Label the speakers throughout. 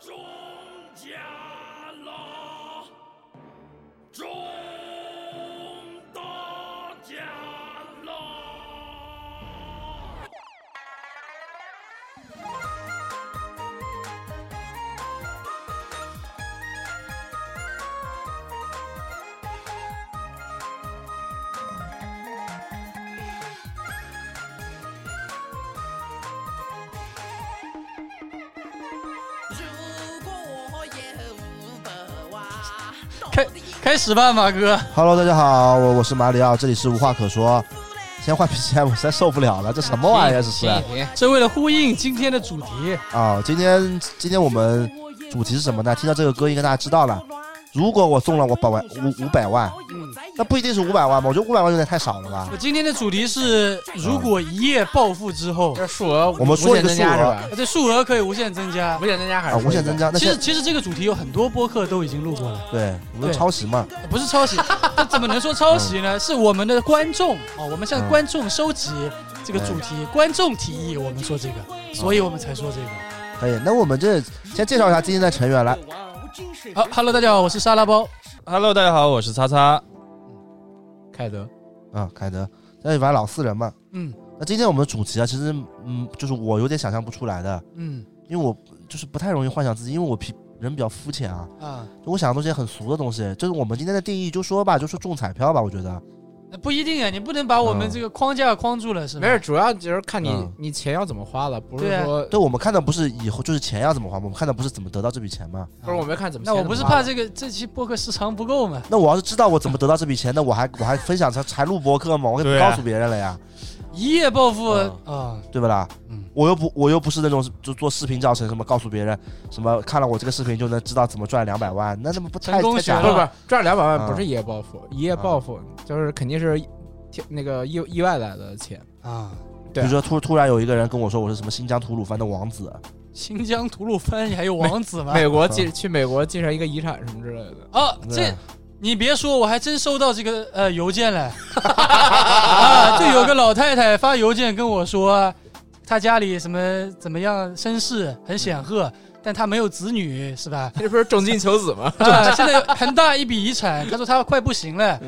Speaker 1: 中家啦，中大家啦。
Speaker 2: 如果我有百万，
Speaker 3: 开开始吧，马哥。
Speaker 4: Hello，大家好，我我是马里奥，这里是无话可说。先换 BGM，我实在受不了了，这什么玩意儿？这是啊、
Speaker 3: 哎这为了呼应今天的主题，
Speaker 4: 今天今天我们呃主题是什么呢？听到这个歌应该大家知道了。如果我中了我百万五五百万，
Speaker 2: 嗯
Speaker 4: 那不一定是五百万吧？我觉得五百万有点太少了吧
Speaker 3: 我。今天的主题是如果一夜暴富之后，
Speaker 5: 这数额
Speaker 4: 我们说一个
Speaker 5: 无限增加
Speaker 4: 数
Speaker 5: 是
Speaker 4: 额
Speaker 5: 吧？
Speaker 3: 这数额可以无限增加
Speaker 5: 无。限增加还
Speaker 4: 啊，
Speaker 5: 是
Speaker 4: 无限增？加，那
Speaker 3: 哎其
Speaker 4: 些
Speaker 3: 实其实这个主题有很多播客都已经录过 了，
Speaker 4: 对，我们
Speaker 3: 对
Speaker 4: 抄袭嘛，
Speaker 3: 不是抄袭，这怎么能说抄袭呢？是我们的观众哦，我们向
Speaker 4: 嗯
Speaker 3: 观众收集这个主题，观众提议我们说这个，所以我们才说这个。
Speaker 4: 可以。那我们这先介绍一下今天的成员来，
Speaker 3: 好，Hello，大家好，我是沙拉包。
Speaker 6: Hello，大家好，我是叉叉。
Speaker 5: 凯德，
Speaker 4: 啊，凯德，那反正老四人嘛。
Speaker 3: 嗯
Speaker 4: 那今天我们的主题啊，其实嗯，就是我有点想象不出来的，
Speaker 3: 嗯
Speaker 4: 因为我就是不太容易幻想自己，因为我皮人比较肤浅啊。
Speaker 3: 啊，
Speaker 4: 就我想的东西很俗的东西，就是我们今天的定义，就说吧，就说中彩票吧，我觉得
Speaker 3: 那不一定啊，你不能把我们这个框架框住了，是吧？
Speaker 5: 没事，主要就是看你
Speaker 4: 嗯
Speaker 5: 你钱要怎么花了，不是
Speaker 3: 对啊
Speaker 5: 说
Speaker 4: 对我们看的不是以后就是钱要怎么花，我们看的不是怎么得到这笔钱嘛。
Speaker 5: 不是我没看怎么
Speaker 3: 那
Speaker 5: 钱
Speaker 3: 我
Speaker 5: 怎么花
Speaker 3: 不是怕
Speaker 5: 了。
Speaker 3: 这个这期播客时长不够嘛？
Speaker 4: 那我要是知道我怎么得到这笔钱，那我还我还分享才才录播客嘛，我可以
Speaker 6: 对
Speaker 4: 告
Speaker 6: 啊
Speaker 4: 诉别人了呀，
Speaker 3: 一夜暴富
Speaker 4: 嗯
Speaker 3: 啊，
Speaker 4: 对不啦？
Speaker 3: 嗯
Speaker 4: 我又不我又不是那种就做视频教程什么告诉别人什么看了我这个视频就能知道怎么赚两百万，那那么不太
Speaker 3: 成功
Speaker 4: 太假
Speaker 3: 学
Speaker 5: 不是
Speaker 4: 了
Speaker 5: 不是赚两百
Speaker 4: 嗯
Speaker 5: 万不是一夜暴富，一夜暴富就是肯定是天那个意意外来的钱。
Speaker 3: 啊！
Speaker 4: 比
Speaker 5: 对
Speaker 4: 如说突突然有一个人跟我说我是什么新疆吐鲁番的王子，
Speaker 3: 新疆吐鲁番还有王子
Speaker 4: 啊
Speaker 3: 吗？
Speaker 5: 美国继去美国继承一个遗产什么之类的，
Speaker 3: 哦，
Speaker 4: 对
Speaker 3: 这你别说，我还真收到这个呃邮件 了啊！就有个老太太发邮件跟我说，她家里什么怎么样，身世很显赫，但她没有子女，是 吧？
Speaker 5: 这不是重金求子吗？
Speaker 3: 啊，现在有很大一笔遗产，她说她快不行了，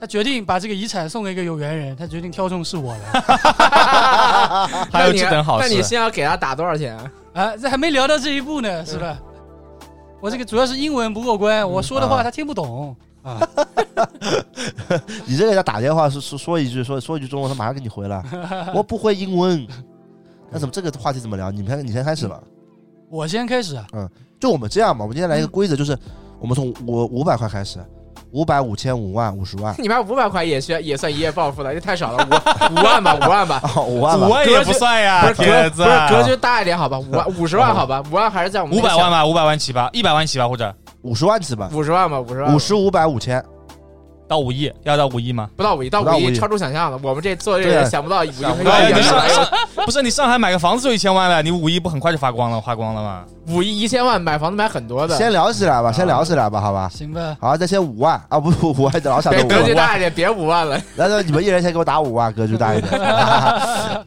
Speaker 3: 她决定把这个遗产送给一个有缘人，她决定挑中是我了。
Speaker 6: 还有这等好
Speaker 5: 那你
Speaker 6: 事，
Speaker 5: 先要给他打多少钱？，
Speaker 3: 啊，这还没聊到这一步呢，是吧？我这个主要是英文不过关，我说的话
Speaker 4: 啊
Speaker 3: 他听不懂啊。
Speaker 4: 你这个要打电话说说说一句说说一句中文，他马上给你回了，我不会英文。那怎么这个话题怎么聊？你们先你先开始吧。
Speaker 3: 我先开始啊，
Speaker 4: 就我们这样吧，我们今天来一个
Speaker 3: 嗯
Speaker 4: 规则，就是我们从我五百块开始，五百、五千、五万、五十万
Speaker 5: 你妈五百块也需要也算一夜暴富了，这太少了，五五万吧，五万吧。
Speaker 4: 哦，五万
Speaker 6: 五
Speaker 4: 吧，
Speaker 6: 万也不算
Speaker 5: 不
Speaker 6: 呀，
Speaker 5: 是
Speaker 6: 铁
Speaker 5: 格
Speaker 6: 子啊
Speaker 5: 不是格局大一点好吧，五 万五十万好吧，五万还是在我们
Speaker 6: 五百万吧，五百万起吧，一百万起吧，或者
Speaker 4: 五十万起吧，
Speaker 5: 五十万吧，五十万吧
Speaker 4: 五十、五百、五千，
Speaker 6: 到五亿，要到五亿吗？
Speaker 5: 不到五亿，到
Speaker 4: 不到
Speaker 5: 五
Speaker 4: 五
Speaker 5: 亿
Speaker 4: 亿
Speaker 5: 超出想象了。我们这做这个
Speaker 4: 对啊
Speaker 5: 人想不到五亿，
Speaker 6: 哎
Speaker 5: 想
Speaker 6: 你上
Speaker 5: 不到
Speaker 6: 上 不是你上海买个房子就一千万了，你五亿不很快就花光了，花光了吗？
Speaker 5: 五亿一千万买房子买很多的，
Speaker 4: 先聊起来吧，先聊起来吧，好吧。
Speaker 3: 行吧？
Speaker 4: 好，再先五万啊，不不，我还老想着
Speaker 5: 别
Speaker 4: 五
Speaker 5: 格
Speaker 4: 万，
Speaker 5: 局大一点，别五万了。
Speaker 4: 来来，你们一人先给我打五万，格局大一点。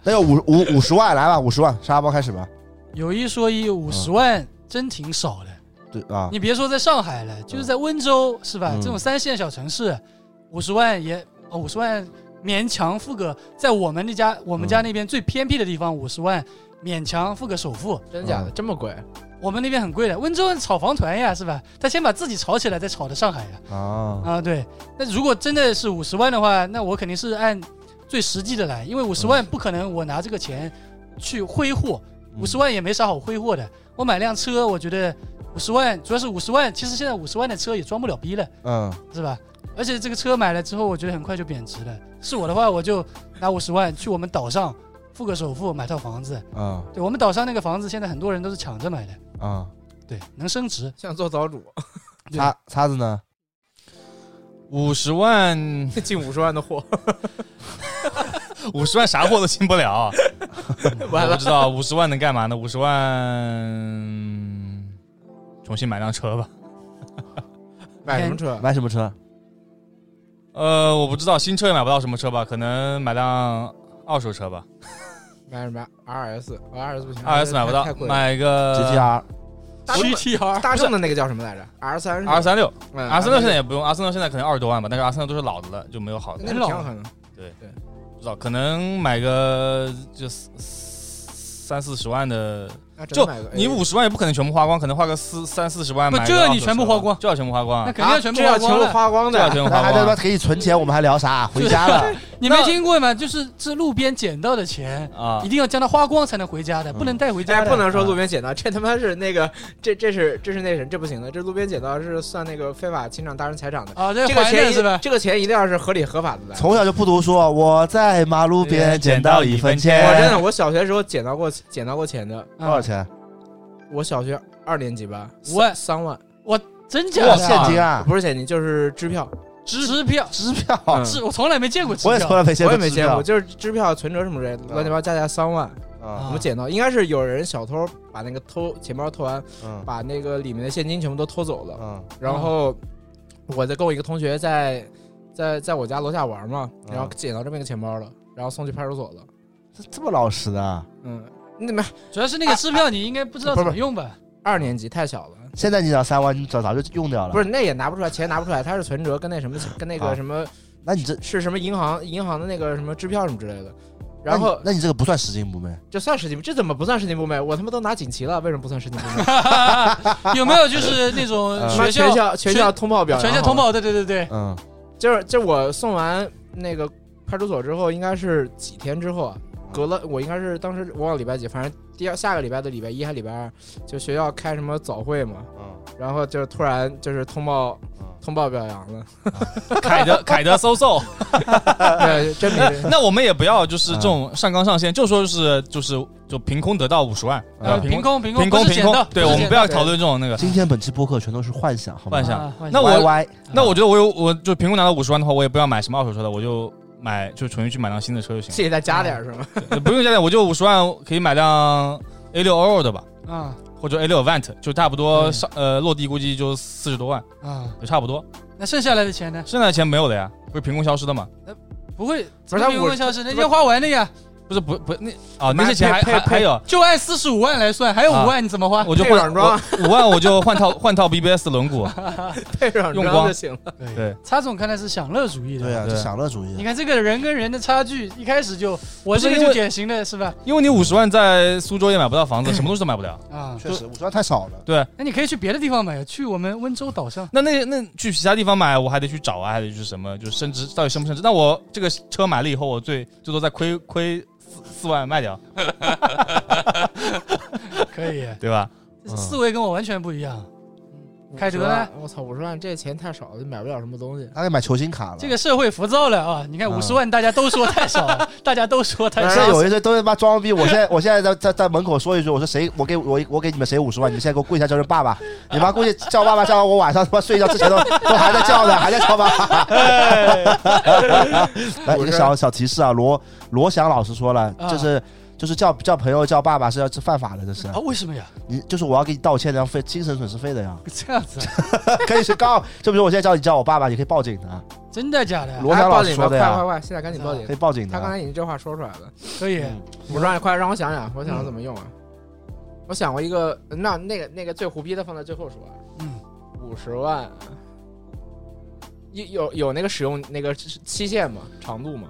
Speaker 4: 那就五五五十万来吧，五十万，沙拉包开始吧。
Speaker 3: 有一说一，五十万真挺少的。
Speaker 4: 对嗯啊，
Speaker 3: 你别说在上海了，就是在温州，是吧？
Speaker 4: 嗯
Speaker 3: 这种三线小城市，五十万也哦，五十万勉强付个在我们那家我们家那边最偏僻的地方，五十万勉强付个首付。
Speaker 5: 真假
Speaker 6: 嗯
Speaker 5: 的这么贵？
Speaker 3: 我们那边很贵的，温州人炒房团呀，是吧？他先把自己炒起来，再炒到上海呀。
Speaker 4: 啊，
Speaker 3: 啊，对。那如果真的是五十万的话，那我肯定是按最实际的来，因为五十万不可能我拿这个钱去挥霍，五十万也没啥好挥霍的。我买辆车，我觉得五十万主要是五十万，其实现在五十万的车也装不了逼了，
Speaker 4: 嗯，
Speaker 3: 是吧？而且这个车买了之后，我觉得很快就贬值了。是我的话，我就拿五十万去我们岛上付个首付买套房子。
Speaker 4: 嗯啊
Speaker 3: 对我们岛上那个房子，现在很多人都是抢着买的，
Speaker 4: 啊，
Speaker 3: 对，能升值。
Speaker 5: 像做岛 主，
Speaker 3: 对
Speaker 4: 叉叉子呢？
Speaker 6: 五十万，
Speaker 5: 进五十万的 货，
Speaker 6: 五十万啥货都进不 了，啊
Speaker 5: 完
Speaker 6: 我
Speaker 5: 了
Speaker 6: 不知道五十万能干嘛呢？五十万，重新买辆车吧。
Speaker 5: 买什么车？
Speaker 4: 买什么车？
Speaker 6: 呃，我不知道新车也买不到什么车吧，可能买辆二手车吧
Speaker 5: 买什么 RS？RS 不行
Speaker 6: ，RS 买不到
Speaker 5: 哎太，贵了。
Speaker 4: 啊
Speaker 6: 买个
Speaker 4: GTR
Speaker 5: 大众的
Speaker 3: GTR
Speaker 5: 大众的那个叫什么来着？R 三
Speaker 6: R 三六
Speaker 5: 嗯
Speaker 6: ，R 三六现在也不用，R 三六现在可能二十多万吧，但是 R 三六都是老的了，就没有好的
Speaker 5: 那，个挺好看的，
Speaker 6: 不知道可能买个就四三四十万的，
Speaker 5: 那只能
Speaker 6: 就
Speaker 5: 买个哎 A
Speaker 6: 你五十万也不可能全部花光，可能花个四三四十万
Speaker 3: 不
Speaker 6: 买个
Speaker 3: 这
Speaker 6: 二手
Speaker 3: 你全部
Speaker 6: 车
Speaker 3: 花光
Speaker 6: 就要全部花光
Speaker 3: 那
Speaker 6: 啊，
Speaker 3: 肯定要全部
Speaker 5: 哎这要
Speaker 3: 花
Speaker 5: 全
Speaker 3: 光
Speaker 5: 部
Speaker 3: 了。
Speaker 5: 花光
Speaker 6: 就要
Speaker 5: 的，
Speaker 6: 全部
Speaker 4: 那
Speaker 6: 花
Speaker 4: 还他
Speaker 6: 光
Speaker 4: 妈
Speaker 6: 啊
Speaker 4: 给你存钱，我们还聊 啥？啊回家了，
Speaker 3: 你没
Speaker 6: 那
Speaker 3: 听过吗？就是这路边捡到的钱，
Speaker 6: 啊
Speaker 3: 一！定要将它花光才能回家的，
Speaker 4: 嗯
Speaker 3: 不能带回
Speaker 5: 哎
Speaker 3: 家，的。
Speaker 5: 不能说路边捡到，这他妈是那个，这这是这是那什么，这不行的，这路边捡到是算那个非法侵占大人财产的。
Speaker 3: 啊，这
Speaker 5: 这个
Speaker 3: 还
Speaker 5: 钱
Speaker 3: 的
Speaker 5: 一
Speaker 3: 是吧？
Speaker 5: 这个钱一定要是合理合法的来。
Speaker 4: 从小就不读书。我在马路边捡到一分钱，
Speaker 5: 我真的，我小学时候捡到过捡到过钱的，
Speaker 4: 多
Speaker 3: 啊
Speaker 4: 少钱？
Speaker 5: 我小学二年级吧，
Speaker 3: 五万
Speaker 5: 三万，
Speaker 3: 真假
Speaker 4: 哇，
Speaker 3: 的
Speaker 4: 现
Speaker 3: 啊？
Speaker 4: 金啊！
Speaker 5: 不是现金就是支票，
Speaker 3: 支票，
Speaker 4: 支票，
Speaker 5: 嗯
Speaker 3: 支我从来没见过支
Speaker 4: 我也从
Speaker 3: 票。
Speaker 4: 来没见
Speaker 5: 我
Speaker 4: 过支票，
Speaker 5: 也
Speaker 4: 嗯
Speaker 5: 没见过，就是支票、存折什么之类的，乱七八糟加起来三万，我
Speaker 4: 啊。
Speaker 5: 们捡到，应该是有人小偷把那个偷钱包偷完，
Speaker 4: 嗯
Speaker 5: 把那个里面的现金全部都偷走了，
Speaker 4: 嗯
Speaker 5: 然后我在跟我一个同学在在在我家楼下玩嘛，
Speaker 4: 嗯
Speaker 5: 然后捡到这么一个钱包了，然后送去派出所了。
Speaker 4: 这这么老实的啊，
Speaker 5: 嗯，那没
Speaker 3: 主要是那个支票，你应该不知道
Speaker 5: 不
Speaker 3: 怎
Speaker 5: 是
Speaker 3: 么用吧？
Speaker 5: 二年级太小
Speaker 3: 嗯
Speaker 5: 了，
Speaker 4: 现在你找三万，你早早就用掉了。
Speaker 5: 不是，那也拿不出来，钱拿不出来，它是存折跟那什么跟那
Speaker 4: 啊
Speaker 5: 个什么
Speaker 4: 那你这，
Speaker 5: 是什么银行银行的那个什么支票什么之类的。然后
Speaker 4: 那你那你这个不算拾金不昧，
Speaker 5: 这算拾金不？这怎么不算拾金不昧？我他妈都拿锦旗了，为什么不算拾金不昧？
Speaker 3: 有没有就是那种
Speaker 4: 呃
Speaker 5: 他妈
Speaker 3: 学
Speaker 5: 全
Speaker 3: 校
Speaker 5: 校全校通报表扬好吗，
Speaker 3: 全校通报的？对对对，
Speaker 4: 嗯，
Speaker 5: 就是就我送完那个派出所之后，应该是几天之后啊，隔了我应该是当时我忘了礼拜几，反正第二下个礼拜的礼拜一还礼拜二，就学校开什么早会嘛，
Speaker 4: 嗯
Speaker 5: 然后就突然就是通报
Speaker 4: 嗯
Speaker 5: 通报表扬了，
Speaker 6: 凯德凯德搜搜，
Speaker 5: 对，真没人。
Speaker 6: 那我们也不要就是这种上纲上线，就说是就是就凭空得到五十万，
Speaker 3: 嗯
Speaker 4: 呃
Speaker 6: 啊
Speaker 3: 凭空凭
Speaker 6: 凭
Speaker 3: 不
Speaker 6: 空
Speaker 3: 是
Speaker 6: 凭
Speaker 3: 捡到
Speaker 6: 空，，对我们不要讨论这种那个。
Speaker 4: 今天本期播客全都是幻想，好吗
Speaker 6: 幻
Speaker 3: 不是捡
Speaker 6: 想
Speaker 3: 到啊幻
Speaker 6: 那
Speaker 3: 想
Speaker 6: 我
Speaker 4: 歪歪，
Speaker 6: 那我觉得我有我就凭空拿到五十万的话，我也不要买什么二手车了，我就买就纯粹去买辆新的车就行了。
Speaker 5: 自己再加点
Speaker 4: 啊
Speaker 5: 儿是吗？
Speaker 6: 呃不用加点，我就五十万可以买辆 A 六 Allroad 的吧，
Speaker 3: 啊
Speaker 6: 或者 A 六 Avant，就差不多
Speaker 3: 嗯
Speaker 6: 上、呃落地估计就四十多万，
Speaker 3: 啊，
Speaker 6: 也差不多。
Speaker 3: 那剩下来的钱呢？
Speaker 6: 剩下的钱没有了呀，不是凭空消失的吗？
Speaker 3: 不会，
Speaker 5: 不是他
Speaker 3: 凭空
Speaker 5: 我
Speaker 3: 消失，那要花完的呀，
Speaker 6: 不是不不那啊
Speaker 5: 买
Speaker 6: 那些钱还
Speaker 5: 配
Speaker 6: 还
Speaker 5: 配
Speaker 6: 还有，
Speaker 3: 就按四十五万来算，还有
Speaker 6: 啊
Speaker 3: 五万你怎么花？
Speaker 6: 我就
Speaker 5: 配
Speaker 6: 换
Speaker 5: 软装
Speaker 6: 五万我就换套换套 BBS 轮毂，啊
Speaker 5: 配上
Speaker 6: 用
Speaker 5: 装
Speaker 6: 光
Speaker 5: 就行了。
Speaker 6: 对，
Speaker 3: 擦总看来是享乐主义的，
Speaker 4: 对啊，
Speaker 6: 对
Speaker 4: 这享乐主
Speaker 3: 你
Speaker 4: 义，
Speaker 3: 看这个人跟人的差距，一开始就我这个
Speaker 6: 不是因
Speaker 3: 就
Speaker 6: 为
Speaker 3: 典型的是吧？
Speaker 6: 因为你五十万在苏州也买不到房子，什么东西都买不了。
Speaker 3: 啊，
Speaker 4: 确实五十万太少了。
Speaker 3: 那你可以去别的地方买，去我们温州岛 上。
Speaker 6: 那那那去其他地方买，我还得去找啊，还得去什么，就升值到底升不升值？那我这个车买了以后，我最最多再亏亏四四万卖掉，
Speaker 3: 可以，
Speaker 6: 对吧？
Speaker 3: 这思维跟我完全不一样。凯德呢
Speaker 5: 50万？我操，五十万这钱太少了，买不了什么东西。
Speaker 4: 他得买球星卡了。
Speaker 3: 这个社会浮躁了啊！你看
Speaker 4: 嗯
Speaker 3: 五十万，大家都说太少了，大家都说太
Speaker 5: 哎
Speaker 4: 现
Speaker 3: 少
Speaker 4: 在。有一些都他妈装逼，我现在我现在在在在门口说一句，我说谁，我给我我给你们谁五十万，你们现在给我跪下叫声爸爸，你妈估计叫爸爸叫到我晚上他妈睡觉之前都都还在叫呢，还在叫爸爸。
Speaker 5: 哎
Speaker 4: 来一个小小提示啊，罗罗翔老师说了，
Speaker 3: 啊
Speaker 4: 就是就是叫叫朋友叫爸爸是要是犯法的，这是
Speaker 5: 哦
Speaker 3: 啊，为什么呀？
Speaker 4: 你就是我要给你道歉的，要费精神损失费的呀，
Speaker 3: 这样子啊，
Speaker 4: 可以去告，就比如我现在叫你叫我爸爸，你可以报警的，
Speaker 3: 真的假的呀？
Speaker 4: 罗翔
Speaker 5: 报
Speaker 4: 老师
Speaker 5: 警哎吧，
Speaker 4: 说的
Speaker 5: 快快
Speaker 4: 呀，啊
Speaker 5: 快，现在赶紧报警
Speaker 4: 可以！报警
Speaker 5: 他刚
Speaker 4: 的。
Speaker 5: 才已经这话说出来了。
Speaker 3: 可以，
Speaker 4: 嗯
Speaker 5: 我让你快让我想想，我想想怎么用啊？我想过一个，那那个那个最胡逼的放在最后说啊。
Speaker 3: 嗯，
Speaker 5: 五十万，啊有有有那个使用那个期限吗？长度吗？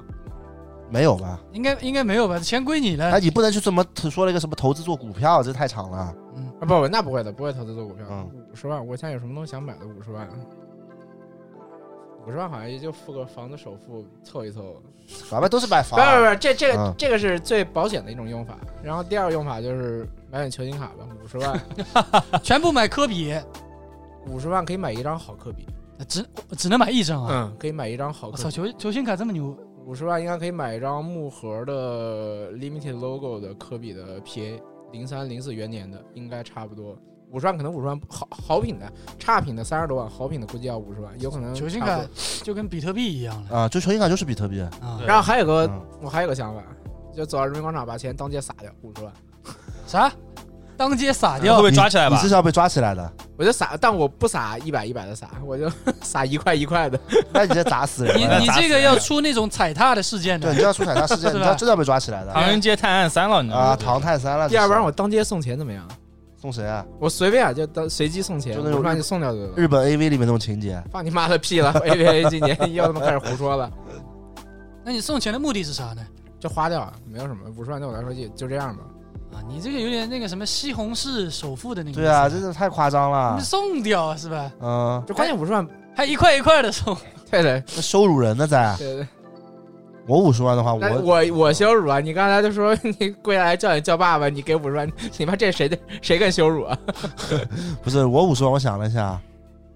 Speaker 4: 没有吧？
Speaker 3: 应该应该没有吧？钱归你了
Speaker 4: 哎，。你不能去什么说了一个什么投资做股票，这太长了。
Speaker 5: 啊，不不，那不会的，不会投资做股票
Speaker 4: 嗯。
Speaker 5: 五十万，我现在有什么东西想买的？五十万，啊五十万好像也就付个房子首付凑一凑。
Speaker 4: 咱们都是买
Speaker 5: 不
Speaker 4: 房，
Speaker 5: 不不，这这
Speaker 4: 嗯
Speaker 5: 个这个是最保险的一种用法。然后第二个用法就是买点球星卡吧，五十万，
Speaker 3: 全部买科比，
Speaker 5: 五十万可以买一张好科比，
Speaker 3: 只只能买一张啊！
Speaker 5: 嗯，可以买一张好
Speaker 3: 我
Speaker 5: 科
Speaker 3: 操，
Speaker 5: 比。
Speaker 3: 球球星卡这么牛，
Speaker 5: 五十万应该可以买一张木盒的 limited logo 的科比的 PA，零三零四元年的，应该差不多。五十万可能五十万好好品的，差品的三十多万，好品的估计要五十万，有可能
Speaker 3: 球星
Speaker 5: 嗯差
Speaker 3: 卡
Speaker 5: 不多
Speaker 3: 就跟比特币一样了
Speaker 4: 啊，就球星卡就是比特币。
Speaker 3: 啊！
Speaker 5: 然后还有个、
Speaker 4: 嗯
Speaker 5: 我还有个想法，就走到人民广场把钱当街撒掉五十万，
Speaker 3: 啥？当街撒
Speaker 6: 会不
Speaker 3: 掉
Speaker 6: 会抓起来
Speaker 4: 你
Speaker 6: 吧
Speaker 4: 这？是要被抓起来的。
Speaker 5: 我就撒，但我不撒一百一百的撒，我就 撒一块一块的。
Speaker 4: 那你这砸死 人
Speaker 3: 你
Speaker 4: 了！
Speaker 3: 你
Speaker 6: 砸死
Speaker 3: 这个
Speaker 6: 人
Speaker 3: 要
Speaker 6: 了
Speaker 3: 出那种踩踏的事件
Speaker 4: 对，
Speaker 3: 的
Speaker 4: 你，这要出踩踏事件，
Speaker 3: 是吧
Speaker 5: 哎
Speaker 4: 你这真的要被抓起来的
Speaker 6: 唐人街探案三了，你知道吗
Speaker 4: 啊！唐探三了，
Speaker 5: 第二，不
Speaker 4: 不
Speaker 5: 然我当街送钱怎么样？
Speaker 4: 送谁啊？
Speaker 5: 我随便啊，就当随机送钱，
Speaker 4: 就
Speaker 5: 我
Speaker 4: 那种
Speaker 5: 说
Speaker 4: 日
Speaker 5: 你送掉就得了。
Speaker 4: 日本 AV 里面那种情节，
Speaker 5: 放你妈的屁了！A B A 今年又他妈开始胡说了，
Speaker 3: 那你送钱的目的是啥呢？
Speaker 5: 就花掉啊，没有什么。五十万对我来说就就这样吧。
Speaker 3: 啊，你这个有点那个什么西红柿首富的那个意思。
Speaker 4: 对啊，真是太夸张了
Speaker 3: 嗯你。送掉啊是吧？
Speaker 4: 嗯，
Speaker 5: 就关键五十万，
Speaker 3: 还一块一块的送，
Speaker 5: 哎对对
Speaker 4: 那羞辱人呢，在
Speaker 5: 对对。
Speaker 4: 我五十万的话，
Speaker 5: 那
Speaker 4: 我
Speaker 5: 我我羞辱啊！你刚才就说 你跪下来叫你叫爸爸，你给五十万， 你妈这谁的谁更羞辱啊？
Speaker 4: 不是我五十万，我想了一下，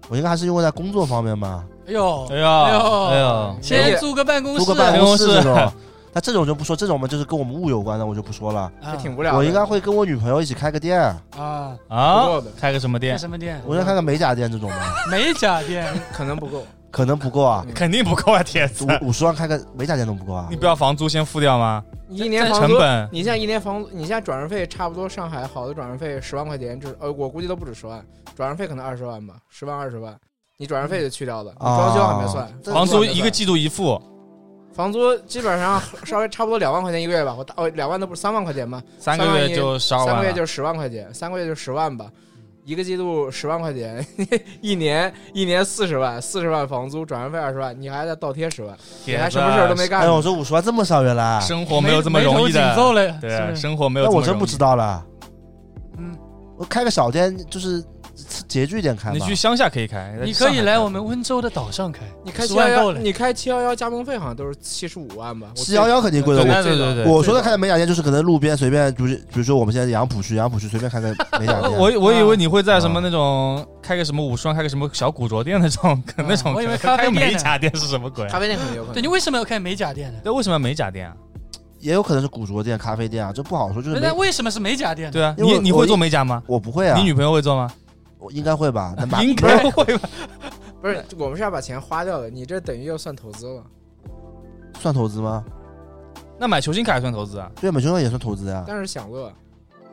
Speaker 4: 我应该还是用在工作方面吧，
Speaker 3: 哎呦，
Speaker 6: 哎呀，
Speaker 3: 哎呦
Speaker 6: 哎呀，
Speaker 3: 先租个办公室，
Speaker 4: 租个办公室
Speaker 6: 办公
Speaker 4: 这
Speaker 6: 室
Speaker 4: 种。那这种就不说，这种嘛就是跟我们物有关的，我就不说了。
Speaker 5: 还
Speaker 3: 啊
Speaker 5: 挺无聊的。
Speaker 4: 我应该会跟我女朋友一起开个店，
Speaker 3: 啊，
Speaker 5: 不
Speaker 6: 啊
Speaker 5: 够，的，
Speaker 6: 开个什么
Speaker 3: 开
Speaker 6: 店？
Speaker 3: 什么店？啊
Speaker 4: 我要开个美甲店这种的，
Speaker 3: 美甲 店，
Speaker 5: 可能不够。
Speaker 4: 可能不够啊，
Speaker 6: 肯定不够啊，铁子，
Speaker 4: 五五十万开个美甲店都不够啊
Speaker 6: 你。不要房租先付掉吗？
Speaker 5: 你一年房
Speaker 6: 成
Speaker 5: 租，
Speaker 6: 本
Speaker 5: 你现在一年房租，你现在转让费差不多，上海好的转让费十万块钱，就是呃，我估计都不止十万，转让费可能二十万吧，十万二十万，你转让费就去掉了，你
Speaker 4: 啊
Speaker 5: 装修还没算，
Speaker 4: 这
Speaker 6: 哦房租
Speaker 5: 装修还没算
Speaker 6: 一个，季度一付，
Speaker 5: 房租基本上稍微差不多两万块钱一个月吧，我大哦两万都不是三万块钱吗？
Speaker 6: 三个月就十二
Speaker 5: 三
Speaker 6: 万
Speaker 5: 个月
Speaker 6: 了。嗯
Speaker 5: 就十万块钱，三个月就十万吧。一个季度十万块钱， 一年一年四十万，四十万房租，转让费二十万，你还在倒贴十万，你
Speaker 6: 铁
Speaker 5: 还
Speaker 6: 子
Speaker 5: 什么事儿都没干
Speaker 4: 哎，。我说五十万这么少，原来，
Speaker 6: 生活没有这么容
Speaker 3: 眉
Speaker 6: 易
Speaker 3: 头紧皱
Speaker 6: 的，
Speaker 3: 了，是
Speaker 6: 对，啊
Speaker 3: 不是
Speaker 6: 生活没有
Speaker 4: 那
Speaker 6: 这
Speaker 4: 哎
Speaker 6: 么
Speaker 4: 我真
Speaker 6: 容易。
Speaker 4: 不知道了。
Speaker 3: 嗯，
Speaker 4: 我开个小店，就是拮据一点开
Speaker 6: 你
Speaker 4: 吧
Speaker 6: 去。乡下可以开，
Speaker 3: 你可以来我
Speaker 6: 们。
Speaker 3: 们温州的岛上开，
Speaker 5: 你开
Speaker 3: 十
Speaker 5: 七幺
Speaker 3: 万够
Speaker 5: 幺，
Speaker 3: 了。
Speaker 5: 你开七幺幺加盟费好像都是七十五万吧？我
Speaker 4: 七幺幺肯定贵的，
Speaker 5: 对
Speaker 4: 我
Speaker 6: 对对对对
Speaker 4: 我说的开的美甲店就是可能路边随便，就是比如说我们现在杨浦区，杨浦区随便开个美甲店。
Speaker 6: 我我以为你会在什么那种开个什么五十万开个什么小古着店那种，可 那种
Speaker 3: 啊我以为咖
Speaker 6: 开
Speaker 3: 啡
Speaker 6: 个
Speaker 3: 店
Speaker 6: 美
Speaker 3: 呢
Speaker 6: 甲店是什么鬼？
Speaker 5: 咖啡店肯定有可
Speaker 3: 对
Speaker 5: 能
Speaker 3: 你。为什么要开美甲店呢？
Speaker 6: 那为什么要美甲店啊？
Speaker 4: 也有可能是古着店、咖啡店啊，这不好说。就是没
Speaker 3: 那为什么是美甲店呢？
Speaker 6: 对啊，
Speaker 4: 因为
Speaker 6: 你
Speaker 4: 我
Speaker 6: 你会做美甲吗？
Speaker 4: 我不会啊
Speaker 6: 你，女朋友会做吗？
Speaker 4: 我应该会 吧？那买
Speaker 6: 应该会吧。
Speaker 5: 不是，我们是要把钱花掉的，你这等于又算投资了。
Speaker 4: 算投资吗？
Speaker 6: 那买球星卡也算投资啊？
Speaker 4: 对，美胸也算投资呀。
Speaker 5: 但是享乐，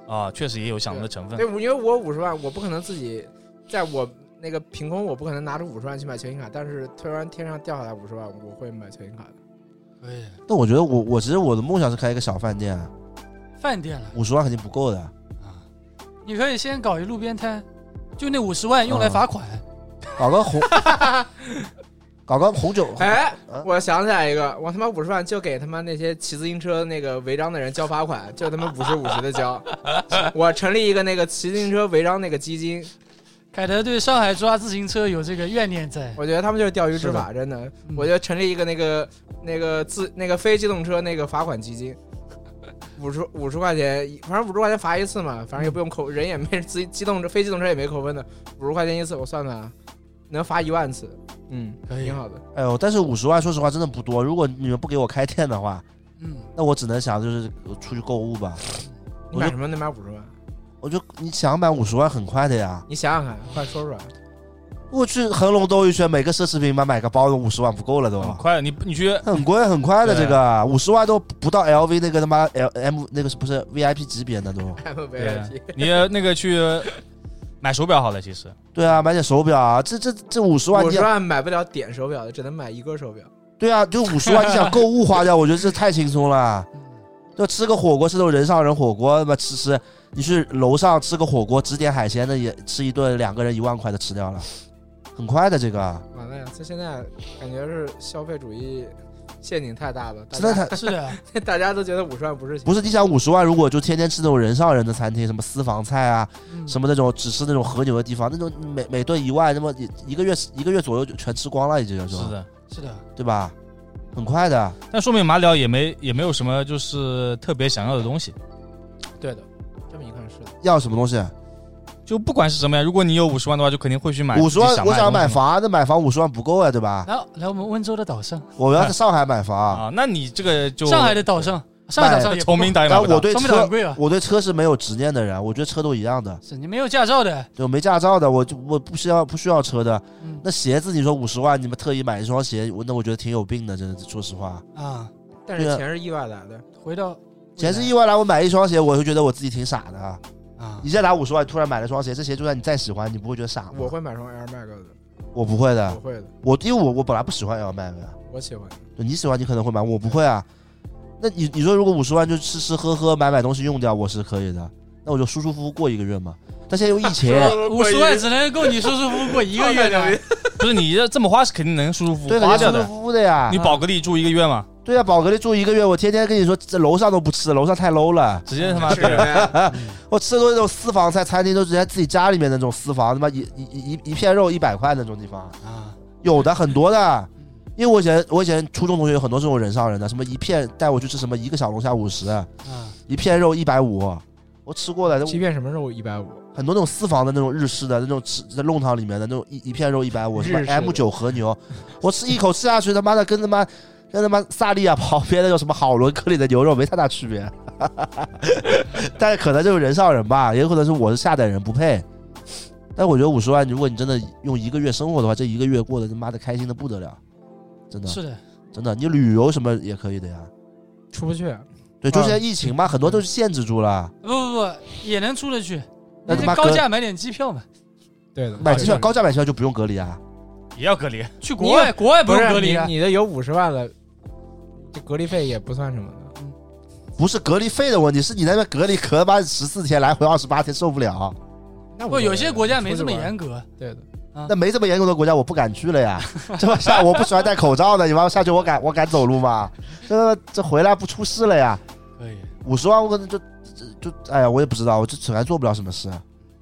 Speaker 6: 啊，确实也有享乐成分
Speaker 5: 对，。我因为我五十万，我不可能自己在我那个凭空，我不可能拿出五十万去买球星卡，但是突然天上掉下来五十万，我会买球星卡的。
Speaker 3: 对，
Speaker 4: 但我觉得我我其实我的梦想是开一个小饭店，啊
Speaker 3: 饭店了，
Speaker 4: 五十万肯定不够的，
Speaker 3: 你可以先搞一路边摊，就那五十万
Speaker 6: 嗯
Speaker 3: 用来罚款。
Speaker 4: 搞个 红，搞个红酒，
Speaker 5: 哎
Speaker 4: 啊，
Speaker 5: 我想起来一个，我他妈五十万就给他妈那些骑自行车那个违章的人交罚款，就他妈五十五十的交。我成立一个那个骑自行车违章那个基金，
Speaker 3: 凯德对上海抓自行车有这个怨念在，
Speaker 5: 我觉得他们就是钓鱼执法，真的。
Speaker 3: 嗯
Speaker 5: 我觉得成立一个那个那个自那个非机动车那个罚款基金，五十五十块钱，反正五十块钱罚一次嘛，反正也不用扣，人也没自机动车非机动车也没扣分的，五十块钱一次，我算算啊，能罚一万次，嗯，
Speaker 3: 可以
Speaker 5: 挺，好的。
Speaker 4: 哎呦，但是五十万说实话真的不多，如果你们不给我开店的话，
Speaker 3: 嗯，
Speaker 4: 那我只能想就是出去购物吧。
Speaker 5: 你买什么能买五十万？
Speaker 4: 我就你想买五十万很快的呀，
Speaker 5: 你想想看，快说出来。
Speaker 4: 我去恒隆兜一圈，每个奢侈品买买个包五十万不够了都，
Speaker 6: 很快，你你去
Speaker 4: 很贵很快的
Speaker 6: 对啊
Speaker 4: 这个五十万都不到 LV 那个他妈 L M 那个是不是 VIP 级别的都？
Speaker 6: 对
Speaker 5: MVP，，
Speaker 6: 你那个去买手表好了，其实
Speaker 4: 对啊，买点手表啊，这这这五十万
Speaker 5: 五
Speaker 4: 你
Speaker 5: 十万买不了点手表的，只能买一个手表。
Speaker 4: 对啊，就五十万你想购物花掉，我觉得这太轻松了。
Speaker 6: 嗯
Speaker 4: 就吃个火锅是那种人上人火锅，他妈吃吃，你去楼上吃个火锅，只点海鲜的也吃一顿，两个人一万块的吃掉了，很快的这
Speaker 6: 嗯
Speaker 4: 个，
Speaker 5: 完了呀，这现在感觉是消费主义陷阱太大了，大
Speaker 4: 真的
Speaker 5: 家
Speaker 4: 太
Speaker 3: 是的，
Speaker 5: 大家都觉得五十万不是钱。
Speaker 4: 不是你想五十万，如果就天天吃那种人上人的餐厅，什么私房菜啊，
Speaker 3: 嗯
Speaker 4: 什么那种只吃那种和牛的地方，那种每每顿一万，那么一一个月一个月左右就全吃光了，已经就是吧
Speaker 6: 的。
Speaker 3: 是的，
Speaker 4: 对吧？
Speaker 6: 嗯
Speaker 4: 很快的，
Speaker 6: 但说明马里奥也没也没有什么就是特别想要的东西，
Speaker 5: 对的，这么一看是的。
Speaker 4: 要什么东西？
Speaker 6: 就不管是什么呀，如果你有五十万的话，就肯定会去买
Speaker 4: 五十
Speaker 6: 自己
Speaker 4: 万，我
Speaker 6: 的
Speaker 4: 想
Speaker 6: 东
Speaker 4: 买
Speaker 6: 西嘛
Speaker 4: 房啊，那买房五十万不够呀，对吧？
Speaker 3: 来来我们温州的岛上，
Speaker 4: 我要在上海买房，
Speaker 6: 啊，那你这个就
Speaker 3: 上海的岛上，上海岛上也不
Speaker 6: 崇明岛也
Speaker 4: 然后
Speaker 6: 买不到
Speaker 4: 哎我对
Speaker 3: 上面岛
Speaker 4: 车
Speaker 3: 很，贵啊，
Speaker 4: 我对车是没有执念的人，我觉得车都一样的，
Speaker 3: 是你没有驾照的，
Speaker 4: 就没驾照的，我就我不需要不需要车的。
Speaker 3: 嗯
Speaker 4: 那鞋子，你说五十万，你们特意买一双鞋，我那我觉得挺有病的，真的，说实话。
Speaker 3: 啊，
Speaker 5: 但是
Speaker 4: 对啊
Speaker 5: 钱是意外来的，
Speaker 3: 回到
Speaker 4: 钱是意外来，我买一双鞋，我就觉得我自己挺傻的啊。
Speaker 3: 啊
Speaker 4: 你，再拿五十万，突然买了双鞋，这鞋就算你再喜欢，你不会觉得傻吗？
Speaker 5: 我会买双 Air Max 的，
Speaker 4: 我不会
Speaker 5: 我
Speaker 4: 的，
Speaker 5: 会的，
Speaker 4: 我因为我我本来不喜欢 L m a 的。
Speaker 5: 我喜欢。
Speaker 4: 就你喜欢你可能会买，我不会啊。那你你说如果五十万就吃吃喝喝买买东西用掉，我是可以的，那我就舒舒服服过一个月嘛。但现在又疫情，
Speaker 7: 呃
Speaker 3: 五十万只能够你舒舒服服过一个月的，
Speaker 6: 不是你这这么花是肯定能舒舒服
Speaker 4: 对
Speaker 6: 服
Speaker 4: 的，
Speaker 6: 花
Speaker 4: 你
Speaker 6: 掉
Speaker 4: 舒舒
Speaker 6: 的。
Speaker 4: 服啊服的呀
Speaker 6: 你。保个地住一个月嘛，
Speaker 4: 对呀，宝格丽住一个月，我天天跟你说，这楼上都不吃，楼上太 low 了。
Speaker 6: 直接他妈
Speaker 5: 是
Speaker 7: 啊
Speaker 5: 人
Speaker 4: 我吃的都是那种私房菜，餐厅都是人家自己家里面那种私房，他妈一一一一一片肉一百块那种地方，
Speaker 6: 啊，
Speaker 4: 有的很多的。因为我以前我以前初中同学有很多这种人上人的，什么一片带我去吃什么一个小龙虾五十，
Speaker 3: 啊，
Speaker 4: 一片肉一百五，我吃过的，
Speaker 5: 欺骗什么肉一百五，
Speaker 4: 很多那种私房的那种日式的那种吃在弄堂里面的那种一一片肉一百五，什么
Speaker 5: 日式的
Speaker 4: M 九和牛，我吃一口吃下去，他妈的跟他妈跟他妈萨利亚旁边的叫什么好伦克里的牛肉没太大区别，但是可能就是人上人吧，也有可能是我是下等人不配。但我觉得五十万，如果你真的用一个月生活的话，这一个月过得他妈的开心的不得了，真的
Speaker 3: 是的，
Speaker 4: 真的，你旅游什么也可以的呀。
Speaker 5: 出不去。
Speaker 4: 对，
Speaker 5: 嗯
Speaker 4: 就现在疫情嘛，很多都是限制住了。
Speaker 3: 不不不，也能出得去，那
Speaker 4: 那他
Speaker 3: 就
Speaker 4: 妈
Speaker 3: 高
Speaker 4: 隔
Speaker 3: 价买点机票嘛，
Speaker 5: 对的，
Speaker 4: 买机票
Speaker 5: 对的
Speaker 4: 高价买机票就不用隔离啊。
Speaker 6: 也要隔离。
Speaker 3: 去国外国外不
Speaker 5: 不
Speaker 3: 用
Speaker 5: 是
Speaker 3: 隔离啊
Speaker 5: 你，你的有五十万了，这隔离费也不算什么的。
Speaker 4: 不是隔离费的问题，是你那边隔离隔妈十四天，来回二十八天受不了。
Speaker 5: 那无所
Speaker 3: 不
Speaker 5: 谓啊
Speaker 3: 有些国家没这么严
Speaker 5: 出去
Speaker 3: 格，
Speaker 5: 玩对的，
Speaker 4: 那没这么严重的国家，我不敢去了呀。 这么下我不喜欢戴口罩的，你妈下去我敢我敢走路吗？这这回来不出事了呀？
Speaker 3: 可以，
Speaker 4: 五十万我可能就就就哎呀，我也不知道，我这显然做不了什么事。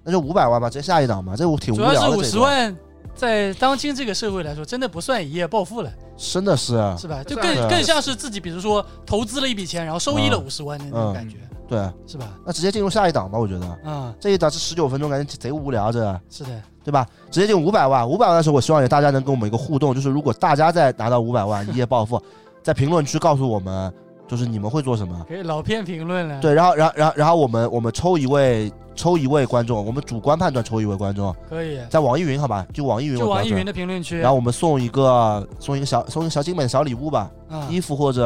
Speaker 4: 那就五百万吧，直接下一档吧，这我挺无
Speaker 3: 主
Speaker 4: 聊
Speaker 3: 要
Speaker 4: 的。
Speaker 3: 是五
Speaker 4: 这
Speaker 3: 十
Speaker 4: 个
Speaker 3: 万。在当今这个社会来说，真的不算一夜暴富了，
Speaker 4: 真的是
Speaker 3: 是吧？就
Speaker 5: 算
Speaker 3: 更
Speaker 4: 是
Speaker 3: 更像是自己，比如说投资了一笔钱，然后收
Speaker 4: 啊
Speaker 3: 益了五十万的那
Speaker 4: 嗯
Speaker 3: 种感觉，
Speaker 4: 对，
Speaker 3: 是吧？
Speaker 4: 那直接进入下一档吧，我觉得
Speaker 3: 啊，
Speaker 4: 这一档是十九分钟，感觉贼无聊这。
Speaker 3: 是的，
Speaker 4: 对吧？直接进五百万，五百万的时候，我希望有大家能跟我们一个互动，就是如果大家在拿到五百万一夜暴富，在评论区告诉我们，就是你们会做什么？
Speaker 3: 可以老片评论了，，
Speaker 4: 对，然后，然后，然后，然后我们我们抽一位抽一位观众，我们主观判断抽一位观众，
Speaker 3: 可以。
Speaker 4: 在网易云好吧，就网易云为
Speaker 3: 就
Speaker 4: 标
Speaker 3: 网易云
Speaker 4: 准，
Speaker 3: 的评论区，
Speaker 4: 然后我们送一个送一个小送一个小精美的小礼物吧，
Speaker 3: 啊
Speaker 4: 衣服或者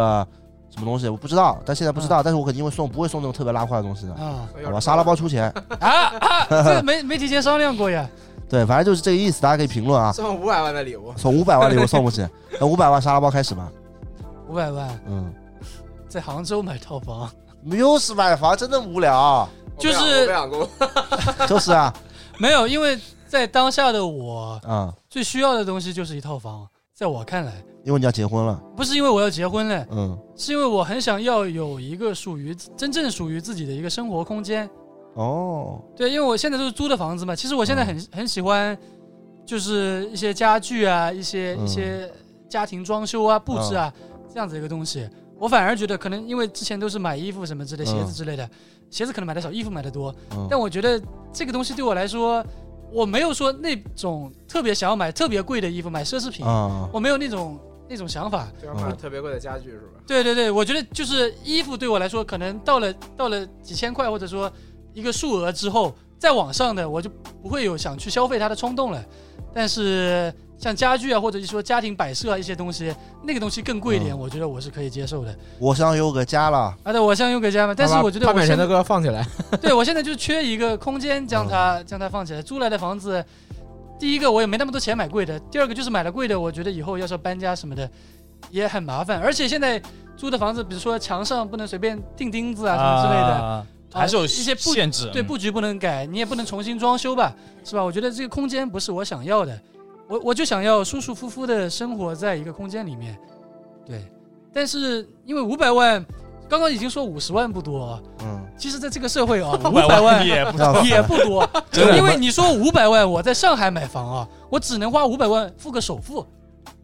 Speaker 4: 什么东西，我不知道，但现在不
Speaker 3: 嗯
Speaker 4: 知道，但是我肯定会送，不会送那种特别拉胯的东西的，
Speaker 3: 啊
Speaker 4: 好吧？沙拉包出钱，
Speaker 3: 啊啊！这没没提前商量过呀，
Speaker 4: 对，反正就是这个意思，大家可以评论啊，
Speaker 5: 送五百万的礼物，
Speaker 4: 从五百万礼物送过去，那五百万沙拉包开始吧，
Speaker 3: 五百万
Speaker 4: 嗯。
Speaker 3: 在杭州买套房，
Speaker 4: 又是买房，真的无聊。
Speaker 3: 就是
Speaker 5: 想过。
Speaker 4: 就是啊，
Speaker 3: 没有，因为在当下的我
Speaker 4: 嗯，
Speaker 3: 最需要的东西就是一套房，在我看来，
Speaker 4: 因为你要结婚了，
Speaker 3: 不是因为我要结婚了，
Speaker 4: 嗯，
Speaker 3: 是因为我很想要有一个属于真正属于自己的一个生活空间。
Speaker 4: 哦，
Speaker 3: 对，因为我现在都是租的房子嘛，其实我
Speaker 4: 嗯
Speaker 3: 现在很、很喜欢，就是一些家具啊，一些、
Speaker 4: 嗯
Speaker 3: 一些家庭装修啊、布置啊、这样子一个东西。我反而觉得，可能因为之前都是买衣服什么之类、
Speaker 4: 嗯
Speaker 3: 鞋子之类的，鞋子可能买的少，衣服买的多。
Speaker 4: 嗯
Speaker 3: 但我觉得这个东西对我来说，我没有说那种特别想要买特别贵的衣服、买奢侈品，
Speaker 4: 啊，
Speaker 3: 我没有那种那种想法。
Speaker 5: 就要
Speaker 4: 买
Speaker 5: 特别贵的家具是吧？
Speaker 3: 对对对，我觉得就是衣服对我来说，可能到了到了几千块或者说一个数额之后，再往上的我就不会有想去消费它的冲动了。但是像家具啊，或者是说家庭摆设啊一些东西，那个东西更贵一点，
Speaker 4: 嗯
Speaker 3: 我觉得我是可以接受的。
Speaker 4: 我想有个家了，
Speaker 3: 啊，对，我像优格家嘛，但是我觉得
Speaker 5: 他
Speaker 3: 我
Speaker 5: 本
Speaker 3: 现
Speaker 5: 神的歌放起来，
Speaker 3: 对我现在就缺一个空间将它、将它放起来。租来的房子，第一个我也没那么多钱买贵的，第二个就是买了贵的，我觉得以后要是搬家什么的也很麻烦。而且现在租的房子，比如说墙上不能随便钉钉子啊什么之类的，
Speaker 6: 啊，还是有
Speaker 3: 一些布
Speaker 6: 限制。
Speaker 3: 对
Speaker 6: 嗯
Speaker 3: 布局不能改，你也不能重新装修吧，是吧？我觉得这个空间不是我想要的，我我就想要舒舒服服的生活在一个空间里面，对。但是因为五百万，刚刚已经说五十万不多，
Speaker 4: 嗯，
Speaker 3: 其实在这个社 会啊，五
Speaker 6: 500
Speaker 3: 百万
Speaker 6: 也不
Speaker 4: 要
Speaker 3: 也不多，
Speaker 6: 真的
Speaker 3: 因为你说五百万，我在上海买房啊，我只能花五百万付个首付，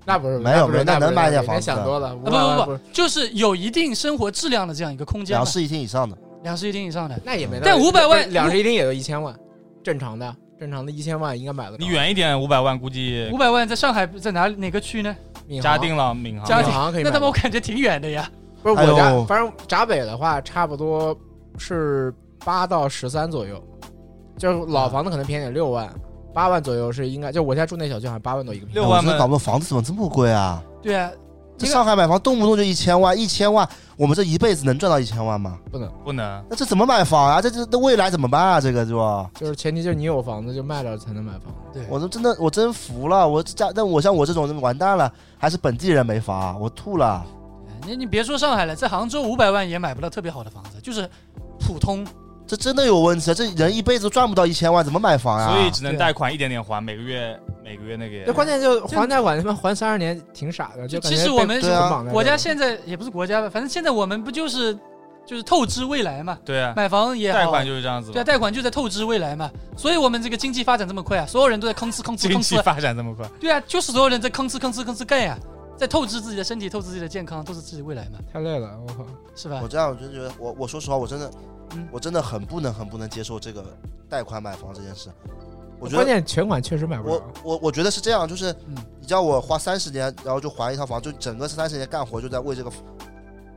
Speaker 5: 那不是
Speaker 4: 没有
Speaker 5: 不是
Speaker 4: 没有那
Speaker 5: 不是
Speaker 4: 能买点
Speaker 5: 别
Speaker 4: 房子
Speaker 5: 想多了，
Speaker 3: 啊不
Speaker 5: 不不
Speaker 3: 不不，就是有一定生活质量的这样一个空间
Speaker 4: 两
Speaker 3: 嘛，
Speaker 4: 室一厅以上的，
Speaker 3: 两室一厅以上的，
Speaker 5: 那也没到。
Speaker 3: 但500万
Speaker 5: 不是两室一厅也就一千万，正常的，正常的一千万应该买得到。
Speaker 6: 你远一点，五百万估计
Speaker 3: 五百万在上海在哪里哪个区呢？
Speaker 5: 闵行
Speaker 6: 嘉定了，闵
Speaker 3: 嘉
Speaker 5: 闵
Speaker 6: 行
Speaker 3: 定
Speaker 6: 了。
Speaker 5: 行可以
Speaker 3: 那
Speaker 5: 买到。
Speaker 3: 他妈我感觉挺远的呀，
Speaker 5: 不是
Speaker 4: 哎呦
Speaker 5: 我家，反正闸北的话，差不多是八到十三左右，就是老房子可能便宜点六万。八万左右是应该，就我现在住那小区好像八万多一个平
Speaker 6: 六
Speaker 5: 方，
Speaker 4: 哎
Speaker 6: 万
Speaker 4: 我真
Speaker 6: 嘛
Speaker 4: 搞不懂房子怎么这么贵啊！
Speaker 3: 对啊，
Speaker 4: 这上海买房动不动就一千万，一千万，我们这一辈子能赚到一千万吗？
Speaker 6: 不能，
Speaker 4: 那这怎么买房啊？这这这未来怎么办啊？这个是吧？
Speaker 5: 就是前提就是你有房子就卖了才能买房。
Speaker 3: 对，
Speaker 4: 我都真的我真服了，我家但我像我这种完蛋了，还是本地人没房，我吐了。
Speaker 3: 哎你你别说上海了，在杭州五百万也买不到特别好的房子，就是普通
Speaker 4: 这真的有问题啊！这人一辈子赚不到一千万，怎么买房呀、
Speaker 6: 所以只能贷款一点点还，每个月每个月那个。
Speaker 5: 那关键就还贷款，他妈还三十年挺傻的，就
Speaker 3: 就
Speaker 5: 感
Speaker 3: 其
Speaker 5: 觉
Speaker 3: 实
Speaker 5: 被
Speaker 3: 我们
Speaker 5: 捆绑在
Speaker 3: 国
Speaker 5: 这
Speaker 3: 家
Speaker 5: 儿
Speaker 3: 现在也不是国家吧，反正现在我们不就是就是透支未来嘛，
Speaker 6: 对啊，
Speaker 3: 买房也好
Speaker 6: 贷款就是这样子嘛。
Speaker 3: 对啊，贷款就在透支未来嘛，所以我们这个经济发展这么快啊，所有人都在吭哧吭哧
Speaker 6: 经
Speaker 3: 吭
Speaker 6: 济
Speaker 3: 哧，
Speaker 6: 发展这么快，
Speaker 3: 对啊，就是所有人在吭哧吭哧吭哧干呀，在透支自己的身体，透支自己的健康，透支自己未来嘛，
Speaker 5: 太累了，我靠！
Speaker 3: 是吧
Speaker 4: 我？这样我就觉得，我我说实话，我真的
Speaker 3: 嗯，
Speaker 4: 我真的很不能很不能接受这个贷款买房这件事。我觉
Speaker 5: 关
Speaker 4: 得
Speaker 5: 键全款确实买不
Speaker 4: 我
Speaker 5: 着，
Speaker 4: 我我觉得是这样，就是
Speaker 3: 嗯
Speaker 4: 你叫我花三十年，然后就还一套房，就整个三十年干活就在为这个，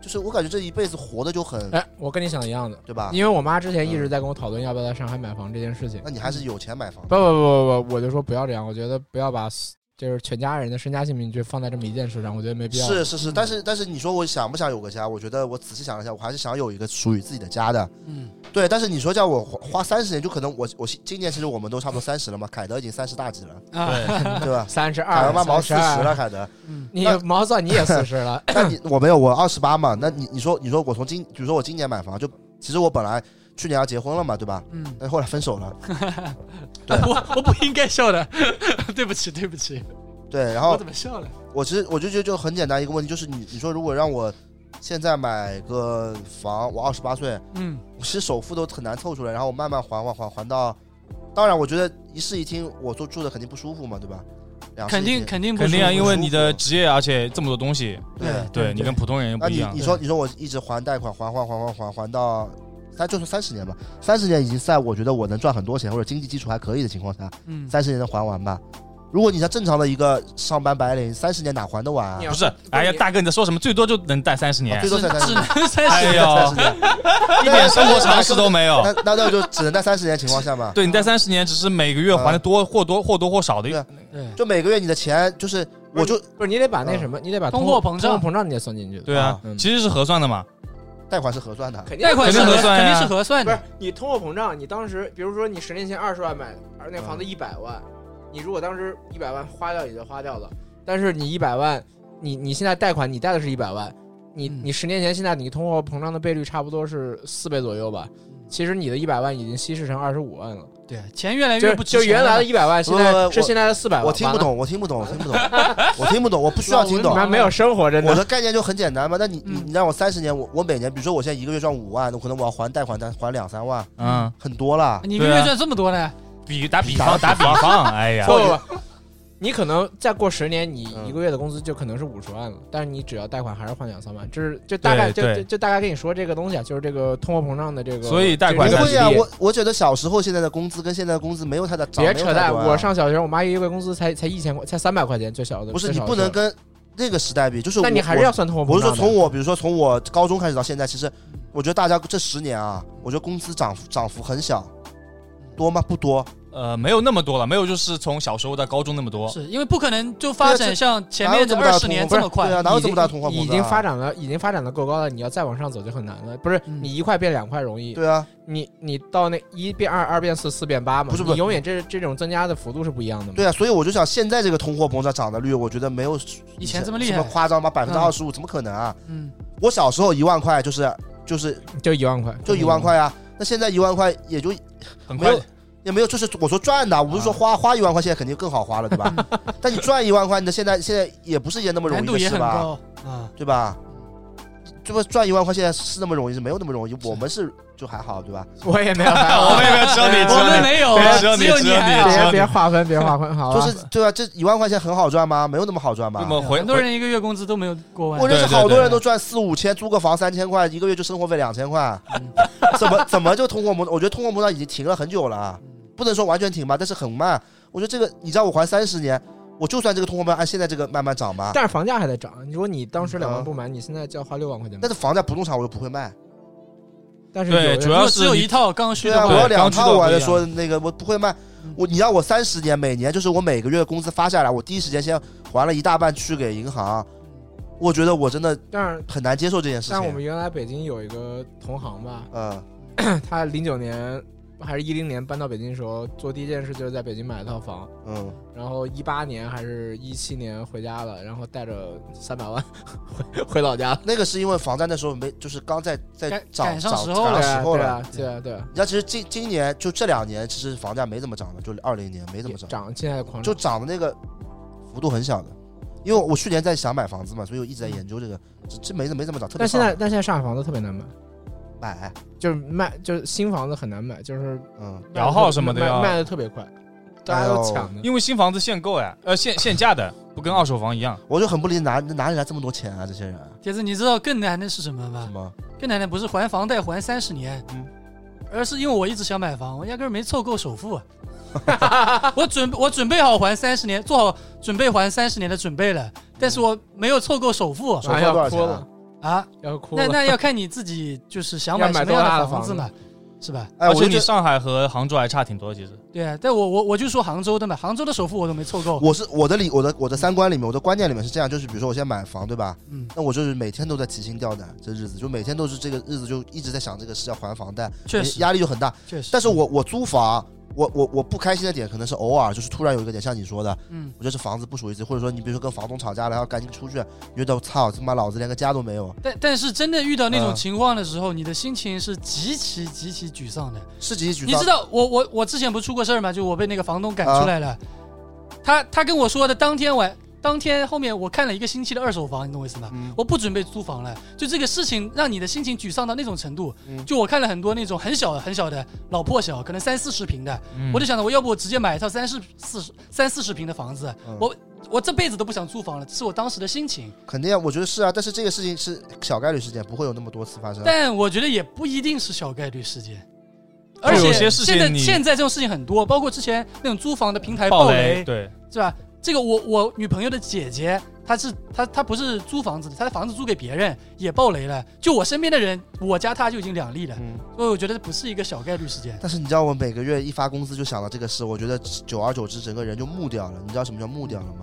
Speaker 4: 就是我感觉这一辈子活的就很，
Speaker 5: 哎，我跟你想的一样的，
Speaker 4: 对吧？
Speaker 5: 因为我妈之前一直在跟我讨论要不要在上海买房这件事情。
Speaker 4: 啊那你还是有钱买房
Speaker 5: 不。不不不不，我就说不要这样，我觉得不要把就是全家人的身家性命就放在这么一件事上，我觉得没必要。？
Speaker 4: 是是是，但是但是你说我想不想有个家？我觉得我仔细想了一下，我还是想有一个属于自己的家的。
Speaker 3: 嗯，
Speaker 4: 对，但是你说叫我花花三十年，就可能我我今年其实我们都差不多三十了嘛，凯德已经三十大几了，
Speaker 3: 啊，
Speaker 4: 对吧
Speaker 5: 三十
Speaker 4: 凯
Speaker 5: 二，
Speaker 4: 德妈毛四十
Speaker 5: 32
Speaker 4: 了，，凯德。，
Speaker 3: 嗯，
Speaker 5: 你毛算你也四十了
Speaker 4: 那 你我没有，我二十八嘛。那你你说你说我从今，比如说我今年买房，就其实我本来去年要结婚了嘛，对吧？
Speaker 3: 嗯，
Speaker 4: 但后来分手了，
Speaker 3: 我我不应该笑的， 对不起对不起，
Speaker 4: 对。然
Speaker 3: 我
Speaker 4: 后
Speaker 3: 怎么笑了？
Speaker 4: 我其实我就觉得就很简单一个问题，就是你你说如果让我现在买个房，我二十八岁，
Speaker 3: 嗯，
Speaker 4: 其实首付都很难凑出来，然后我慢慢还还还还到，当然我觉得一室一厅我住住的肯定不舒服嘛，对吧？两室一
Speaker 3: 肯定
Speaker 4: 厅
Speaker 3: 肯定不
Speaker 6: 肯定啊，
Speaker 3: 舒服
Speaker 6: 因为你的职业，而且这么多东西，
Speaker 4: 对。
Speaker 6: 对你跟普通人又
Speaker 4: 那
Speaker 6: 不一
Speaker 4: 你
Speaker 6: 样
Speaker 4: 你。说你说我一直还贷款还还还还还还到三就是三十年吧，三十年已经在我觉得我能赚很多钱或者经济基础还可以的情况下，
Speaker 3: 嗯，
Speaker 4: 三十年能还完吧？如果你像正常的一个上班白领，三十年哪还得完啊
Speaker 5: 你？
Speaker 6: 不是，哎呀，大哥你在说什么？最多就能贷三十年
Speaker 4: 啊最，多才三
Speaker 3: 只
Speaker 4: 十年，
Speaker 3: 能三
Speaker 6: 哎
Speaker 3: 十，
Speaker 6: 呦，一点生活常识都没
Speaker 5: 哦
Speaker 6: 有。
Speaker 4: 那那那就只能在三十年情况下嘛。
Speaker 6: 对你贷三十年，只是每个月还的多或多或多或少
Speaker 4: 对
Speaker 6: 的
Speaker 4: 啊，
Speaker 3: 对，
Speaker 4: 就每个月你的钱就是，我就
Speaker 5: 不是你得把那什么，你得把
Speaker 3: 通
Speaker 5: 货
Speaker 3: 货膨胀
Speaker 5: 通货膨胀你得算进去的。
Speaker 6: 对啊
Speaker 5: 嗯，
Speaker 6: 其实是核算的嘛。
Speaker 4: 贷款是核算的，
Speaker 5: 肯定
Speaker 3: 贷款是
Speaker 6: 肯定
Speaker 3: 核
Speaker 6: 核算呀
Speaker 3: 肯定是核算
Speaker 5: 不是
Speaker 4: 嗯
Speaker 3: 的，
Speaker 5: 你通货膨胀，你当时比如说你十年前二十万买，而那个房
Speaker 4: 嗯
Speaker 5: 子一百万，你如果当时一百万花掉也就花掉了，但是你一百万，你你现在贷款你贷的是一百万，你
Speaker 3: 嗯
Speaker 5: 你十年前现在你通货膨胀的倍率差不多是四倍左右吧，
Speaker 4: 嗯
Speaker 5: 其实你的一百万已经稀释成二十五万了，
Speaker 3: 对啊，钱越来
Speaker 5: 就
Speaker 3: 越不值
Speaker 5: 就
Speaker 3: 钱
Speaker 5: 原
Speaker 3: 了
Speaker 5: 来的一百万，现
Speaker 4: 不不
Speaker 5: 在
Speaker 4: 不
Speaker 5: 是现在的四百万，
Speaker 4: 我听不
Speaker 5: 完了，
Speaker 4: 懂，我听不懂，我听 不懂，我听不懂，我不需要听
Speaker 5: 你
Speaker 4: 懂。
Speaker 5: 们没有生活真
Speaker 4: 我
Speaker 5: 的。
Speaker 4: 的概念就很简单嘛，那你你
Speaker 3: 嗯
Speaker 4: 你让我三十年，我我每年，比如说我现在一个月赚五万，那可能我要还贷款，但还两三万，
Speaker 6: 嗯，
Speaker 4: 很多了。
Speaker 3: 你一个
Speaker 6: 对
Speaker 3: 月
Speaker 6: 啊
Speaker 3: 赚这么多呢？
Speaker 6: 比打比方打比方， 哎呀
Speaker 5: 不，不不，你可能再过十年，你
Speaker 4: 嗯
Speaker 5: 一个月的工资就可能是五十万了，但是你只要贷款还是还两三万，这是就大概
Speaker 6: 对
Speaker 5: 就
Speaker 6: 对
Speaker 5: 就就大概跟你说这个东西啊，就是这个通货膨胀的这个，
Speaker 6: 所以贷
Speaker 5: 这
Speaker 4: 不
Speaker 6: 款
Speaker 5: 个
Speaker 6: 在
Speaker 4: 会
Speaker 5: 比
Speaker 4: 啊，
Speaker 5: 例
Speaker 4: 我我觉得小时候现在的工资跟现在的工资没有太大涨，
Speaker 5: 别
Speaker 4: 没有
Speaker 5: 扯
Speaker 4: 太
Speaker 5: 淡，
Speaker 4: 多啊
Speaker 5: 我上小学，我妈一个月工资才才一千块，才三百块钱，最小的
Speaker 4: 不是
Speaker 5: 最
Speaker 4: 你
Speaker 5: 少的
Speaker 4: 不能
Speaker 5: 时候
Speaker 4: 跟那个时代比，就是
Speaker 5: 但你
Speaker 4: 我
Speaker 5: 还是
Speaker 4: 我
Speaker 5: 要算通货
Speaker 4: 我是
Speaker 5: 膨胀
Speaker 4: 说
Speaker 5: 的。
Speaker 4: 从我比如说从我高中开始到现在，其实我觉得大家这十年啊，我觉得工资涨幅涨幅很小，多吗？不多，
Speaker 6: 呃，没有那么多了，没有就是从小时候到高中那么多。
Speaker 3: 是因为不可能就发
Speaker 4: 对啊
Speaker 3: 展像前面的
Speaker 4: 哪有这么大
Speaker 3: 二
Speaker 4: 的
Speaker 3: 十年
Speaker 4: 通
Speaker 3: 这
Speaker 4: 货
Speaker 3: 么
Speaker 5: 不
Speaker 3: 快
Speaker 5: 是
Speaker 4: 对啊，哪有这么大通货膨胀啊
Speaker 5: 已经发展了，已经发展的够高了，你要再往上走就很难了。不是
Speaker 3: 嗯
Speaker 5: 你一块变两块容易，
Speaker 4: 对啊，
Speaker 5: 你你到那一变二，二变四，四变八嘛，
Speaker 4: 不是不是
Speaker 5: 你永远这这种增加的幅度是不一样的嘛。
Speaker 4: 对啊，所以我就想现在这个通货膨胀涨的率，我觉得没有
Speaker 3: 以前这么厉
Speaker 4: 这
Speaker 3: 害
Speaker 4: 么，夸张吗？百分之二十五怎么可能啊？
Speaker 3: 嗯，
Speaker 4: 我小时候一万块就是就是
Speaker 5: 就一万块，
Speaker 4: 就一万块啊，那现在一万块也就
Speaker 6: 很
Speaker 4: 没
Speaker 6: 快
Speaker 4: 有也没有，就是我说赚的啊，我不是说花花一万块，现在肯定更好花了，对吧？但你赚一万块，你的现在现在也不是一件那么容
Speaker 3: 难度
Speaker 4: 易的
Speaker 3: 也
Speaker 4: 事
Speaker 3: 很
Speaker 4: 吧？
Speaker 3: 高啊。
Speaker 4: 对吧？这不赚一万块现在是那么容易，是没有那么容易。我们是就还好，对吧？
Speaker 5: 我也没有，
Speaker 6: 我们也没有只有你，
Speaker 3: 我们
Speaker 6: 只
Speaker 3: 没有
Speaker 6: 对
Speaker 3: 啊，
Speaker 6: 只有你
Speaker 3: 只有
Speaker 6: 只
Speaker 3: 你
Speaker 6: 有
Speaker 3: 还
Speaker 6: 你
Speaker 3: 好。
Speaker 5: 别别划分，别划分，好吧？
Speaker 4: 就是对啊，这一万块钱很好赚吗？没有那么好赚吧
Speaker 6: 有你。？我们回
Speaker 3: 很多人一个月工资都没有过万
Speaker 4: 我，认识
Speaker 6: 对对
Speaker 4: 好多
Speaker 6: 对
Speaker 4: 人都赚四五千，租个房三千块，一个月就生活费两千块，
Speaker 3: 嗯
Speaker 4: 怎么 怎么就通货膨胀？我觉得通货膨胀已经停了很久了啊，不能说完全停吧，但是很慢。我觉得这个，你让我还三十年，我就算这个通货膨胀按现在这个慢慢涨吧，
Speaker 5: 但是房价还在涨。如果你当时两万不买，你现在就要花六万块钱买
Speaker 4: 但。是房价不动产我又不会卖，
Speaker 5: 但是
Speaker 6: 对
Speaker 5: 有
Speaker 6: 主
Speaker 3: 如
Speaker 6: 要
Speaker 3: 果
Speaker 6: 是
Speaker 3: 只有
Speaker 6: 你
Speaker 3: 一套刚需
Speaker 4: 对
Speaker 3: 的
Speaker 4: 啊，
Speaker 3: 话，
Speaker 4: 我要两
Speaker 6: 刚需都
Speaker 4: 套，
Speaker 6: 不
Speaker 4: 我还
Speaker 6: 一
Speaker 4: 在
Speaker 6: 样
Speaker 4: 说那个我不会卖，
Speaker 5: 嗯
Speaker 4: 我你让我三十年，每年就是我每个月工资发下来，我第一时间先还了一大半去给银行，我觉得我真的
Speaker 5: 但是
Speaker 4: 很难接受这件事
Speaker 5: 但我们
Speaker 4: 情。
Speaker 5: 原来北京有一个同行吧，
Speaker 4: 嗯
Speaker 5: 他零九年还是一零年搬到北京的时候，做第一件事就是在北京买了套房，
Speaker 4: 嗯，
Speaker 5: 然后一八年还是一七年回家了，然后带着三百万 回回老家了。
Speaker 4: 那个是因为房贷那时候没，就是刚在在
Speaker 3: 赶
Speaker 4: 涨
Speaker 3: 赶上
Speaker 4: 涨
Speaker 3: 时候了
Speaker 4: 涨时候
Speaker 5: 对
Speaker 4: 了。嗯
Speaker 5: 啊，对啊，对啊，
Speaker 4: 你知道，其实今今年就这两年，其实房价没怎么涨的，就二零年没怎么涨，
Speaker 5: 涨现在狂
Speaker 4: 就
Speaker 5: 涨，
Speaker 4: 涨的那个幅度很小的。因为我去年在想买房子嘛，所以我一直在研究这个，这这没怎没怎么涨，特别
Speaker 5: 但现
Speaker 4: 少
Speaker 5: 在但现在上海房子特别难买，
Speaker 4: 买，
Speaker 5: 就是卖就是新房子很难买，就是
Speaker 4: 嗯，
Speaker 5: 卖得
Speaker 6: 摇号什么的
Speaker 5: 卖
Speaker 6: 要
Speaker 5: 卖的特别快，大家都抢的。
Speaker 6: 因为新房子限购呀，呃限限价的，不跟二手房一样。
Speaker 4: 我就很不理解哪哪里来这么多钱啊，这些人
Speaker 3: 铁子，你知道更难的是什么
Speaker 4: 什
Speaker 3: 吗？
Speaker 4: 么？
Speaker 3: 更难的不是还房贷还三十年，
Speaker 6: 嗯
Speaker 3: 而是因为我一直想买房，我压根儿没凑够首付。啊我准我准备好还三十年，做好准备还三十年的准备了，但是我没有凑够首付
Speaker 4: 首付多
Speaker 5: 啊
Speaker 4: 少
Speaker 5: 要
Speaker 4: 钱
Speaker 5: 哭
Speaker 4: 啊
Speaker 5: 了？，
Speaker 3: 啊。
Speaker 5: 要哭了
Speaker 3: 那。那要看你自己就是想
Speaker 5: 要
Speaker 3: 买什
Speaker 5: 买
Speaker 3: 么
Speaker 5: 多
Speaker 3: 样
Speaker 5: 大
Speaker 3: 的
Speaker 5: 的
Speaker 3: 房
Speaker 5: 房
Speaker 3: 子
Speaker 5: 子
Speaker 3: 嘛，是吧？
Speaker 4: 哎，
Speaker 6: 而
Speaker 4: 我
Speaker 6: 且
Speaker 4: 就
Speaker 6: 你
Speaker 4: 觉得
Speaker 6: 上海和杭州还差挺多，其实。
Speaker 3: 对啊，但我我我就说杭州的嘛，杭州的首付我都没凑够。
Speaker 4: 我是我的理我的我的三观里面，我的观念里面是这样，就是比如说我现在买房对吧？
Speaker 3: 嗯，
Speaker 4: 那我就是每天都在提心吊胆，这日子就每天都是这个日子就一直在想这个事要还房贷，
Speaker 3: 确实
Speaker 4: 压力就很大。
Speaker 3: 确实，
Speaker 4: 哎但是我我租房，我我我不开心的点可能是偶尔就是突然有一个点，像你说的，
Speaker 3: 嗯，
Speaker 4: 我觉得这房子不属于自己，或者说你比如说跟房东吵架了，然后赶紧出去，你觉得操他妈老子连个家都没有，
Speaker 3: 但但是真的遇到那种
Speaker 4: 嗯
Speaker 3: 情况的时候，你的心情是极其极其沮丧的。
Speaker 4: 是极其沮
Speaker 3: 你
Speaker 4: 丧
Speaker 3: 知。道我我我之前不是出过事儿吗？就我被那个房东赶出来
Speaker 4: 啊
Speaker 3: 了。他他跟我说的，当天晚当天后面我看了一个星期的二手房，你懂我意思吗？
Speaker 4: 嗯
Speaker 3: 我不准备租房了，就这个事情让你的心情沮丧到那种程度。
Speaker 4: 嗯
Speaker 3: 就我看了很多那种很小很小的老破小，可能三四十平的，
Speaker 6: 嗯
Speaker 3: 我就想着我要不我直接买一套三十四十三四十平的房子，
Speaker 4: 嗯
Speaker 3: 我我这辈子都不想租房了，这是我当时的心情。
Speaker 4: 肯定啊，我觉得是啊，但是这个事情是小概率事件，不会有那么多次发生。
Speaker 3: 但我觉得也不一定是小概率事件，
Speaker 6: 就
Speaker 3: 而且
Speaker 6: 有些事情
Speaker 3: 现在
Speaker 6: 你
Speaker 3: 现在这种事情很多，包括之前那种租房的平台
Speaker 6: 暴
Speaker 3: 雷，
Speaker 6: 对，
Speaker 3: 是吧？这个我我女朋友的姐姐，她是她她不是租房子的，她的房子租给别人也暴雷了。就我身边的人，我加她就已经两例了，
Speaker 4: 嗯，
Speaker 3: 所以我觉得不是一个小概率事件。
Speaker 4: 但是你知道我每个月一发工资就想到这个事，我觉得久而久之整个人就木掉了。你知道什么叫木掉了吗？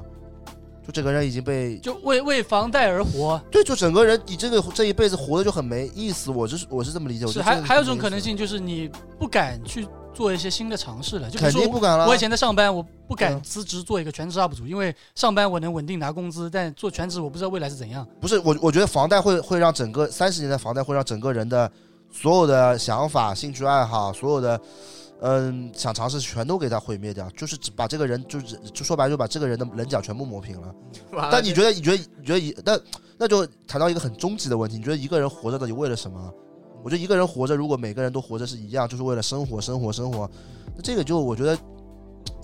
Speaker 4: 就整个人已经被
Speaker 3: 就为为房贷而活，
Speaker 4: 对，就整个人你这个这一辈子活的就很没意思。我就是我是这么理解。我觉
Speaker 3: 是
Speaker 4: 得
Speaker 3: 还
Speaker 4: 这个
Speaker 3: 还有一
Speaker 4: 很
Speaker 3: 种
Speaker 4: 没
Speaker 3: 可能
Speaker 4: 意思，
Speaker 3: 性就是你不敢去做一些新的尝试了。就比如
Speaker 4: 肯
Speaker 3: 说
Speaker 4: 定不敢了。
Speaker 3: 我以前在上班，我不
Speaker 4: 啊对啊
Speaker 3: 敢辞职做一个全职 UP 主，因为上班我能稳定拿工资，但做全职我不知道未来是怎样。
Speaker 4: 不是我，我觉得房贷会会让整个三十年的房贷会让整个人的所有的想法、兴趣爱好、所有的嗯想尝试全都给他毁灭掉，就是只把这个人就是就说白了就把这个人的棱角全部磨平了。
Speaker 5: 完了
Speaker 4: 但你觉得你觉得你觉得一那那就谈到一个很终极的问题，你觉得一个人活着到底为了什么？我觉得一个人活着，如果每个人都活着是一样，就是为了生活、生活、生活，那这个就我觉得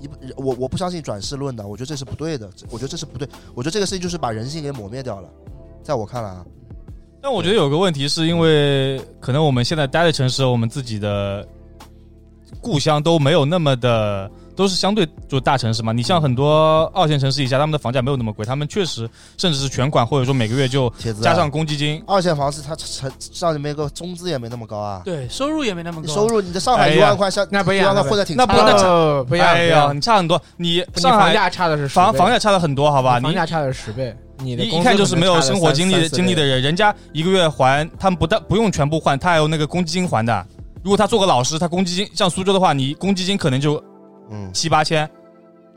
Speaker 4: 一不我我不相信转世论的，我觉得这是不对的，这我觉得这是不对，我觉得这个事情就是把人性给抹灭掉了，在我看来啊，
Speaker 6: 但我觉得有个问题是因为可能我们现在待的城市，我们自己的故乡都没有那么的，都是相对就大城市嘛。你像很多二线城市以下，他们的房价没有那么贵，他们确实甚至是全款，或者说每个月就
Speaker 4: 铁子啊
Speaker 6: 加上公积金。
Speaker 4: 二线房市它成上面个工资也没那么高啊，
Speaker 3: 对，收入也没那么
Speaker 4: 你
Speaker 3: 高，
Speaker 4: 收入你在上海
Speaker 6: 哎
Speaker 4: 一
Speaker 6: 呀
Speaker 4: 万块，像
Speaker 5: 那不一
Speaker 4: 一
Speaker 5: 样
Speaker 4: 万块
Speaker 5: 那不
Speaker 4: 混的挺
Speaker 6: 那
Speaker 4: 差
Speaker 6: 不
Speaker 4: 的
Speaker 6: 那
Speaker 4: 啊
Speaker 5: 哦不不一样，
Speaker 6: 哎
Speaker 5: 不一
Speaker 6: 呀，
Speaker 5: 样
Speaker 6: 你差很多，你
Speaker 5: 你
Speaker 6: 上
Speaker 5: 房
Speaker 6: 海
Speaker 5: 价差的是十
Speaker 6: 房
Speaker 5: 倍
Speaker 6: 房价差了很多，好吧？
Speaker 5: 你
Speaker 6: 你
Speaker 5: 房价差了十倍，你的
Speaker 6: 一
Speaker 5: 工
Speaker 6: 一
Speaker 5: 资
Speaker 6: 看就
Speaker 5: 可
Speaker 6: 是
Speaker 5: 能
Speaker 6: 没有
Speaker 5: 差了
Speaker 6: 生活
Speaker 5: 三
Speaker 6: 经历的经历的，人，人家一个月还他们不但不用全部还，他还有那个公积金还的。如果他做个老师，他公积金像苏州的话，你公积金可能就
Speaker 4: 嗯，
Speaker 6: 七八千，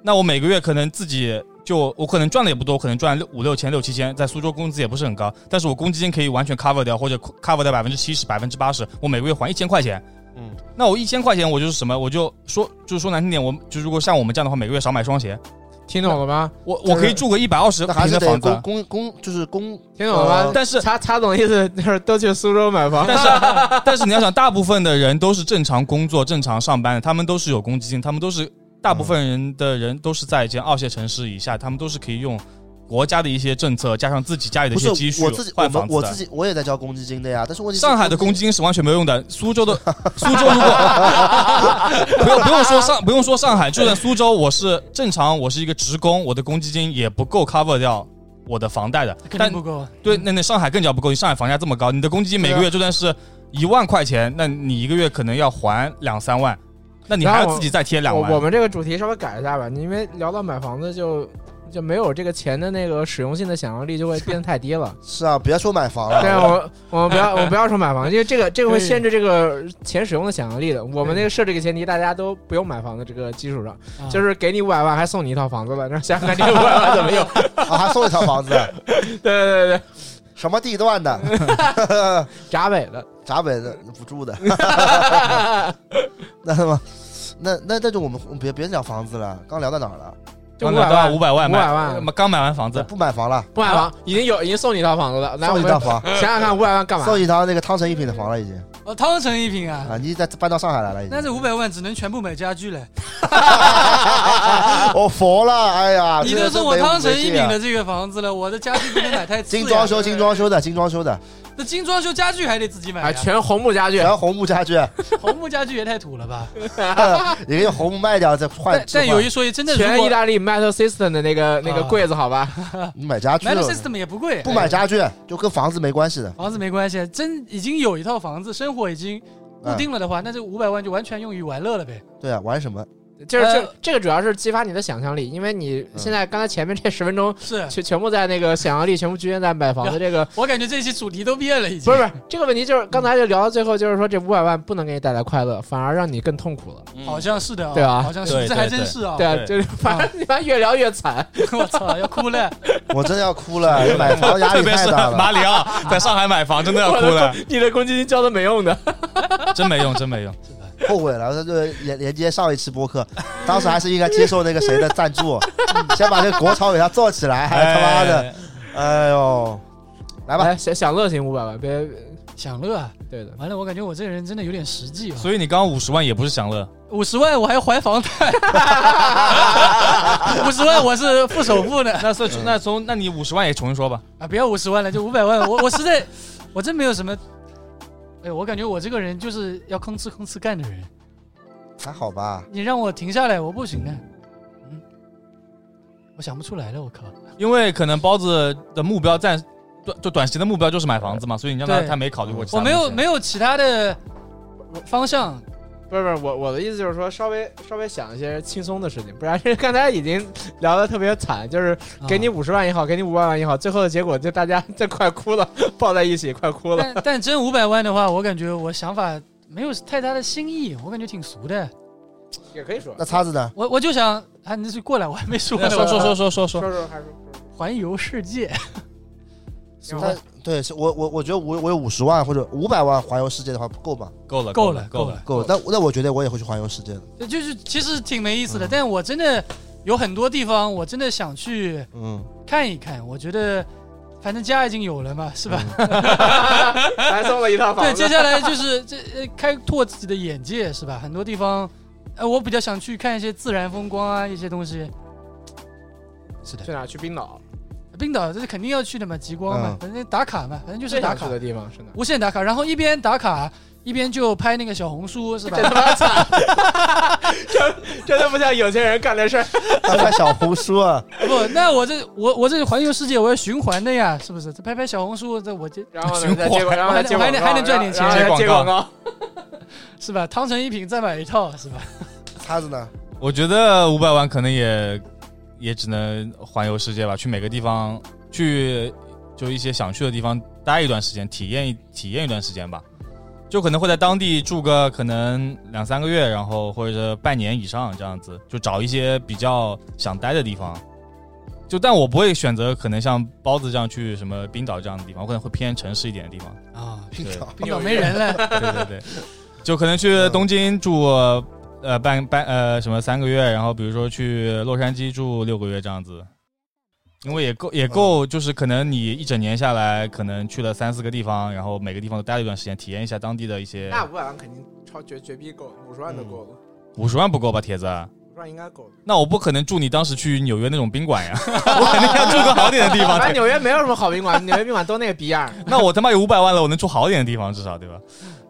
Speaker 6: 那我每个月可能自己就我可能赚的也不多，我可能赚六五六千六七千，在苏州工资也不是很高，但是我公积金可以完全 cover 掉，或者 cover 掉百分之七十、百分之八十，我每个月还一千块钱。
Speaker 4: 嗯，
Speaker 6: 那我一千块钱，我就是什么，我就说，就是说难听点，我就如果像我们这样的话，每个月少买双鞋，
Speaker 5: 听懂了吗？
Speaker 6: 我
Speaker 5: 就是
Speaker 6: 我可以住个一百二十
Speaker 4: 那还
Speaker 6: 平
Speaker 4: 是
Speaker 6: 的
Speaker 4: 得
Speaker 6: 房
Speaker 4: 公
Speaker 6: 子，啊
Speaker 4: 公公就是公，
Speaker 5: 听懂了吗
Speaker 4: 呃？
Speaker 6: 哦但是
Speaker 5: 查查总意思就是都去苏州买房，
Speaker 6: 但是但是你要想，大部分的人都是正常工作、正常上班的，他们都是有公积金，他们都是大部分人的人都是在一些二线城市以下，他们都是可以用国家的一些政策加上自己家里的一
Speaker 4: 不
Speaker 6: 些
Speaker 4: 是
Speaker 6: 积蓄
Speaker 4: 我自己，我
Speaker 6: 换
Speaker 4: 们
Speaker 6: 房子
Speaker 4: 我
Speaker 6: 的
Speaker 4: 自。己我也在交公积金的呀，但是问题是
Speaker 6: 上海的公积金是完全没有用的，苏州的苏州如果不用不用说上不用说上海，就算苏州，我是正常，我是一个职工，我的公积金也不够 cover 掉我的房贷的。
Speaker 3: 肯定
Speaker 6: 但
Speaker 3: 不够。
Speaker 6: 对，那那上海更加不够，你上海房价这么高，你的公积金每个月就算是一万块钱，那你一个月可能要还两三万，那你还要自己再贴两啊
Speaker 5: 我我
Speaker 6: 万。
Speaker 5: 们这个主题稍微改一下吧，你因为聊到买房子就就没有这个钱的那个使用性的想象力就会变得太低了。
Speaker 4: 是啊，别说买房了，
Speaker 5: 对，我我们不要我们不要说买房，因为这个这个会限制这个钱使用的想象力的。我们那个设置个前提，大家都不用买房的这个基础上，
Speaker 3: 啊
Speaker 5: 就是给你五百万还送你一套房子了，然后想想看这个五百万怎么用。
Speaker 4: 啊还送一套房子，
Speaker 5: 对对对对，
Speaker 4: 什么地段的，
Speaker 5: 闸北的，
Speaker 4: 闸北的不住 的， 那他妈，那那那就我们别别聊房子了，刚聊到哪儿了？
Speaker 5: 就
Speaker 6: 刚
Speaker 5: 五
Speaker 6: 拿
Speaker 5: 百
Speaker 6: 到
Speaker 5: 万
Speaker 6: 五百万，
Speaker 5: 五百万
Speaker 6: 买，刚买 完房子，
Speaker 4: 不买房了，
Speaker 5: 不买房，已经有已经送你一套房子了，来我
Speaker 4: 送一
Speaker 5: 们
Speaker 4: 套房，
Speaker 5: 想想看五百万干嘛？
Speaker 4: 送一套那个汤臣一品的房了，已经
Speaker 3: 哦，汤臣一品啊，
Speaker 4: 啊，你再搬到上海来了，已
Speaker 3: 那
Speaker 4: 经。
Speaker 3: 这五百万只能全部买家具了。
Speaker 4: 我服了，哎呀，
Speaker 3: 你
Speaker 4: 这
Speaker 3: 都
Speaker 4: 个
Speaker 3: 是
Speaker 4: 真
Speaker 3: 我
Speaker 4: 没
Speaker 3: 汤臣
Speaker 4: 没
Speaker 3: 一
Speaker 4: 劲
Speaker 3: 品
Speaker 4: 啊
Speaker 3: 的这个房子了，我的家具不能买太次呀。
Speaker 4: 精装修，精装修的，精装修的，
Speaker 3: 那精装修家具还得自己买
Speaker 5: 啊，
Speaker 3: 呀，
Speaker 5: 全红木家具
Speaker 4: 全，红木 家具，
Speaker 3: 红木家具也太土了吧？
Speaker 4: 你用红木卖掉再换
Speaker 3: 但。
Speaker 4: 置
Speaker 3: 但
Speaker 4: 换
Speaker 3: 有一说一，真的如
Speaker 5: 全意
Speaker 3: 果
Speaker 5: 大利 Metal System 的那个那个
Speaker 3: 啊
Speaker 5: 柜子，好吧？
Speaker 4: 你买家具
Speaker 3: m e
Speaker 4: 了
Speaker 3: t，System 也不贵，
Speaker 4: 不买家具就跟房子没关系的。
Speaker 3: 房子没关系，真已经有一套房子，生活已经固
Speaker 4: 嗯
Speaker 3: 定了的话，那这五百万就完全用于玩乐了呗。
Speaker 4: 对啊，玩什么？
Speaker 5: 就是
Speaker 3: 呃
Speaker 5: 这这个主要是激发你的想象力，因为你现在刚才前面这十分钟
Speaker 3: 是
Speaker 5: 全全部在那个想象力全部局限在买房的这个，
Speaker 3: 我感觉这期主题都变了，已经
Speaker 5: 不是不是这个问题，就是刚才就聊到最后，就是说这五百万不能给你带来快乐，反而让你更痛苦了，
Speaker 3: 好像是的啊，
Speaker 5: 对啊
Speaker 3: 好像是，
Speaker 6: 对
Speaker 3: 这还
Speaker 6: 对
Speaker 3: 真是啊，
Speaker 5: 对啊，
Speaker 6: 对
Speaker 5: 就是反正你妈越聊越惨，
Speaker 3: 我操，要哭了。
Speaker 4: 我真的要哭了，买房压
Speaker 6: 特
Speaker 4: 力
Speaker 6: 别
Speaker 4: 太
Speaker 6: 是
Speaker 3: 啊
Speaker 4: 大了。
Speaker 6: 马里奥在上海买房，真的要哭了，
Speaker 5: 你的公积金交的没用的，
Speaker 6: 真没用，真没用。
Speaker 4: 后悔了，这就连连接上一期播客，当时还是应该接受那个谁的 赞助，先把这个国潮给它做起来，还他妈的，
Speaker 6: 哎，
Speaker 4: 哎呦，来吧，
Speaker 5: 来哎享享乐型五百万，别
Speaker 3: 享乐啊！
Speaker 5: 对的，
Speaker 3: 完了，我感觉我这个人真的有点实际啊。
Speaker 6: 所以你刚五十万也不是享乐，
Speaker 3: 五十万我还还房贷， 五十万我是付首付的
Speaker 6: 那算那从那你五十万也重新说吧。
Speaker 3: 啊！不要五十万了，就五百万。我我实在，我真没有什么。哎，我感觉我这个人就是要吭哧吭哧干的人，
Speaker 4: 还好吧？
Speaker 3: 你让我停下来，我不行的。嗯，我想不出来了，我靠！
Speaker 6: 因为可能包子的目标暂短就短期的目标就是买房子嘛，所以你让他
Speaker 3: 对
Speaker 6: 他没考虑过其他
Speaker 3: 我
Speaker 6: 问题。
Speaker 3: 没有没有其他的方向，啊
Speaker 5: 不是不是，我我的意思就是说稍微稍微想一些轻松的事情，不然刚才已经聊的特别惨，就是
Speaker 3: 啊
Speaker 5: 给你五十万也好，给你五百万也好，最后的结果就大家就快哭了，抱在一起快哭了。
Speaker 3: 但但真五百万的话，我感觉我想法没有太大的新意，我感觉挺俗的。
Speaker 5: 也可以说
Speaker 4: 那叉子呢？
Speaker 3: 我我就想，啊，你去过来，我还没说呢。
Speaker 6: 说说说说说说，
Speaker 5: 说说还说
Speaker 3: 环游世界，
Speaker 5: 说
Speaker 6: 哦
Speaker 4: 那对，是我我我觉得我我有五十万或者五百万环游世界的话够吗？
Speaker 6: 够了
Speaker 3: 够
Speaker 6: 了
Speaker 3: 了
Speaker 6: 够
Speaker 3: 够
Speaker 6: 了
Speaker 3: 了，
Speaker 4: 够。那那我觉得我也会去环游世界的。
Speaker 3: 这就是其实挺没意思
Speaker 6: 嗯
Speaker 3: 的。但我真的有很多地方，我真的想去
Speaker 4: 嗯，
Speaker 3: 看一看。我觉得，反正家已经有了嘛，是
Speaker 6: 嗯
Speaker 3: 吧？
Speaker 5: 还送了一套
Speaker 3: 对，
Speaker 5: 房子
Speaker 3: 接。下来就是 这、呃、开拓自己的眼界，是吧？很多地方，呃，我比较想去看一些自然风光啊，一些东西。是的，
Speaker 5: 去哪儿？去冰岛，
Speaker 3: 冰岛这是肯定要去的嘛，极光嘛
Speaker 4: 嗯，
Speaker 3: 反正打卡嘛，反正就是
Speaker 5: 最
Speaker 3: 打
Speaker 5: 想去
Speaker 3: 卡，
Speaker 5: 的地方是哪儿？
Speaker 3: 无限打卡。然后一边打卡一边就拍那个小红书， 是吧？
Speaker 5: 真的不像有钱人干的事儿。
Speaker 4: 那拍小红书啊，
Speaker 3: 不，那我这我我这环游世界，我要循环的呀，是不是？这拍拍小红书，这我这
Speaker 5: 然后
Speaker 6: 循
Speaker 5: 呢，再接 广，
Speaker 6: 环
Speaker 5: 然后再接
Speaker 3: 还
Speaker 5: 广
Speaker 3: 能
Speaker 5: 告，
Speaker 3: 还能赚点钱
Speaker 5: 然后然后再
Speaker 6: 接
Speaker 5: 接
Speaker 6: 广
Speaker 5: 广告。
Speaker 3: 是吧？汤臣一品再买一套，是吧？
Speaker 4: 叉子呢？
Speaker 6: 我觉得五百万可能也也只能环游世界吧，去每个地方去就一些想去的地方待一段时间，体验一体验一段时间吧。就可能会在当地住个可能两三个月，然后或者半年以上这样子，就找一些比较想待的地方。就但我不会选择可能像包子这样去什么冰岛这样的地方，我可能会偏城市一点的地方。
Speaker 3: 啊，
Speaker 4: 冰 岛
Speaker 3: 冰岛没人了，
Speaker 6: 对对对，就可能去东京住呃半半呃什么三个月，然后比如说去洛杉矶住六个月这样子，因为也够也够，就是可能你一整年下来，可能去了三四个地方，然后每个地方都待了一段时间，体验一下当地的一些。
Speaker 5: 那五百万肯定超绝绝逼够，五十万都够了，
Speaker 6: 五十万不够吧，铁子？
Speaker 5: 五十万应该够了。
Speaker 6: 那我不可能住你当时去纽约那种宾馆呀， 我肯定要住个好点的地方。
Speaker 5: 反正
Speaker 6: 对
Speaker 5: 纽约没有什么好宾馆，纽约宾馆都那个 逼样儿。
Speaker 6: 那我他妈有五百万了，我能住好点的地方至少对吧？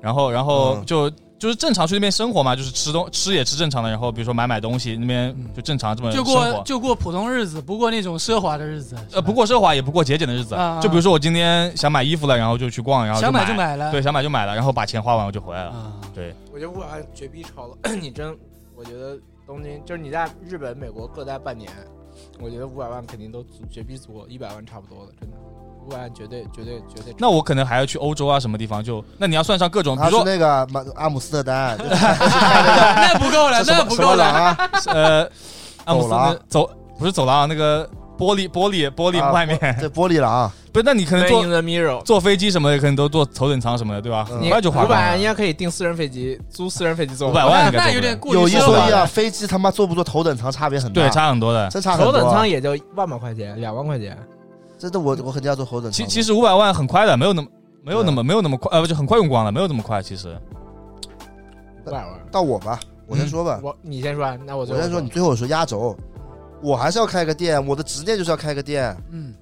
Speaker 6: 然后然后
Speaker 4: 嗯
Speaker 6: 就。就是正常去那边生活嘛，就是吃东吃也吃正常的，然后比如说买买东西，那边就正常这么
Speaker 3: 就
Speaker 6: 生
Speaker 3: 过
Speaker 6: 活。
Speaker 3: 就过普通日子，不过那种奢华的日子。是吧
Speaker 6: 呃，不过奢华也不过节俭的日子
Speaker 3: 啊啊，
Speaker 6: 就比如说我今天想买衣服了，然后就去逛，然后
Speaker 3: 想
Speaker 6: 买
Speaker 3: 买就，买了，
Speaker 6: 对，想买就买了，然后把钱花完我就回来了。
Speaker 3: 啊，
Speaker 6: 对，
Speaker 5: 我觉得五百 万绝逼超了，你真，我觉得东京就是你在日本、美国各待半年，我觉得五百万肯定都足，绝逼足，一百万差不多了，真的，五百万绝对绝对绝对。
Speaker 6: 那我可能还要去欧洲啊，什么地方就那你要算上各种，比
Speaker 4: 他
Speaker 6: 如
Speaker 4: 去
Speaker 6: 说
Speaker 4: 那个马阿姆斯特 丹，
Speaker 3: 那不够了，
Speaker 4: 什
Speaker 3: 那
Speaker 4: 么
Speaker 3: 不
Speaker 4: 什
Speaker 3: 够
Speaker 4: 么
Speaker 3: 了。
Speaker 4: 狼啊，
Speaker 6: 呃，阿姆斯特
Speaker 4: 廊啊
Speaker 6: 丹走不是走廊那个玻璃玻璃玻璃外面，
Speaker 4: 这玻璃啊狼，
Speaker 6: 不是？那你可能
Speaker 5: Man
Speaker 6: 坐
Speaker 5: in the mirror，
Speaker 6: 坐飞机什么的，可能都坐头等舱什么的，对吧？
Speaker 4: 嗯
Speaker 6: 很快就花
Speaker 5: 五
Speaker 6: 光
Speaker 5: 百万
Speaker 6: 了
Speaker 5: 应。该可以订私人飞机，租私人飞机坐。
Speaker 6: 五百万应
Speaker 3: 那
Speaker 6: 该做不
Speaker 3: 有点
Speaker 6: 了
Speaker 3: 过于
Speaker 4: 有一
Speaker 3: 奢
Speaker 4: 说
Speaker 3: 华
Speaker 4: 一啊，
Speaker 3: 了，
Speaker 4: 飞机他妈坐不坐头等舱差
Speaker 5: 啊
Speaker 4: 别很大，
Speaker 6: 对，差很多的。
Speaker 4: 真差很
Speaker 5: 头
Speaker 4: 多。啊
Speaker 5: 等舱，也就万把块钱，两万块钱。
Speaker 4: 真的我我肯定要坐头等舱
Speaker 6: 其
Speaker 4: 的。
Speaker 6: 其实五百万很快的，没有那么没有那么没有那么快，呃，不就很快用光了，没有那么快。其实
Speaker 5: 五百万，
Speaker 4: 到我吧，我
Speaker 6: 嗯
Speaker 4: 先说吧，
Speaker 5: 我你先说啊，那我
Speaker 4: 我先说，你最后说压轴，我还是要开个店，我的执念就是要开个店。
Speaker 3: 嗯，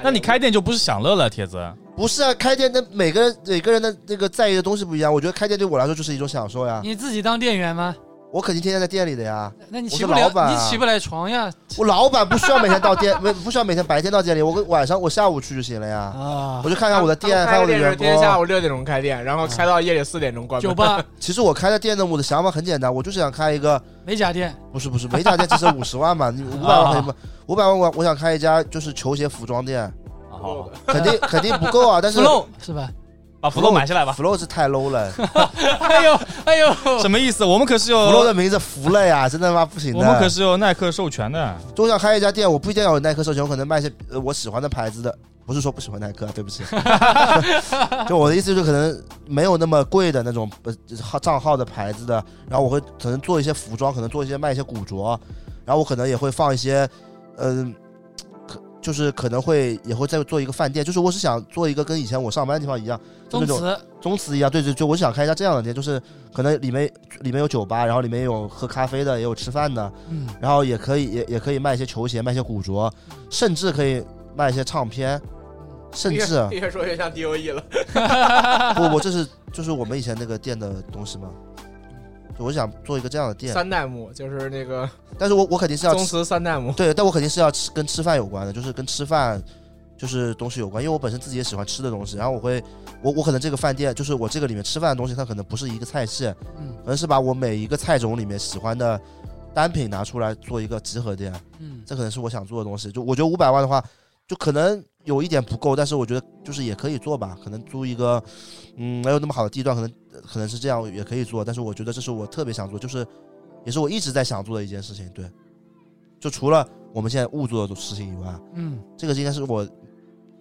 Speaker 6: 那你开店就不是享乐了，铁 子。
Speaker 4: 不是啊，开店的每个人每个人的那个在意的东西不一样。我觉得开店对我来说就是一种享受呀，
Speaker 3: 你自己当店员吗？
Speaker 4: 我肯定天天在店里的呀。
Speaker 3: 那你
Speaker 4: 我
Speaker 3: 起
Speaker 4: 是
Speaker 3: 不
Speaker 4: 老
Speaker 3: 了，
Speaker 4: 板啊
Speaker 3: 你起不来床呀？
Speaker 4: 我老板不需要每天到店，不不需要每天白天到店里，我晚上我下午去就行了呀。
Speaker 3: 啊
Speaker 4: 我，就看一下我的店，看
Speaker 5: 开
Speaker 4: 我
Speaker 5: 个
Speaker 4: 的
Speaker 5: 店是
Speaker 4: 员
Speaker 5: 今天下
Speaker 4: 工。
Speaker 5: 午六点钟开店，然后开到夜里四点钟关门。
Speaker 3: 酒吧、
Speaker 4: 其实我开的店呢，我的想法很简单，我就是想开一个，
Speaker 3: 美甲店，
Speaker 4: 不是不是，每家店只剩五十万嘛，你五百万可以吗？五百万我我想开一家就是球鞋服装店，
Speaker 6: 好，
Speaker 4: 肯定肯定不够啊，但是
Speaker 3: flow 是吧？
Speaker 6: 把福禄买下来吧。
Speaker 4: flow 是太 low 了
Speaker 3: 哎呦哎呦，
Speaker 6: 什么意思？我们可是有
Speaker 4: ，flow 的名字服了呀，真的吗？不行的。
Speaker 6: 我们可是有耐克授权的。
Speaker 4: 就想开一家店，我不一定要有耐克授权，我可能卖一些呃我喜欢的牌子的。不是说不喜欢耐克啊，对不起， 就我的意思就是可能没有那么贵的那种呃号账号的牌子的，然后我会可能做一些服装，可能做一些卖一些古着，然后我可能也会放一些，嗯、可就是可能会也会再做一个饭店，就是我是想做一个跟以前我上班的地方一样，就
Speaker 3: 宗
Speaker 4: 那种
Speaker 3: 祠
Speaker 4: 宗祠一样，对对，就我想开一家这样的店，就是可能里面里面有酒吧，然后里面有喝咖啡的，也有吃饭的，
Speaker 3: 嗯，
Speaker 4: 然后也可以也也可以卖一些球鞋，卖一些古着，甚至可以卖一些唱片，甚
Speaker 5: 越
Speaker 4: 至
Speaker 5: 越说越像 DOE 了。
Speaker 4: 不，我这是就是我们以前那个店的东西嘛。就我想做一个这样的店，
Speaker 5: 三代目就是那个
Speaker 4: 但是我我肯定是要
Speaker 5: 宗
Speaker 4: 吃，
Speaker 5: 祠三代目，
Speaker 4: 对，但我肯定是要吃跟吃饭有关的，就是跟吃饭就是东西有关，因为我本身自己也喜欢吃的东西，然后我会我我可能这个饭店就是我这个里面吃饭的东西，它可能不是一个菜系，
Speaker 3: 嗯
Speaker 4: 可能是把我每一个菜种里面喜欢的单品拿出来做一个集合店，
Speaker 3: 嗯，
Speaker 4: 这可能是我想做的东西。就我觉得五百万的话，就可能有一点不够，但是我觉得就是也可以做吧。可能租一个，嗯，没有那么好的地段，可能可能是这样也可以做。但是我觉得这是我特别想做，就是也是我一直在想做的一件事情。对，就除了我们现在误做的事情以外，
Speaker 3: 嗯，
Speaker 4: 这个应该是我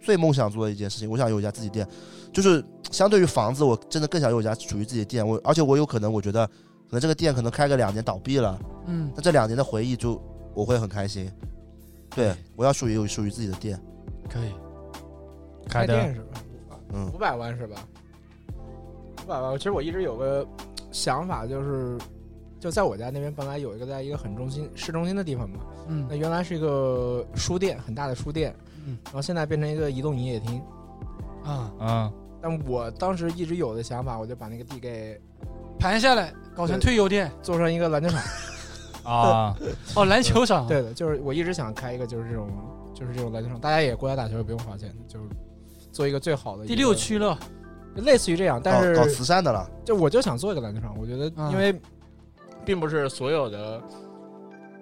Speaker 4: 最梦想做的一件事情。我想有一家自己店，就是相对于房子，我真的更想有一家属于自己的店。我而且我有可能，我觉得可能这个店可能开个两年倒闭了，
Speaker 3: 嗯，
Speaker 4: 那这两年的回忆就我会很开心。对，
Speaker 6: 嗯
Speaker 4: 我要属于有属于自己的店，
Speaker 3: 可以。
Speaker 6: 开的
Speaker 5: 店是吧？
Speaker 4: 嗯
Speaker 5: 五，百万是吧？五百万，其实我一直有个想法，就是就在我家那边，本来有一个在一个很中心市中心的地方嘛，那
Speaker 3: 嗯，
Speaker 5: 原来是一个书店，很大的书店，
Speaker 3: 嗯
Speaker 5: 然后现在变成一个移动营业厅。
Speaker 3: 啊，
Speaker 6: 嗯，
Speaker 5: 但我当时一直有的想法，我就把那个地给
Speaker 3: 盘下来搞成退休店
Speaker 5: 做成一个篮球场。
Speaker 6: 啊，
Speaker 3: 哦，篮球场
Speaker 5: 对的，就是我一直想开一个，就是这种，就是这种篮球场，大家也过来打球，也不用花钱，就是做一个最好的一个
Speaker 3: 第六，区了，
Speaker 5: 类似于这样。但是
Speaker 4: 搞搞慈善的了，
Speaker 5: 就我就想做一个篮球场，我觉得
Speaker 3: 嗯
Speaker 5: 因为并不是所有的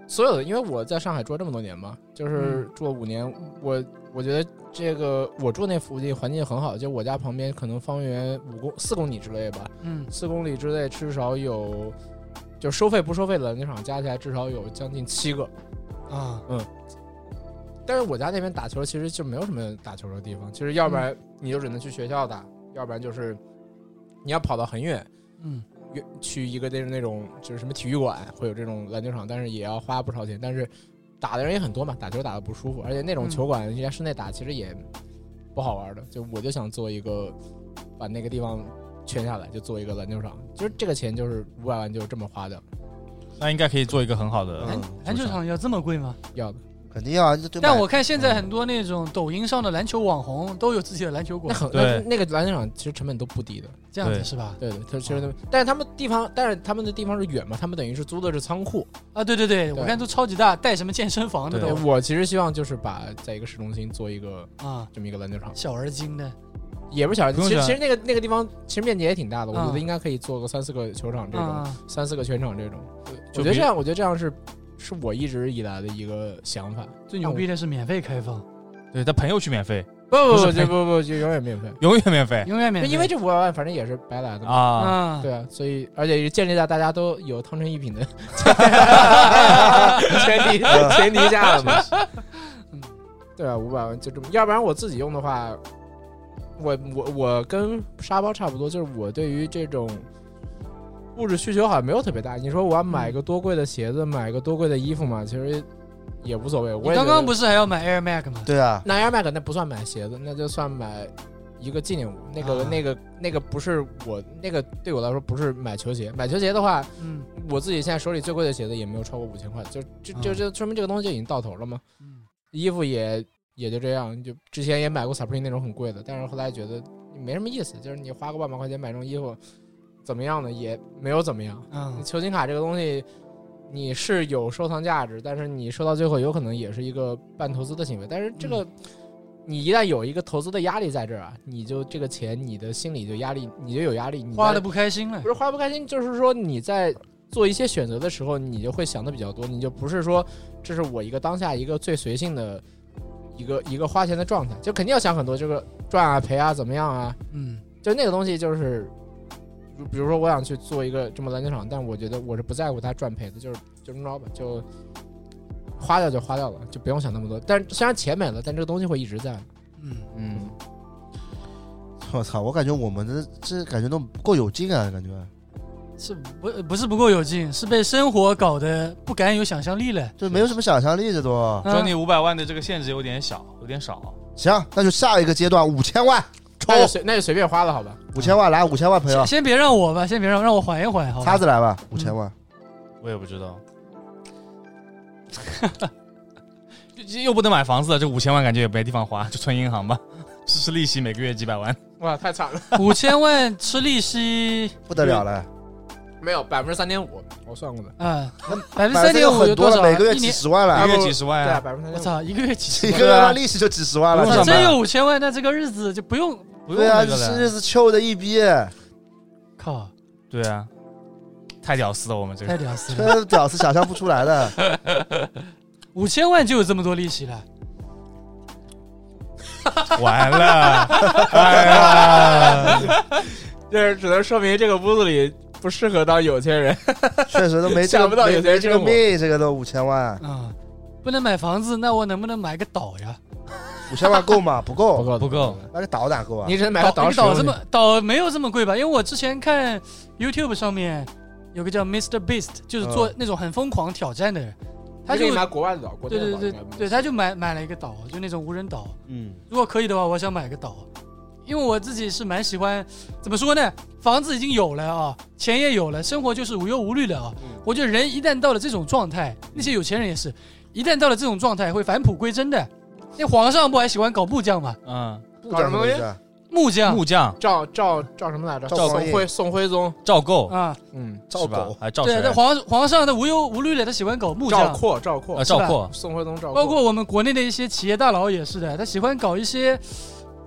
Speaker 5: 所有的，因为我在上海住了这么多年嘛，
Speaker 3: 嗯
Speaker 5: 就是住了五年，我我觉得这个我住那附近环境很好，就我家旁边可能方圆五公四公里之类吧，
Speaker 3: 嗯，
Speaker 5: 四公里之内至少有。就收费不收费的篮球场加起来至少有将近七个，
Speaker 3: 啊，
Speaker 5: 但是我家那边打球其实就没有什么打球的地方，其实要不
Speaker 3: 嗯
Speaker 5: 然你就只能去学校打，要不然就是你要跑到很远，
Speaker 3: 嗯，
Speaker 5: 去一个那种那种就是什么体育馆会有这种篮球场，但是也要花不少钱，但是打的人也很多嘛，打球打的不舒服，而且那种
Speaker 3: 嗯
Speaker 5: 球馆人家室内打其实也不好玩的，就我就想做一个把那个地方圈下来，就做一个篮球场，就是这个钱就是五百万就这么花的，
Speaker 6: 那应该可以做一个很好的。
Speaker 4: 嗯
Speaker 3: 篮篮球场要这么贵吗？
Speaker 5: 要的
Speaker 4: 肯定要啊。这对
Speaker 3: 但
Speaker 4: 买
Speaker 3: 我看现在很多那种抖音上的篮球网红都有自己的篮球
Speaker 5: 那
Speaker 3: 馆，
Speaker 5: 很
Speaker 6: 对
Speaker 5: 那那个篮球场其实成本都不低的，
Speaker 3: 这样子
Speaker 6: 对
Speaker 3: 是吧？
Speaker 5: 对的，他其实他们，但是他们地方，但是他们的地方是远嘛，他们等于是租的是仓库。
Speaker 3: 啊，对对对，
Speaker 5: 对
Speaker 3: 我看都超级大，带什么健身房的
Speaker 6: 对
Speaker 3: 都
Speaker 5: 我其实希望就是把在一个市中心做一个
Speaker 3: 啊，
Speaker 5: 这么一个篮球场，
Speaker 3: 小而精的，
Speaker 5: 也不嗯小，其
Speaker 6: 不用
Speaker 5: 实
Speaker 6: 想
Speaker 5: 其实那个那个地方其实面积也挺大的，我
Speaker 3: 啊
Speaker 5: 觉得应该可以做个三四个球场这种，
Speaker 3: 啊，
Speaker 5: 三四个全场这种。我觉
Speaker 6: 就
Speaker 5: 得
Speaker 6: 比
Speaker 5: 这样，我觉得这样是是我一直以来的一个想法。
Speaker 3: 最牛逼的是免费开放，
Speaker 6: 对他朋友去免费，
Speaker 5: 不不
Speaker 6: 不
Speaker 5: 不
Speaker 6: 是
Speaker 5: 就不不就永远免费，
Speaker 6: 永远免费
Speaker 3: 永远免费，
Speaker 5: 因为这五百万反正也是白
Speaker 4: 嗯
Speaker 5: 来的嘛。
Speaker 6: 啊！
Speaker 3: 啊，
Speaker 5: 对啊，所以而且是建立在大家都有汤臣一品的前提前提下 的嘛。对啊，五百万就这么，要不然我自己用的话，我我我跟沙包差不多，就是我对于这种物质需求好像没有特别大。你说我要
Speaker 3: 嗯
Speaker 5: 买个多贵的鞋子，买个多贵的衣服嘛，其实也无所谓。我
Speaker 3: 你刚刚不
Speaker 5: 是
Speaker 3: 是还要买 Air Max 吗？
Speaker 4: 对啊，
Speaker 5: 那 Air Max 那不算买鞋子，那就算买一个纪念物。那个、
Speaker 3: 啊
Speaker 5: 那个那个不是我那个对我来说不是买球鞋，买球鞋的话。
Speaker 3: 嗯，
Speaker 5: 我自己现在手里最贵的鞋子也没有超过五千块，就就就就说明这个东西就已经到头了嘛。
Speaker 3: 嗯
Speaker 5: 衣服也也就这样，就之前也买过 Supreme 那种很贵的，但是后来觉得没什么意思，就是你花个万把块钱买这种衣服，怎么样呢？也没有怎么样。
Speaker 3: 嗯
Speaker 5: 球星卡这个东西，你是有收藏价值，但是你收到最后有可能也是一个半投资的行为。但是这
Speaker 3: 嗯
Speaker 5: 个，你一旦有一个投资的压力在这儿啊，你就这个钱，你的心理就压力，你就有压力，你在
Speaker 3: 花的不开心了
Speaker 5: 不，是花不开心，就是说你在做一些选择的时候，你就会想的比较多，你就不是说这是我一个当下一个最随性的一个一个花钱的状态，就肯定要想很多，这个赚啊赔啊怎么样啊，
Speaker 3: 嗯
Speaker 5: 就那个东西就是，比比如说我想去做一个这么篮球场，但我觉得我是不在乎它赚赔的，就是就这么着吧，就花掉就花掉了，就不用想那么多。但是虽然钱没了，但这个东西会一直在。
Speaker 3: 嗯，
Speaker 5: 嗯，
Speaker 4: 我操，我感觉我们的这感觉都不够有劲啊，感觉
Speaker 3: 是不呃不是不够有劲，是被生活搞得不敢有想象力了。
Speaker 4: 就没有什么想象力，这都
Speaker 3: 啊
Speaker 6: 赚你五百万的这个限制有点小，有点少。
Speaker 4: 行，那就下一个阶段五千万，冲
Speaker 5: 那就随那就随便花了，好吧？
Speaker 4: 五千万来五千万，朋友
Speaker 3: 先，先别让我吧，先别让让我缓一缓，好吧
Speaker 4: 叉子来吧，
Speaker 6: 嗯
Speaker 4: 五千万，
Speaker 6: 我也不知道，又又不能买房子了，这五千万感觉也没地方花，就存银行吧， 吃吃利息，每个月几百万。
Speaker 5: 哇，太惨了！
Speaker 3: 五千万吃利息，
Speaker 4: 不得了了，
Speaker 5: 没有百分之三点五，我算过 的。
Speaker 3: 啊，百分之
Speaker 4: 反
Speaker 3: 三
Speaker 4: 正
Speaker 3: 点
Speaker 4: 有
Speaker 3: 五多
Speaker 4: 很多
Speaker 3: 少
Speaker 4: 了，
Speaker 3: 啊？
Speaker 4: 每个月
Speaker 3: 一
Speaker 4: 几
Speaker 3: 年，
Speaker 4: 十万
Speaker 6: 一
Speaker 4: 了
Speaker 6: 个，月几十万
Speaker 5: 对啊，
Speaker 6: 啊，
Speaker 5: 百分之三
Speaker 3: 我
Speaker 5: 点五。
Speaker 3: 操，一个月几
Speaker 4: 一
Speaker 3: 十
Speaker 4: 个
Speaker 3: 万？
Speaker 4: 月的利息就几十万了，
Speaker 6: 不用
Speaker 3: 那
Speaker 6: 上
Speaker 3: 真
Speaker 6: 班
Speaker 3: 有五千万，那这个日子就不用
Speaker 6: 不用
Speaker 4: 对啊，
Speaker 6: 那
Speaker 4: 这
Speaker 6: 个
Speaker 4: 是
Speaker 6: 了
Speaker 4: 日子秋的一逼，
Speaker 3: 靠，
Speaker 6: 对啊，太屌丝了，我们这
Speaker 3: 太
Speaker 6: 个
Speaker 3: 屌丝了！
Speaker 4: 这屌丝想象不出来的。
Speaker 3: 五千万就有这么多利息了，
Speaker 6: 完 了，哎呀，
Speaker 5: 这只能说明这个屋子里不适合当有钱人。
Speaker 4: 确实都没这个
Speaker 5: 想不到有钱
Speaker 4: 没这个
Speaker 5: 生活
Speaker 4: 命，这个都五千万，
Speaker 3: 啊，不能买房子，那我能不能买个岛呀？
Speaker 4: 五千万够吗？不够，
Speaker 3: 啊
Speaker 5: 够
Speaker 6: 不够，
Speaker 4: 那个岛哪够啊？
Speaker 5: 你只能买个
Speaker 3: 岛
Speaker 5: 岛
Speaker 3: 一个哦岛这么岛没有这么贵吧？因为我之前看 YouTube 上面有个叫 Mr Beast，就是做
Speaker 4: 嗯
Speaker 3: 那种很疯狂挑战的人，他
Speaker 5: 他
Speaker 3: 就
Speaker 5: 就买国外的岛，国内
Speaker 3: 对
Speaker 5: 的
Speaker 3: 对
Speaker 5: 岛
Speaker 3: 对
Speaker 5: 应该不
Speaker 3: 对，他就买买了一个岛，就那种无人岛。
Speaker 4: 嗯，
Speaker 3: 如果可以的话，我想买个岛，因为我自己是蛮喜欢，怎么说呢？房子已经有了啊，钱也有了，生活就是无忧无虑了啊。
Speaker 4: 嗯
Speaker 3: 我觉得人一旦到了这种状态，那些有钱人也是，一旦到了这种状态会返璞归真的。那皇上不还喜欢搞木匠吗？
Speaker 6: 嗯，
Speaker 4: 不
Speaker 5: 搞什么东西
Speaker 4: 啊？
Speaker 3: 木匠
Speaker 6: 木匠
Speaker 5: 赵赵赵什么来着？
Speaker 4: 赵匡
Speaker 5: 宋
Speaker 4: 胤
Speaker 5: 徽宋徽宗，
Speaker 6: 赵构
Speaker 3: 啊，
Speaker 5: 嗯，
Speaker 4: 赵
Speaker 6: 是吧
Speaker 4: 狗，
Speaker 6: 还赵
Speaker 3: 对，
Speaker 6: 谁
Speaker 3: 那？皇皇上他无忧无虑了，他喜欢搞木
Speaker 5: 赵
Speaker 3: 匠。
Speaker 5: 括赵括
Speaker 6: 呃，，赵
Speaker 3: 是吧
Speaker 6: 括，
Speaker 5: 宋徽宗赵括，
Speaker 3: 包括我们国内的一些企业大佬也是的，他喜欢搞一些，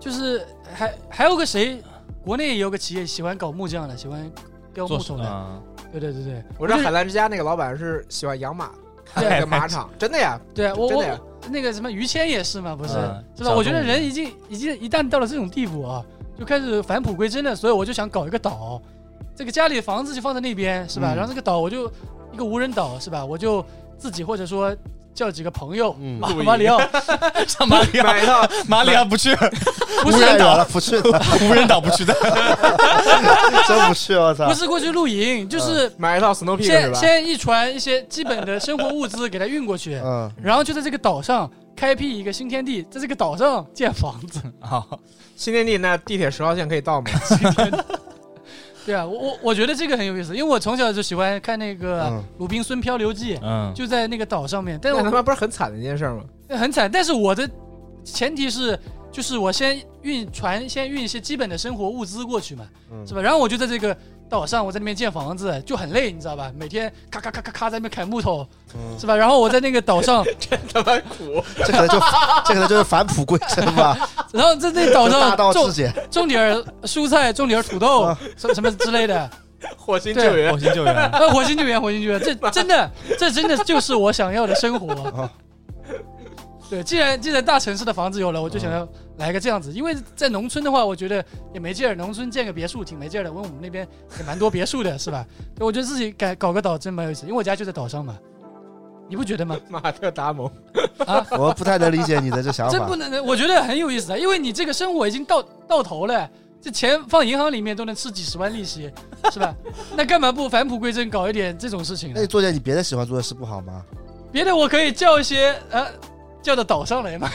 Speaker 3: 就是还还有个谁，国内也有个企业喜欢搞木匠的，喜欢雕木
Speaker 6: 做什
Speaker 3: 头的，
Speaker 6: 么？
Speaker 3: 对对对对
Speaker 5: 我知道海澜之家那个老板是喜欢养马，开了
Speaker 6: 哎
Speaker 5: 个马场，真的呀，
Speaker 3: 对啊，我
Speaker 5: 真
Speaker 3: 我
Speaker 5: 的呀，
Speaker 3: 那个什么于谦也是嘛，不是、
Speaker 6: 嗯
Speaker 3: 是
Speaker 6: 小
Speaker 3: 吧？我觉得
Speaker 6: 动物
Speaker 3: 人已经已经一旦到了这种地步啊，就开始返璞归真了，所以我就想搞一个岛，这个家里房子就放在那边是吧？
Speaker 6: 嗯
Speaker 3: 然后这个岛我就一个无人岛是吧？我就自己或者说叫几个朋友，
Speaker 4: 嗯
Speaker 3: 马马里 奥
Speaker 6: 上啊马里
Speaker 5: 买
Speaker 6: 奥，
Speaker 5: 一套
Speaker 6: 马里奥不去，
Speaker 3: 不
Speaker 4: 无
Speaker 3: 是
Speaker 4: 人岛了，不去的，
Speaker 6: 无人岛不 去的。
Speaker 4: 真不去，我操
Speaker 3: 不！是过去露营，嗯就是
Speaker 5: 买一套 Snow Peak 是
Speaker 3: 先
Speaker 5: 吧？
Speaker 3: 先一船一些基本的生活物资给它运过去，
Speaker 4: 嗯，
Speaker 3: 然后就在这个岛上开辟一个新天地，在这个岛上建房子。
Speaker 6: 好，
Speaker 5: 新天地那地铁十号线可以到吗？
Speaker 3: 对啊，我我我觉得这个很有意思，因为我从小就喜欢看那个
Speaker 4: 嗯
Speaker 3: 《鲁滨孙漂流记》
Speaker 6: 嗯，
Speaker 3: 就在那个岛上面，但
Speaker 5: 那他
Speaker 3: 我
Speaker 5: 妈不是很惨的一件事吗？
Speaker 3: 很惨，但是我的前提是。就是我先运船，先运一些基本的生活物资过去嘛，
Speaker 4: 嗯
Speaker 3: 是吧？然后我就在这个岛上，我在那边建房子，就很累，你知道吧？每天咔咔咔咔咔在那边砍木头，
Speaker 4: 嗯
Speaker 3: 是吧？然后我在那个岛 上，
Speaker 5: 他妈苦，
Speaker 4: 这可能就这可能就是返璞归真吧，
Speaker 3: 然哦后在那岛
Speaker 4: 大
Speaker 3: 上
Speaker 4: 道
Speaker 3: 种
Speaker 4: 至简。
Speaker 3: 种点儿蔬菜，种点儿土豆
Speaker 4: 啊，
Speaker 3: 什什么之类的，
Speaker 5: 火星救
Speaker 3: 对
Speaker 5: 援
Speaker 6: 火，星 救援，
Speaker 3: 呃，火星救援，火星救援，这真的，这真的就是我想要的生活。对，既然既然大城市的房子有了，我就想要来个这样子，因为在农村的话，我觉得也没劲儿，农村建个别墅挺没劲儿的，因为我们那边也蛮多别墅的，是吧？对，我觉得自己改搞个岛真蛮有意思，因为我家就在岛上嘛，你不觉得吗？
Speaker 5: 马特达蒙，
Speaker 4: 我不太能理解你的这想
Speaker 3: 这
Speaker 4: 法
Speaker 3: 不。能，我觉得很有意思啊，因为你这个生活已经到到头了，这钱放银行里面都能吃几十万利息，是吧？ 那干嘛不返璞归真，搞一点这种事情呢
Speaker 4: 那你？做点你别的喜欢做的事不好吗？
Speaker 3: 别的我可以叫一些呃，叫到岛上来嘛。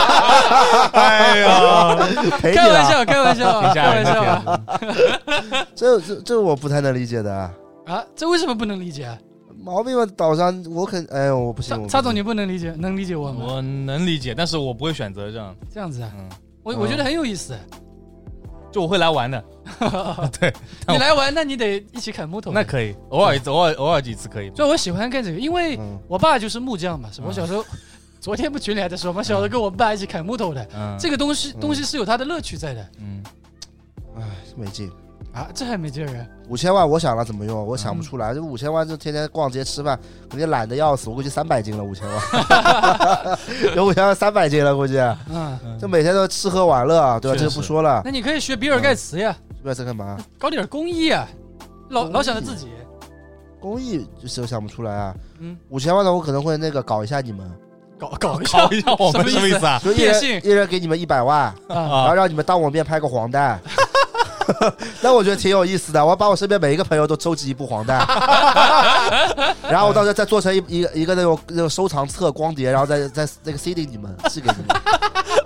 Speaker 6: 哎 呀，
Speaker 4: 陪你
Speaker 3: 开玩
Speaker 4: 了，
Speaker 3: 笑，开玩笑 啊，开
Speaker 6: 挺吓
Speaker 3: 玩
Speaker 6: 人
Speaker 3: 笑啊！
Speaker 6: 的，
Speaker 4: 这这这我不太能理解的啊。
Speaker 3: 啊，这为什么不能理解啊？
Speaker 4: 毛病嘛，岛上我肯，哎呦，我不行。
Speaker 3: 查
Speaker 4: 我不
Speaker 3: 查
Speaker 4: 行
Speaker 3: 总，你不能理解，能理解我
Speaker 6: 天
Speaker 3: 吗？
Speaker 6: 我能理解，但是我不会选择这样，
Speaker 3: 这样子啊，
Speaker 6: 嗯，
Speaker 3: 我我觉得很有意思。
Speaker 6: 就我会来玩的，
Speaker 3: 你来玩，那你得一起砍木头。
Speaker 6: 那可以，偶尔一次，偶尔偶尔几次可以，
Speaker 3: 所以我喜欢干这个，因为
Speaker 4: 嗯，
Speaker 3: 我爸就是木匠嘛，是吧？
Speaker 6: 嗯
Speaker 3: 我小时候， 昨天不群里还在说嘛，小时候跟我爸一起砍木头的，
Speaker 6: 嗯，
Speaker 3: 这个东西
Speaker 4: 嗯
Speaker 3: 东西是有它的乐趣在的
Speaker 6: 嗯，
Speaker 4: 哎，没劲。
Speaker 3: 啊，这还没劲儿啊！
Speaker 4: 五千万，我想了怎么
Speaker 3: 嗯
Speaker 4: 用？我想不出来。这五千万，就天天逛街吃饭，肯定懒得要死。我估计三百斤了，五千万， 有五千万三百斤了，估计。
Speaker 3: 啊，
Speaker 6: 嗯
Speaker 4: 这每天都吃喝玩乐啊，对吧？
Speaker 6: 确
Speaker 4: 这
Speaker 6: 实
Speaker 4: 不说了，
Speaker 3: 那你可以学比尔盖茨呀，
Speaker 4: 不要再干嘛？
Speaker 3: 搞点公益啊，老
Speaker 4: 公益
Speaker 3: 老想着自己，
Speaker 4: 公益就是想不出来啊。
Speaker 3: 嗯，
Speaker 4: 五千万的我可能会那个搞一下你们，
Speaker 3: 搞搞一下
Speaker 6: 考一下我们什么意思啊？
Speaker 4: 就一
Speaker 3: 变
Speaker 4: 人
Speaker 3: 性
Speaker 4: 一人给你们一百万，
Speaker 3: 啊？
Speaker 4: 然
Speaker 6: 啊
Speaker 4: 后，让你们当我面拍个黄蛋。 那我觉得挺有意思的，我要把我身边每一个朋友都收集一部黄蛋，然后我到时候再做成一一个一个那种那种收藏册光碟，然后再再那个 CD 你们寄给你们，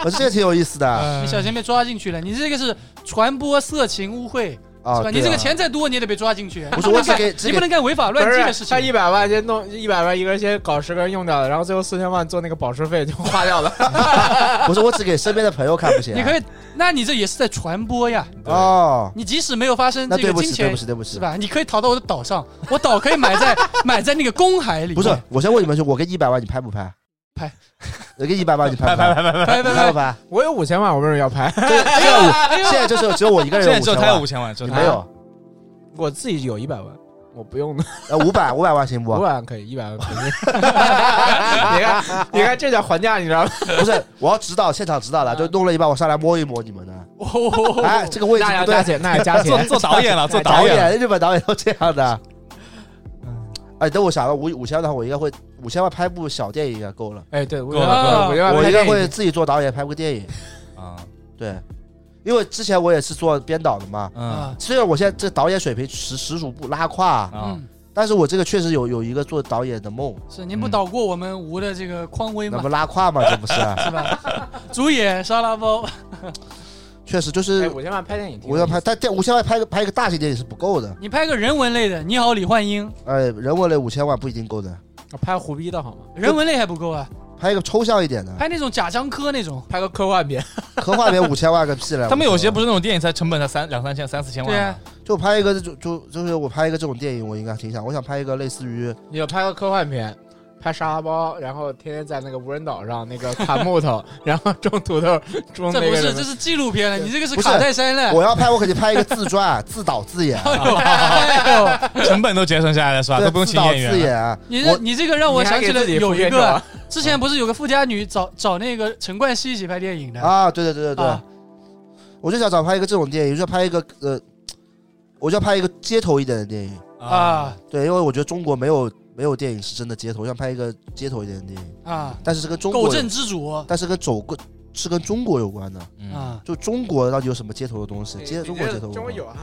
Speaker 4: 我觉得这个挺有意思的啊。
Speaker 3: 你小心被抓进去了，你这个是传播色情污秽，是吧？
Speaker 4: 对
Speaker 3: 你
Speaker 4: 啊
Speaker 3: 这个钱再多，你也得被抓进去。
Speaker 4: 不是
Speaker 3: 你不能
Speaker 4: 我只给
Speaker 3: 干，
Speaker 4: 只
Speaker 3: 你
Speaker 4: 给
Speaker 3: 不能干违法
Speaker 5: 不
Speaker 3: 乱纪的
Speaker 5: 是啊
Speaker 3: 事
Speaker 5: 他
Speaker 3: 情。
Speaker 5: 一百万先弄一百万，一个人先搞十个人用掉了，然后最后四千万做那个保释费就花掉了。
Speaker 4: 不是我只给身边的朋友看不行啊？
Speaker 3: 你可以，那你这也是在传播呀。
Speaker 4: 哦，
Speaker 3: 你即使没有发生
Speaker 4: 那
Speaker 3: 这
Speaker 4: 对
Speaker 3: 个
Speaker 4: 不
Speaker 3: 金
Speaker 4: 起对
Speaker 3: 钱
Speaker 4: 不，起对不起
Speaker 3: 是，吧？你可以逃到我的岛上，我岛可以买 在买在那个公海里。
Speaker 4: 不是，我先问你们一句，我给一百万，你拍不拍？
Speaker 3: 拍。
Speaker 4: 我给一百万，你拍不拍？
Speaker 3: 拜拜
Speaker 4: 你拍
Speaker 3: 拜
Speaker 4: 不拍？
Speaker 5: 我有五千万，我为什么要拍？
Speaker 4: 这这个我现在就是只有我一个人
Speaker 6: 现在
Speaker 4: 有5000
Speaker 6: 只有他有
Speaker 4: 万
Speaker 6: 五，千万，只有
Speaker 4: 你
Speaker 6: 他
Speaker 4: 没
Speaker 6: 有
Speaker 4: 有？
Speaker 5: 我自己有一百万，我 不用的，
Speaker 4: 呃，五百五百万行
Speaker 5: 五百
Speaker 4: 不？
Speaker 5: 万可以，一百万可以。 你看，你看，这叫还价，你知道吗？
Speaker 4: 不是，我要指导现场指导
Speaker 5: 嗯
Speaker 4: 了，就弄了一半，我上来摸一摸你们呢。
Speaker 3: 哦拜！
Speaker 4: 哎，这个位置
Speaker 5: 哦那要
Speaker 4: 不
Speaker 5: 加
Speaker 4: 对，
Speaker 5: 钱，那要加
Speaker 6: 做
Speaker 5: 钱。
Speaker 6: 做导演了，做
Speaker 4: 导
Speaker 6: 演了，
Speaker 4: 演日本导演都这样的。
Speaker 5: 嗯
Speaker 4: 哎，等我想了，五五千万的话，我应该会五千万拍部小电影也够了，
Speaker 5: 哎，对，我
Speaker 6: 够了
Speaker 3: 够了
Speaker 5: 我要
Speaker 4: 我
Speaker 5: 拍
Speaker 4: 应该
Speaker 5: 电影
Speaker 4: 会自己做导演拍部电影。
Speaker 6: 啊，
Speaker 4: 对，因为之前我也是做编导的嘛。
Speaker 6: 嗯
Speaker 3: 啊，
Speaker 4: 虽然我现在这导演水平实实属不拉胯啊，
Speaker 6: 啊，
Speaker 3: 嗯，
Speaker 4: 但是我这个确实有有一个做导演的梦，
Speaker 3: 是您不倒过我们吴的这个匡威
Speaker 4: 那
Speaker 3: 吗
Speaker 4: 不？拉胯吗？这不是，啊
Speaker 3: 是吧？主演沙拉包，
Speaker 4: 确实就
Speaker 5: 哎
Speaker 4: 是
Speaker 5: 五千万拍电影挺有
Speaker 4: 我
Speaker 5: 意思，
Speaker 4: 要拍，但电五千万拍个拍一个大型电影是不够的，
Speaker 3: 你拍个人文类的，你好李焕英，
Speaker 4: 哎，人文类五千万不一定够的，
Speaker 5: 拍胡逼的好吗？
Speaker 3: 人文类还不够啊，
Speaker 4: 拍一个抽象一点的，
Speaker 3: 拍那种贾樟柯那种。
Speaker 5: 拍个科幻片，
Speaker 4: 科幻片五千万个屁了。
Speaker 6: 他们有些不
Speaker 4: 是，
Speaker 6: 是那种电影才成本才三两三千三四千
Speaker 3: 对
Speaker 6: 万
Speaker 3: 啊
Speaker 6: 嘛，，
Speaker 4: 就拍一个就就就是我拍一个这种电影，我应该挺想，我想拍一个类似于
Speaker 5: 你就拍个科幻片，拍沙拉包，然后天天在那个无人岛上那个砍木头， 然后种土豆，种
Speaker 3: 这
Speaker 5: 那
Speaker 3: 不
Speaker 5: 个
Speaker 3: 是，
Speaker 5: 什
Speaker 3: 这
Speaker 5: 么。
Speaker 3: 是纪录片了，你这个是
Speaker 4: 不是
Speaker 3: 卡戴珊
Speaker 6: 哎
Speaker 3: 了。
Speaker 4: 我要拍，我肯定拍一个自传、自导自 演，
Speaker 3: 哎呦，
Speaker 6: 成本都节省下来了是吧？
Speaker 4: 对
Speaker 6: 都不用
Speaker 4: 自
Speaker 6: 请
Speaker 4: 导
Speaker 6: 演
Speaker 4: 自
Speaker 6: 员了，啊
Speaker 4: 演。
Speaker 3: 你
Speaker 4: 我
Speaker 3: 这你这个让我
Speaker 5: 你还
Speaker 3: 想起
Speaker 5: 给
Speaker 3: 了
Speaker 5: 自己
Speaker 3: 有
Speaker 5: 敷
Speaker 3: 一
Speaker 5: 衍
Speaker 3: 个
Speaker 5: 着，
Speaker 3: 之前不是有个富家女找找那个陈冠希一起拍电影的
Speaker 4: 啊，对对对对对，
Speaker 3: 啊
Speaker 4: 我就想找拍一个这种电影，就要拍一个呃，我就要拍一个街头一点的电影。
Speaker 3: 啊
Speaker 4: 对，因为我觉得中国没有没有电影是真的街头，我想拍一个街头一点的电影，
Speaker 3: 啊！
Speaker 4: 但是是跟中
Speaker 3: 狗
Speaker 4: 国有，
Speaker 3: 镇之主
Speaker 4: 但是跟走过是跟中国有关的。
Speaker 6: 嗯，
Speaker 3: 啊，
Speaker 4: 就中国到底有什么街头的东西？街
Speaker 5: 哎你
Speaker 4: 中国街头文化
Speaker 5: 中国有啊，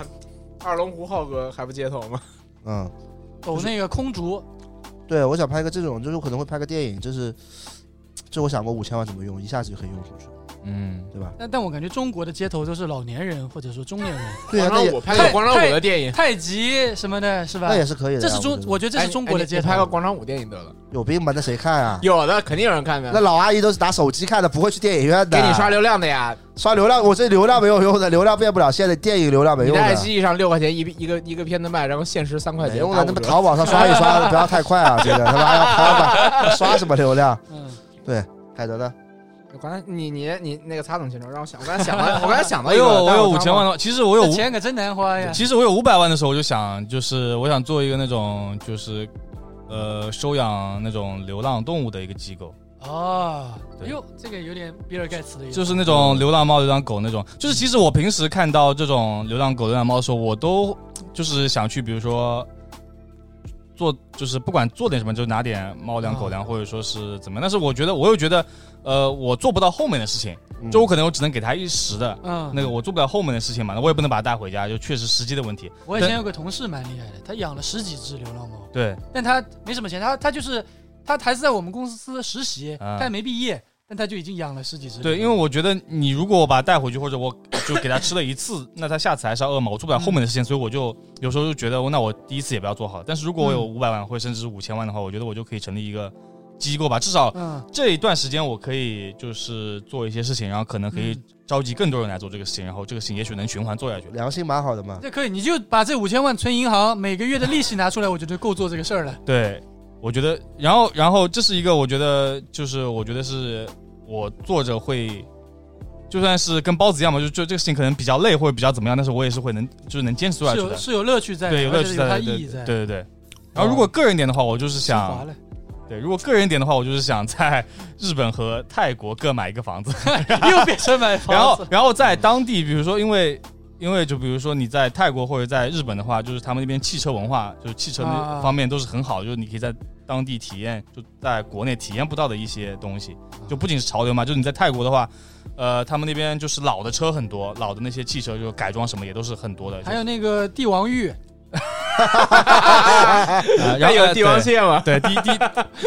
Speaker 5: 二龙湖浩哥还不街头吗？
Speaker 4: 嗯，
Speaker 3: 抖那个空竹
Speaker 4: 对，我想拍个这种，就是我可能会拍个电影，就是这我想过五千万怎么用，一下子就可以用出去，
Speaker 6: 嗯，
Speaker 4: 对吧？
Speaker 3: 但但我感觉中国的街头都是老年人或者说中年人，
Speaker 4: 对啊，那
Speaker 5: 广场
Speaker 4: 也
Speaker 5: 舞拍个广场
Speaker 3: 太
Speaker 5: 舞的电影，
Speaker 3: 太极什么的，是吧
Speaker 4: 那？也是可以的呀。
Speaker 3: 这是中
Speaker 4: 觉，得
Speaker 3: 我觉得这
Speaker 5: 哎
Speaker 3: 是
Speaker 5: 你
Speaker 3: 中
Speaker 5: 哎
Speaker 3: 国
Speaker 5: 你
Speaker 3: 的街
Speaker 5: 你拍个
Speaker 3: 头。
Speaker 5: 广场舞电影得了，
Speaker 4: 有病吧？那谁看啊？
Speaker 5: 有的肯定有人看
Speaker 4: 那
Speaker 5: 的，
Speaker 4: 老阿姨都是拿手机看的，不会去电影院的。
Speaker 5: 给你刷流量的呀。
Speaker 4: 刷流量，我这流量没有用的，流量变不了现在电影流量没
Speaker 5: 你
Speaker 4: 用
Speaker 5: 在爱
Speaker 4: 的。
Speaker 5: 奇艺上六块钱一一个一个片子卖，然后限时三块
Speaker 4: 没
Speaker 5: 钱，
Speaker 4: 用
Speaker 5: 打
Speaker 4: 的，
Speaker 5: 五
Speaker 4: 那么
Speaker 5: 折
Speaker 4: 淘宝上刷一刷，不要太快啊！这个他妈要拍吧，刷什么流量？
Speaker 3: 嗯，
Speaker 4: 凯德呢？
Speaker 5: 我刚才你你你那个擦桶钱庄让我想，我刚才想到，我刚才想到
Speaker 6: 我
Speaker 5: 一个，
Speaker 6: 有哎我
Speaker 5: 但
Speaker 6: 有
Speaker 5: 刚
Speaker 6: 五千万的话，其实我有
Speaker 3: 这
Speaker 6: 五，
Speaker 3: 钱可真难花呀！
Speaker 6: 其实我有五百万的时候，我就想，就是我想做一个那种就是呃收养那种流浪动物的一个机构，
Speaker 3: 哦，哎
Speaker 6: 对
Speaker 3: 呦，这个有点比尔盖茨的意思，
Speaker 6: 就是那种流浪猫、流浪狗那种。就是其实我平时看到这种流浪狗、流浪猫的时候，我都就是想去，比如说做，就是不管做点什么，就拿点猫粮、
Speaker 3: 哦
Speaker 6: 狗粮，或者说是怎么样。但是我觉得，我又觉得，呃，我做不到后面的事情，
Speaker 4: 嗯
Speaker 6: 就我可能我只能给它一时的。
Speaker 3: 嗯，
Speaker 6: 那个我做不了后面的事情嘛，那我也不能把它带回家，就确实实际的问题。
Speaker 3: 我以前有个同事蛮厉害的，他养了十几只流浪猫，
Speaker 6: 对，
Speaker 3: 但他没什么钱，他他就是他还是在我们公司实习，
Speaker 6: 啊
Speaker 3: 他也没毕业，但他就已经养了十几只。
Speaker 6: 对，因为我觉得你如果我把它带回去，或者我就给它吃了一次，那它下次还是要饿嘛。我做不了后面的事情，所以我就有时候就觉得，哦那我第一次也不要做好。但是如果我有五百万或者甚至是五千万的话，我觉得我就可以成立一个机构吧，至少
Speaker 3: 嗯，
Speaker 6: 这一段时间我可以就是做一些事情，然后可能可以
Speaker 3: 嗯
Speaker 6: 召集更多人来做这个事情，然后这个事情也许能循环做下去。
Speaker 4: 良心蛮好的嘛。
Speaker 3: 这可以，你就把这五千万存银行，每个月的利息拿出来，我觉得够做这个事儿了。
Speaker 6: 对，我觉得，然后然后这是一个，我觉得就是我觉得是我做着会，就算是跟包子一样嘛，就就这个事情可能比较累或者比较怎么样，但是我也是会能啊就是能坚持做下
Speaker 3: 是
Speaker 6: 去
Speaker 3: 有
Speaker 6: 的，
Speaker 3: 是有乐趣在的，
Speaker 6: 对，有乐
Speaker 3: 而且
Speaker 6: 趣
Speaker 3: 有
Speaker 6: 在
Speaker 3: 它
Speaker 6: 的，
Speaker 3: 意
Speaker 6: 对
Speaker 3: 义在嗯
Speaker 6: 对
Speaker 3: 的，
Speaker 6: 对对。然后如果个人点的话，我就是
Speaker 3: 升华
Speaker 6: 想，
Speaker 3: 了，
Speaker 6: 对，如果个人点的话，我就是想在日本和泰国各买一个房子，
Speaker 3: 又变成买
Speaker 6: 然
Speaker 3: 房
Speaker 6: 后
Speaker 3: 子。
Speaker 6: 然后在当地，比如说因为。因为就比如说你在泰国或者在日本的话，就是他们那边汽车文化，就是汽车
Speaker 3: 啊
Speaker 6: 那方面都是很好，就是你可以在当地体验，就在国内体验不到的一些东西。
Speaker 5: 啊
Speaker 6: 就不仅是潮流嘛，就是你在泰国的话，呃，他们那边就是老的车很多，老的那些汽车就是改装什么也都是很多的。
Speaker 3: 还有那个帝王浴，
Speaker 6: 就是啊然后
Speaker 5: 有帝王蟹吗？
Speaker 6: 对， 对第第，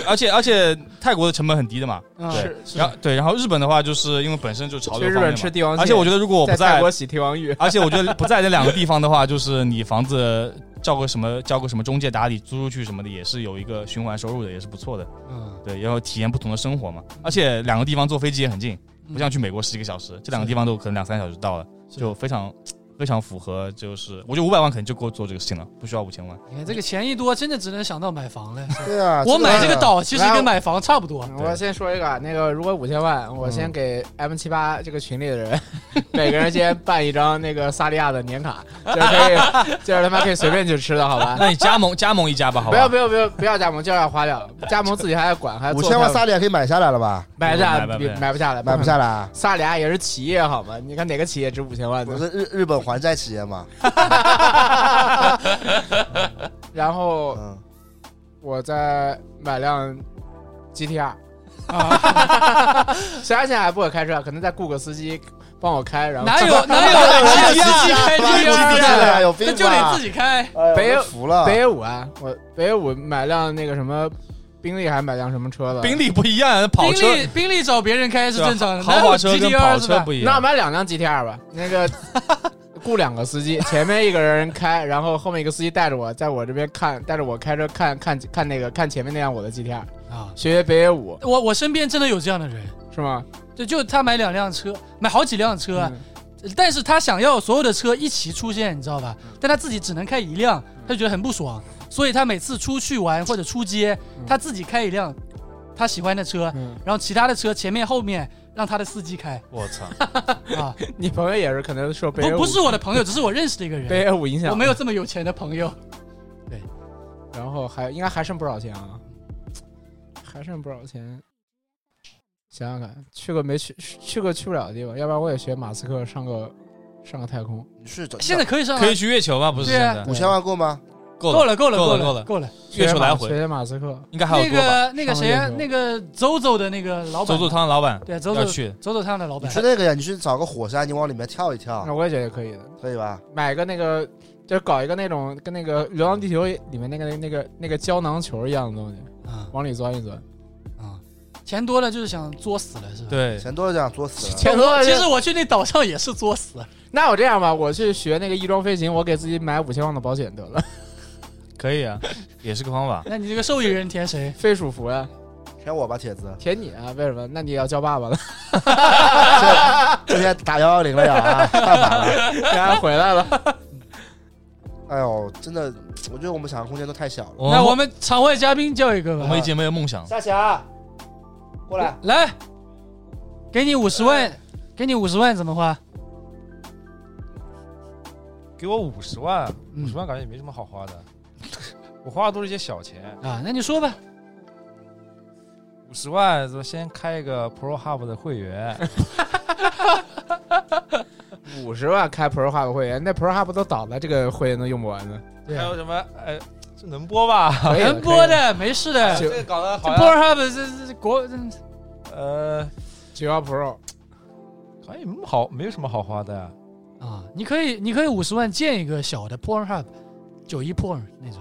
Speaker 6: 而且而且泰国的成本很低的嘛。
Speaker 3: 啊
Speaker 6: 对
Speaker 5: 嗯是是
Speaker 6: 然后对，然后日本的话，就是因为本身就潮
Speaker 5: 去
Speaker 6: 流
Speaker 5: 日
Speaker 6: 方面
Speaker 5: 本
Speaker 6: 嘛
Speaker 5: 吃帝王蟹，
Speaker 6: 而且我觉得如果我不
Speaker 5: 在泰
Speaker 6: 在
Speaker 5: 国洗帝王浴，
Speaker 6: 而且我觉得不在这两个地方的话，就是你房子照个什么交个什么中介打理租出去什么的，也是有一个循环收入的，也是不错的。
Speaker 3: 嗯，
Speaker 6: 对，然后体验不同的生活嘛。而且两个地方坐飞机也很近，不像去美国十几个小时，这两个地方都可能两三小时到了，
Speaker 3: 是
Speaker 6: 就非常非常符合。就是我觉得五百万可能就够做这个事情了，不需要 五千万。
Speaker 3: 你看这个钱一多，真的只能想到买房 了。
Speaker 4: 对啊，
Speaker 3: 我买这个岛其实
Speaker 5: 来
Speaker 3: 跟买房差不
Speaker 6: 嗯
Speaker 3: 多，
Speaker 5: 我先说一个啊，那个如果五千万，我先给 M 七八这个群里的人， 每个人先办一张那个萨利亚的年卡，就是可以，就是他妈可以随便去吃的，好吧？
Speaker 6: 那你加盟加盟一家吧， 好吧？
Speaker 5: 不要不要不要不要加盟，就要花掉，加盟自己还要管，还要
Speaker 4: 五
Speaker 5: 做
Speaker 4: 千万
Speaker 5: 菜
Speaker 4: 萨利亚可以买下来了吧？
Speaker 5: 买不下来
Speaker 6: 买不
Speaker 5: 比
Speaker 6: 买
Speaker 5: 买不下来，
Speaker 4: 买不下
Speaker 5: 来。
Speaker 4: 来啊，
Speaker 5: 萨利亚也是企业好吗？你看哪个企业值五千万
Speaker 4: 我
Speaker 5: 的？
Speaker 4: 是日日本还债企业嘛。
Speaker 5: 然后
Speaker 4: 嗯，
Speaker 5: 我再买辆 GTR，
Speaker 3: 啊，
Speaker 5: 虽然现在还不会开车，可能再雇个司机帮我开，然后
Speaker 3: 哪 有哪 有哪有
Speaker 6: 啊
Speaker 3: 司机开
Speaker 4: 哪有
Speaker 3: GTR
Speaker 4: 司机
Speaker 3: 的
Speaker 4: 啊？有病
Speaker 3: 那
Speaker 4: 吧
Speaker 3: 就得自己开。
Speaker 4: 哎呀
Speaker 5: 北
Speaker 4: 我都服了，
Speaker 5: 北野武啊，我北野武买辆那个什么宾利，还买辆什么车了？
Speaker 6: 宾利不一样，跑
Speaker 3: 宾
Speaker 6: 车
Speaker 3: 利宾利找别人开是
Speaker 6: 对吧
Speaker 3: 正常的，
Speaker 6: 豪
Speaker 3: 哪有
Speaker 6: 华车跟
Speaker 3: GTR
Speaker 6: 跑
Speaker 3: 是
Speaker 6: 车
Speaker 3: 吧
Speaker 6: 不一
Speaker 5: 那我
Speaker 6: 样。
Speaker 5: 买两辆 GTR 吧，那个雇两个司机，前面一个人开，然后后面一个司机带着我，在我这边看，带着我开车看看看那个看前面那辆我的 GTR，
Speaker 3: 啊，
Speaker 5: 学学北野武
Speaker 3: 我我身边真的有这样的人，
Speaker 5: 是吗？
Speaker 3: 就就他买两辆车，买好几辆车，啊
Speaker 5: 嗯
Speaker 3: 但是他想要所有的车一起出现，你知道吧？
Speaker 6: 嗯
Speaker 3: 但他自己只能开一辆，他就觉得很不爽，所以他每次出去玩或者出街，
Speaker 5: 嗯
Speaker 3: 他自己开一辆他喜欢的车，
Speaker 5: 嗯，
Speaker 3: 然后其他的车前面后面让他的司机开
Speaker 6: 我操！
Speaker 3: 啊，
Speaker 5: 你朋友也是可能受北野
Speaker 3: 不
Speaker 5: 武
Speaker 3: 不是我的朋友，只是我认识的一个
Speaker 5: 北
Speaker 3: 人，
Speaker 5: 野武影响，
Speaker 3: 我没有，这么有钱的朋 友。
Speaker 5: 然后还应该还剩不少钱啊，还剩不少钱。想想看，去个没去去个去不了的地方，要不然我也学马斯克上个上个太空。
Speaker 4: 你去找
Speaker 3: 现在可以上啊
Speaker 6: 可以去月球吧？不是
Speaker 3: 对
Speaker 6: 现
Speaker 3: 啊
Speaker 6: 在
Speaker 4: 五千万够吗？
Speaker 6: 够
Speaker 3: 够了够了
Speaker 6: 够
Speaker 3: 够
Speaker 6: 了够
Speaker 3: 了
Speaker 6: 了，
Speaker 3: 够了。
Speaker 6: 月球来
Speaker 5: 学
Speaker 6: 回
Speaker 5: 学马斯克，
Speaker 6: 应该还有
Speaker 3: 那
Speaker 6: 多吧？
Speaker 3: 个那个谁
Speaker 5: 上个月
Speaker 3: 啊，
Speaker 5: 球
Speaker 3: 那个 ZOZO 的那个老板
Speaker 6: 走
Speaker 3: 嘛，
Speaker 6: 走汤老板
Speaker 3: 对 ZOZO
Speaker 6: 要去，
Speaker 3: 走走趟的老
Speaker 4: 你
Speaker 3: 板
Speaker 4: 去，那个呀，你去找个火山，你往里面跳一跳
Speaker 6: 啊
Speaker 5: 那，我也觉得可以的。
Speaker 4: 可以吧？
Speaker 5: 买个那个，就是搞一个那种跟那个《流浪地球》里面那个那个那个胶囊球一样的东西，
Speaker 3: 啊
Speaker 5: 往里钻一钻。嗯
Speaker 3: 啊，钱多了就是想作死了，是吧？
Speaker 6: 对，
Speaker 4: 钱多了就想作死了。
Speaker 5: 钱多了就
Speaker 3: 其实我去那岛上也是作死，
Speaker 5: 那我这样吧，我去学那个翼装飞行，我给自己买五千万的保险得了，
Speaker 6: 可以啊，也是个方 法。
Speaker 3: 那你这个受益人填谁？
Speaker 5: 非属服呀，！
Speaker 4: 舔我吧，铁子
Speaker 5: 啊舔你啊？为什么？那你也要叫爸 爸了。
Speaker 4: 今天打幺幺零了呀，啊犯法了。
Speaker 5: 然后回来了，
Speaker 4: 哎呦，真的，我觉得我们想象空间都太小了。
Speaker 6: 们
Speaker 3: 那我们场外嘉宾叫一个吧。
Speaker 6: 我们一姐妹有梦想，
Speaker 5: 啊
Speaker 4: 夏霞，过来，
Speaker 3: 来，给你五十
Speaker 5: 哎
Speaker 3: 万，给你五十万怎么花？
Speaker 7: 给我五十万，
Speaker 3: 嗯
Speaker 7: 五十万感觉也没什么好花的，我花的都是一些小钱。
Speaker 3: 啊，那你说吧。
Speaker 7: 五十万，咱先开一个 Pro Hub 的会员，
Speaker 5: 五十万开 Pro Hub 会员，那 Pro Hub 都倒了，这个会员能用 不完呢。
Speaker 3: 对
Speaker 7: 还，有什么？哎，这能播吧？
Speaker 5: 可以
Speaker 3: 能播，的，没事的。
Speaker 7: 这个搞得
Speaker 3: 这
Speaker 7: 好像
Speaker 3: Pornhub 这这国嗯这
Speaker 7: 呃，
Speaker 5: 九幺 Pro
Speaker 7: 好像也没什么好，没有什么好花的呀。
Speaker 3: 啊，你可以你可以五十万建一个小的 Pornhub，九一 Porn 那种。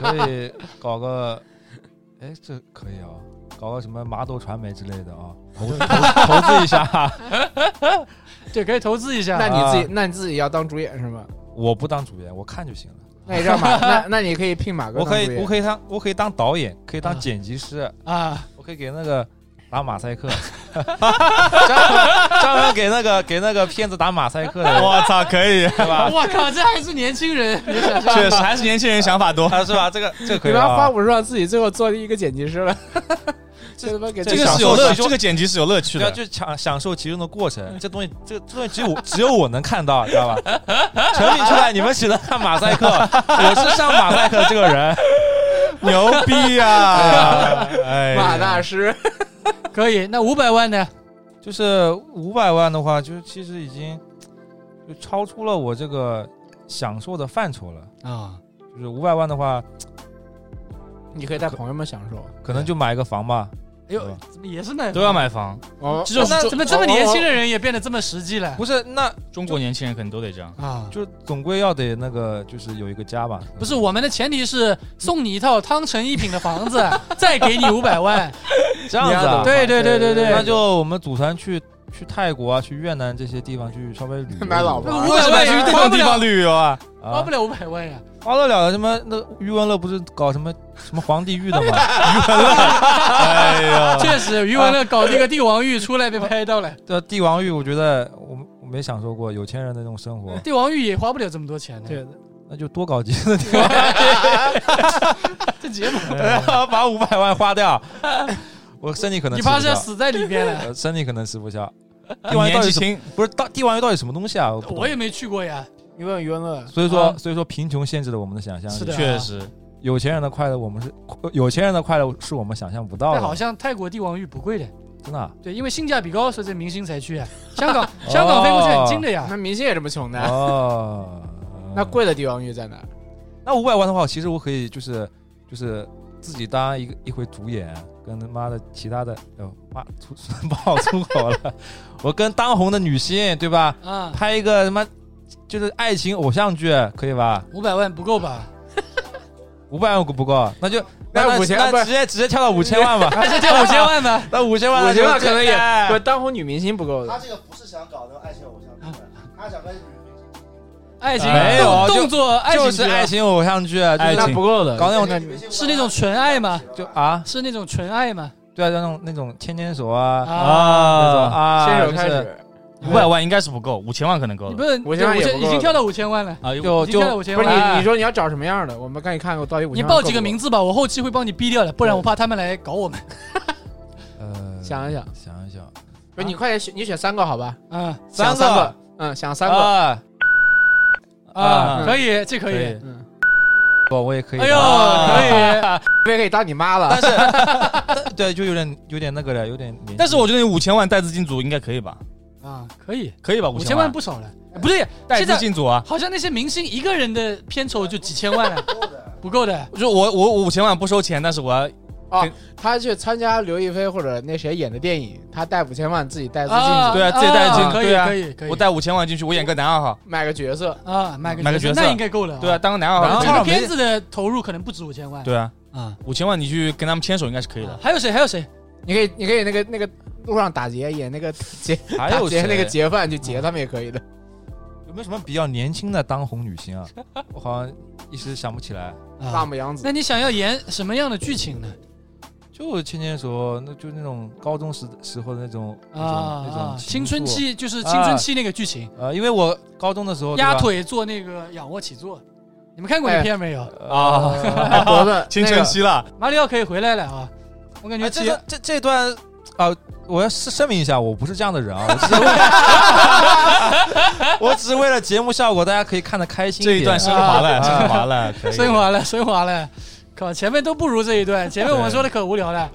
Speaker 7: 可以搞个，哎，这可以啊、搞个什么麻豆传媒之类的啊、投投投资一下。
Speaker 3: 对，可以投资一下。
Speaker 5: 那你自己，那你自己要当主演 是吗？
Speaker 7: 我不当主演，我看就行了。
Speaker 5: 那你让马，那那你可以聘马哥
Speaker 7: 我
Speaker 5: 当主
Speaker 7: 可
Speaker 5: 演。
Speaker 7: 以，我可以当，我可以当导演，可以当
Speaker 3: 啊
Speaker 7: 剪辑师，
Speaker 3: 啊，
Speaker 7: 我可以给那个打马赛 克，专门专门给那个给那个骗子打马赛克的，
Speaker 6: 我操，可以，
Speaker 7: 对吧？
Speaker 3: 我靠，这还是年轻人，你想象
Speaker 6: 确实还是年轻人想法多。
Speaker 7: 啊，是吧？这个这个可
Speaker 5: 你
Speaker 7: 以
Speaker 5: 不要花
Speaker 7: 啊。
Speaker 5: 五十万，自己最后做一个剪辑师 了。这他妈给
Speaker 6: 这
Speaker 7: 这
Speaker 6: 个
Speaker 7: 个
Speaker 6: 是有乐，
Speaker 7: 哎享受
Speaker 6: 这个剪辑是有乐趣
Speaker 7: 对啊，
Speaker 6: 的。
Speaker 7: 就享享受其中的过程，这东西，这这东西只有我只有我能看到，知道吧？成品出来，你们只能看马赛克，我是上马赛克这个人。
Speaker 6: 牛逼呀、哎呀，
Speaker 5: 马大师，
Speaker 3: 可以。那五百万呢？
Speaker 7: 就是五百万的话，就是其实已经就超出了我这个享受的范畴了。
Speaker 3: 啊，
Speaker 7: 就是五百万的话，
Speaker 5: 你可以带朋友们享受。
Speaker 7: 可能就买一个房吧。啊
Speaker 3: 哎呦，怎么也是那
Speaker 6: 都要买房，
Speaker 5: 哦，
Speaker 6: 这种
Speaker 3: 那
Speaker 6: 中
Speaker 3: 怎么这么年轻的人也变得这么实际了
Speaker 7: 不是，那
Speaker 6: 中国年轻人可能都得这样。
Speaker 3: 啊？
Speaker 7: 就总归要得那个，就是有一个家吧。
Speaker 3: 不是，我们的前提是送你一套汤臣一品的房子， 再给你五百万。
Speaker 7: 这样子 啊？
Speaker 3: 对对对对对，
Speaker 7: 那就我们组团去去泰国啊，去越南这些地方去稍微旅游
Speaker 5: 哦买老婆
Speaker 3: 五百万也
Speaker 6: 去这
Speaker 3: 花
Speaker 6: 种
Speaker 3: 不
Speaker 6: 地
Speaker 3: 了
Speaker 6: 方，旅游啊，
Speaker 3: 花
Speaker 7: 啊
Speaker 3: 不，了五百万呀。
Speaker 7: 花得了什么？那余文乐不是搞什么什么皇帝狱的吗？
Speaker 6: 哎呀，
Speaker 3: 确实，余文乐搞那个帝王玉出来被拍到 了，
Speaker 7: 这帝王狱，我觉得我我没享受过有钱人的那种生活，
Speaker 3: 帝王玉也花不了这么多钱呢。
Speaker 5: 对
Speaker 7: 那就多搞几次帝王
Speaker 3: 这节 目，
Speaker 7: 后 把五百万花掉， 我身体可能
Speaker 3: 你
Speaker 7: 吃不
Speaker 3: 怕是要
Speaker 7: 消，
Speaker 3: 死在里边了。
Speaker 7: 呃身体可能吃不消。帝
Speaker 6: 你
Speaker 7: 王鱼
Speaker 6: 年
Speaker 7: 到底
Speaker 6: 纪
Speaker 7: 什么？
Speaker 6: 轻，
Speaker 7: 不是到帝王鱼到底什么东西啊？ 我不懂
Speaker 3: 我也没去过呀，
Speaker 5: 你问余文乐，
Speaker 7: 所以说
Speaker 3: 啊
Speaker 7: 所以说贫穷限制了我们的想象
Speaker 3: 是
Speaker 7: 力
Speaker 3: 的，啊
Speaker 6: 确实，
Speaker 7: 有钱人的快乐我们是有钱人的快乐是我们想象不到
Speaker 3: 但好
Speaker 7: 的，
Speaker 3: 像泰国帝王玉不贵的，
Speaker 7: 真的啊。
Speaker 3: 对，因为性价比高，所以这明星才去 啊。香港，香港飞过去很近的呀。
Speaker 5: 那明星也这么穷的，，
Speaker 7: 哦
Speaker 5: 那贵的帝王玉在哪儿？
Speaker 7: 那五百万的话，其实我可以就是就是自己当一个一回主演，跟他妈的其他的，哎呦妈出 不好出口了，我跟当红的女星对吧，
Speaker 3: 啊，
Speaker 7: 拍一个他妈就是爱情偶像剧，可以吧？
Speaker 3: 五百万不够 吧？
Speaker 7: 五百万不够，那就
Speaker 5: 那
Speaker 7: 那
Speaker 5: 5000
Speaker 7: 那
Speaker 5: 不是
Speaker 7: 直接直接跳到五千万吧，
Speaker 3: 还是跳五千万 吧？
Speaker 7: 那五千万
Speaker 5: 我
Speaker 7: 那
Speaker 5: 觉
Speaker 7: 就
Speaker 5: 得可能也
Speaker 7: 哎
Speaker 5: 不当红女明星不够
Speaker 4: 他
Speaker 5: 的，
Speaker 4: 这个不是想搞那种爱情偶像剧，他想跟女明星。
Speaker 3: 爱情啊
Speaker 6: 没
Speaker 7: 哎有
Speaker 3: 动
Speaker 7: 就
Speaker 3: 动作爱情
Speaker 7: 就是
Speaker 3: 剧啊
Speaker 7: 爱情偶像剧，
Speaker 6: 爱
Speaker 7: 就是
Speaker 5: 那
Speaker 6: 情
Speaker 5: 不够的。
Speaker 7: 搞那种
Speaker 5: 那
Speaker 3: 是那种纯爱吗？
Speaker 7: 就啊，
Speaker 3: 是那种纯爱吗？
Speaker 7: 对啊，就那种那种牵牵手啊
Speaker 3: 啊，
Speaker 7: 那种
Speaker 6: 啊，
Speaker 7: 啊，
Speaker 5: 牵手开
Speaker 7: 就是
Speaker 5: 始，
Speaker 6: 五百万应该是不够，五千万可能够
Speaker 3: 你
Speaker 6: 了
Speaker 3: 不是
Speaker 5: 五千万
Speaker 3: 对
Speaker 5: 也
Speaker 3: 已
Speaker 5: 不够
Speaker 3: 经跳到五千万了，
Speaker 6: 啊。有
Speaker 7: 就
Speaker 3: 已经跳到
Speaker 7: 就
Speaker 3: 五千
Speaker 5: 不
Speaker 3: 万
Speaker 5: 是
Speaker 3: 了。
Speaker 5: 你你说你要找什么样的？我们赶紧看看我到底五
Speaker 3: 你
Speaker 5: 千万
Speaker 3: 报
Speaker 5: 够
Speaker 3: 几个
Speaker 5: 不够
Speaker 3: 名？字吧，我后期会帮你逼掉的，不然我怕他们来搞我们。
Speaker 7: 呃
Speaker 5: 想一想，
Speaker 7: 想一想，
Speaker 5: 不是你快点选，你选三个好吧？
Speaker 3: 啊
Speaker 5: 想三个，嗯，想三个，
Speaker 7: 啊，
Speaker 3: 啊，
Speaker 7: 啊
Speaker 3: 可以，这可
Speaker 7: 可
Speaker 3: 以
Speaker 7: 以。
Speaker 5: 嗯，
Speaker 7: 我我也可以。
Speaker 3: 哎呦，
Speaker 7: 啊
Speaker 3: 可以。
Speaker 5: 我也可以当你妈了。
Speaker 7: 但是但对，就有点有点那个了，有点年纪。
Speaker 6: 但是我觉得你五千万带资进组应该可以吧？
Speaker 3: 啊，可以，
Speaker 6: 可以吧？
Speaker 3: 五
Speaker 6: 千
Speaker 3: 千万不少了，哎不对，
Speaker 6: 带
Speaker 3: 现
Speaker 6: 资
Speaker 3: 在
Speaker 6: 进组啊？
Speaker 3: 好像那些明星一个人的片酬就几千万了， 不够的，
Speaker 6: 就我我我五千万不收钱，但是我要
Speaker 5: 他去参加刘亦菲或者那谁演的电影，他带五千万自己带资进
Speaker 3: 啊
Speaker 5: 组
Speaker 6: 对啊自己带进
Speaker 3: 啊可以
Speaker 6: 对啊
Speaker 3: 可以可以，
Speaker 6: 我带五千万进去，我演个男二号，
Speaker 5: 买个角色，
Speaker 3: 啊买个
Speaker 6: 买个角色
Speaker 3: 那应该够了，哦
Speaker 6: 对啊，，当个男二号
Speaker 7: 男
Speaker 3: 这
Speaker 6: 进去，
Speaker 7: 二
Speaker 3: 个
Speaker 7: 号
Speaker 3: 片子的投入可能不止五千万，
Speaker 6: 对啊，
Speaker 3: 啊，
Speaker 6: 五千万你去跟他们牵手应该是可以的
Speaker 3: 啊。还有谁还有谁
Speaker 5: 你可以你可以那个那个路上打劫演那个 劫
Speaker 7: 还
Speaker 5: 打
Speaker 7: 有
Speaker 5: 劫
Speaker 7: 谁
Speaker 5: 那个劫犯去劫他们也可以的。
Speaker 7: 有没有什么比较年轻的当红女星啊？我好像一时想不起来。
Speaker 5: 辣
Speaker 3: 啊？
Speaker 5: 目洋子
Speaker 3: 那你想要演什么样的剧情呢？
Speaker 7: 就牵牵手，那就那种高中时时候的那种那种、
Speaker 3: 啊啊
Speaker 7: 那种情
Speaker 3: 青春
Speaker 7: 愫。
Speaker 3: 期就是青春期那个剧情，
Speaker 7: 呃，因为我高中的时候
Speaker 3: 压
Speaker 7: 对吧
Speaker 3: 腿做那个仰卧起坐，你们看过那
Speaker 5: 哎
Speaker 3: 片没有？
Speaker 7: 呃
Speaker 6: 啊，
Speaker 5: 哎脖子
Speaker 6: 青
Speaker 5: 那
Speaker 6: 春
Speaker 5: 个
Speaker 6: 期了，
Speaker 3: 马里奥可以回来了啊！我感觉
Speaker 7: 哎，
Speaker 3: 七
Speaker 7: 这个这这段啊、我要声声明一下，我不是这样的人啊，我只是为 我只是为了节目效果，大家可以看得开心
Speaker 6: 这一段
Speaker 7: 点
Speaker 6: 升华了，
Speaker 7: 啊
Speaker 6: 升华 了， 可以
Speaker 3: 升华了，升华了。靠，前面都不如这一段，前面我们说的可无聊了。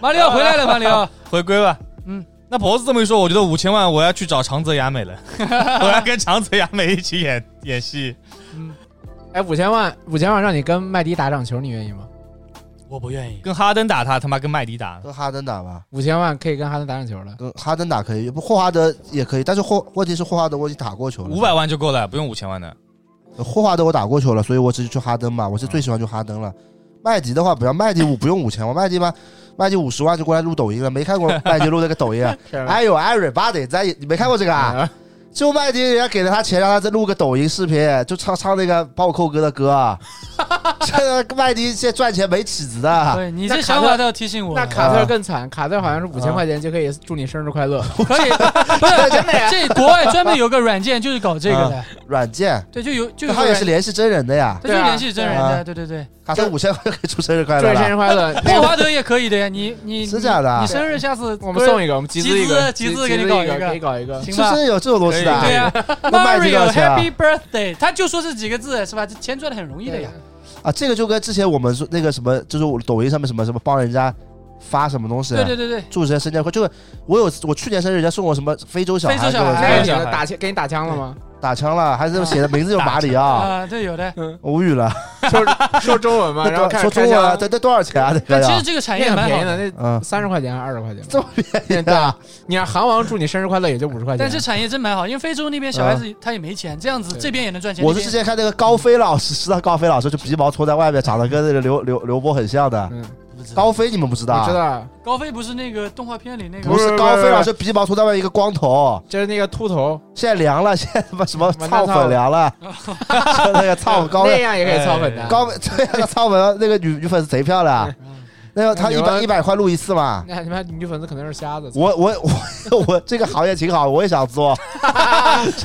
Speaker 3: 马里奥回来了，马里 奥，
Speaker 6: 回归吧。
Speaker 3: 嗯，
Speaker 6: 那婆子这么一说，我觉得五千万我要去找长泽雅 美了，我要跟长泽雅美一起演演戏。
Speaker 5: 哎，五千万，五千万让你跟麦迪打场球，你愿意吗？
Speaker 3: 我不愿意。
Speaker 6: 跟哈登打他，他妈跟麦迪打，
Speaker 4: 跟哈登打吧，
Speaker 5: 五千万可以跟哈登打场球了。
Speaker 4: 跟哈登打可以，不霍华德也可以，但是霍问题是霍华德我已经打过球了，
Speaker 6: 五百万就够了，不用五千万的。
Speaker 4: 霍华德我打过球了，所以我直接去哈登嘛，我
Speaker 3: 嗯
Speaker 4: 是最喜欢去哈登了。麦迪的话不要，麦迪我不用五千万，麦迪吧，麦迪五十万就过来录抖音了，没看过麦迪录那个 抖音啊？哎呦，everybody 在，你没看过这个
Speaker 3: 嗯
Speaker 4: 啊？
Speaker 5: 啊，
Speaker 4: 就麦迪人家给了他钱，让他再录个抖音视频，就唱唱那个暴扣哥的歌 啊。这个麦迪现在赚钱没起子的，
Speaker 3: 对你
Speaker 5: 那
Speaker 3: 这
Speaker 5: 卡
Speaker 3: 想
Speaker 5: 特
Speaker 3: 法倒提醒我
Speaker 5: 那
Speaker 3: 了，
Speaker 5: 卡特更惨，卡特好像是五千
Speaker 4: 啊
Speaker 5: 块钱就可以祝你生日快乐。
Speaker 3: 可以，不是真的这国外专门有个软件就是搞这个的，
Speaker 4: 软件，
Speaker 3: 对，就有就有个
Speaker 4: 啊他也是
Speaker 3: 软，
Speaker 4: 联系真人的呀。
Speaker 3: 它就联系真人
Speaker 4: 对啊
Speaker 3: 的，对对对。
Speaker 4: 卡特五千块可以出生日快
Speaker 5: 祝
Speaker 4: 乐
Speaker 5: 你生
Speaker 4: 了，
Speaker 5: 日快乐！那
Speaker 3: 霍
Speaker 5: 个
Speaker 3: 华德也可以的呀，你你
Speaker 4: 是假的啊
Speaker 3: 你生日下次
Speaker 5: 我们送一个，我们集资一个，
Speaker 3: 集
Speaker 5: 集
Speaker 3: 资集资
Speaker 5: 集
Speaker 3: 给
Speaker 5: 一
Speaker 3: 你搞一
Speaker 5: 个，
Speaker 3: 个
Speaker 5: 可以搞一个。
Speaker 3: 行
Speaker 4: 是
Speaker 3: 吧
Speaker 4: 真？的有这种东西的啊
Speaker 6: 可以
Speaker 3: 对呀
Speaker 4: 那麦迪多
Speaker 3: ，Mario
Speaker 4: 少钱啊
Speaker 3: Happy Birthday，他就说这几个字是吧？这钱赚的很容易的呀。
Speaker 4: 啊！这个就跟之前我们说那个什么，就是我抖音上面什么什么帮人家发什么东西，
Speaker 3: 对对对对，
Speaker 4: 祝谁生日快乐！就是我有我去年生日，人家送我什么非洲小孩
Speaker 3: 非洲小
Speaker 4: 给我
Speaker 3: 孩
Speaker 5: 那
Speaker 3: 哎
Speaker 5: 个
Speaker 6: 呀
Speaker 5: 女的打枪给你打枪了吗？
Speaker 4: 打枪了，还是写的名字就是马里奥，
Speaker 3: 啊，对有的。
Speaker 4: 我无语了。
Speaker 5: 说说中文嘛，
Speaker 4: 那
Speaker 5: 嗯然
Speaker 4: 多
Speaker 5: 后开 始
Speaker 4: 说
Speaker 5: 开
Speaker 4: 中文啊，
Speaker 5: 枪。
Speaker 4: 这这多少钱啊？这个
Speaker 3: 但其实
Speaker 4: 呀，
Speaker 3: 这个产
Speaker 5: 那
Speaker 3: 业
Speaker 5: 很
Speaker 3: 蛮
Speaker 5: 便宜
Speaker 3: 好的，
Speaker 5: 的，那
Speaker 4: 嗯，
Speaker 5: 三十块钱还是二十块钱吧？
Speaker 4: 这么便宜
Speaker 5: 对
Speaker 4: 的
Speaker 5: 啊，你让韩王祝你生日快乐也就五十块钱。
Speaker 3: 但这产业真蛮好，因为非洲那边小孩子他也没钱，这样子
Speaker 5: 对
Speaker 3: 这边也能赚钱。
Speaker 4: 我
Speaker 3: 那边
Speaker 4: 是之前看那个高飞老师，知道高飞老师就鼻毛戳在外面，长得跟那个刘刘刘波很像的。
Speaker 5: 嗯，
Speaker 4: 高飞你们不知道
Speaker 5: 我
Speaker 4: 啊？
Speaker 5: 知道，
Speaker 3: 高飞不是那个动画片里那个
Speaker 4: 不是高飞老师鼻毛戳在外面一个光头，
Speaker 5: 就是那个秃头，
Speaker 4: 现在凉了，现在他妈什么
Speaker 5: 完
Speaker 4: 操
Speaker 5: 蛋操
Speaker 4: 粉凉 了，说那个操高
Speaker 5: 那
Speaker 4: 飞
Speaker 5: 样也可以操粉的。
Speaker 4: 高飞 对那个操粉那个女女粉丝贼漂亮，那个她
Speaker 5: 那
Speaker 4: 一
Speaker 5: 你
Speaker 4: 百
Speaker 5: 们
Speaker 4: 一百块录一次嘛。
Speaker 5: 那你们女粉丝可能是瞎子。
Speaker 4: 我我我 我这个行业挺好，我也想做。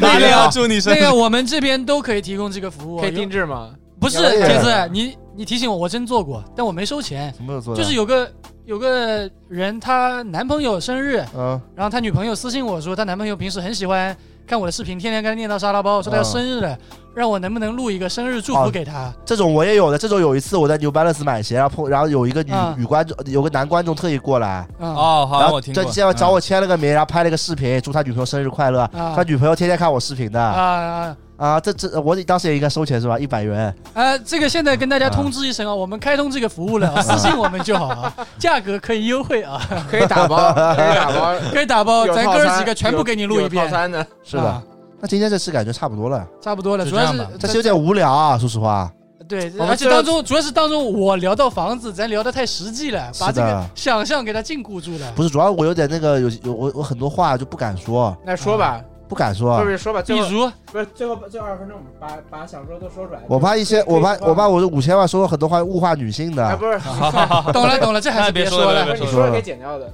Speaker 6: 马里奥祝你生
Speaker 3: 那
Speaker 6: 日
Speaker 3: 个，我们这边都可以提供这个服务啊
Speaker 5: 可。以定制吗？
Speaker 3: 不是
Speaker 4: 可以
Speaker 3: 铁子，你你提醒我，我真做过，但我没收钱。
Speaker 4: 什么时候做
Speaker 3: 就是有个有个人，她男朋友生日，
Speaker 4: 嗯
Speaker 3: 然后她女朋友私信我说，她男朋友平时很喜欢看我的视频，天天跟她念叨沙拉包，说他要生日了，让我能不能录一个生日祝福给她？
Speaker 4: 这种我也有的。这种有一次我在 New Balance 买鞋，然后碰，然后有一个女、
Speaker 3: 嗯
Speaker 4: 女观众，有个男观众特意过来，
Speaker 3: 啊，
Speaker 6: 哦，好
Speaker 4: 然
Speaker 6: 像
Speaker 4: 后
Speaker 6: 我听
Speaker 4: 这
Speaker 6: 过。嗯
Speaker 4: 这找我签了个名，然后拍了个视频，祝他女朋友生日快乐。
Speaker 3: 啊
Speaker 4: 他女朋友天天看我视频的
Speaker 3: 啊
Speaker 4: 啊
Speaker 3: 啊
Speaker 4: 这这我当时也应该收钱是吧？一百元，
Speaker 3: 啊！这个现在跟大家通知一声啊，我们开通这个服务了啊，私信我们就好啊，价格可以优惠啊，
Speaker 5: 可以打 包，可以打包。
Speaker 3: 可以打包，
Speaker 5: 有
Speaker 3: 哦咱
Speaker 5: 套
Speaker 3: 哥儿
Speaker 5: 餐
Speaker 3: 几个全部给你录
Speaker 5: 有
Speaker 3: 一遍
Speaker 5: 有套，餐的，
Speaker 4: 是的。
Speaker 3: 啊
Speaker 4: 那今天这次感觉差不多了，
Speaker 3: 差不多了，
Speaker 6: 就
Speaker 3: 主
Speaker 6: 这
Speaker 3: 要
Speaker 6: 样
Speaker 3: 是
Speaker 6: 吧
Speaker 4: 但是有点无聊啊，说实话。
Speaker 3: 对，
Speaker 5: 们
Speaker 3: 而且
Speaker 5: 这
Speaker 3: 当中主要是当中我聊到房子，咱聊的太实际了，把
Speaker 4: 是
Speaker 3: 这
Speaker 4: 的
Speaker 3: 个想象给它禁锢住了。
Speaker 4: 不是，主要我有点那个有有我我很多话就不敢说，
Speaker 5: 那说吧，
Speaker 4: 不敢
Speaker 5: 不
Speaker 4: 说。
Speaker 5: 是说吧，最
Speaker 3: 比
Speaker 5: 后
Speaker 3: 如，
Speaker 5: 不是最后最后二十分钟，把把想说都说出来。
Speaker 4: 我怕一些，我怕我怕我这五千万说了很多话物化女性
Speaker 5: 哎
Speaker 4: 的，
Speaker 5: 不是，
Speaker 6: 好好好，
Speaker 3: 懂了懂了，这还
Speaker 6: 那
Speaker 3: 是
Speaker 6: 别
Speaker 3: 别
Speaker 6: 说了
Speaker 3: 了
Speaker 5: 不是
Speaker 6: 别
Speaker 5: 你
Speaker 6: 说
Speaker 5: 说
Speaker 6: 了。
Speaker 5: 了可以剪掉的。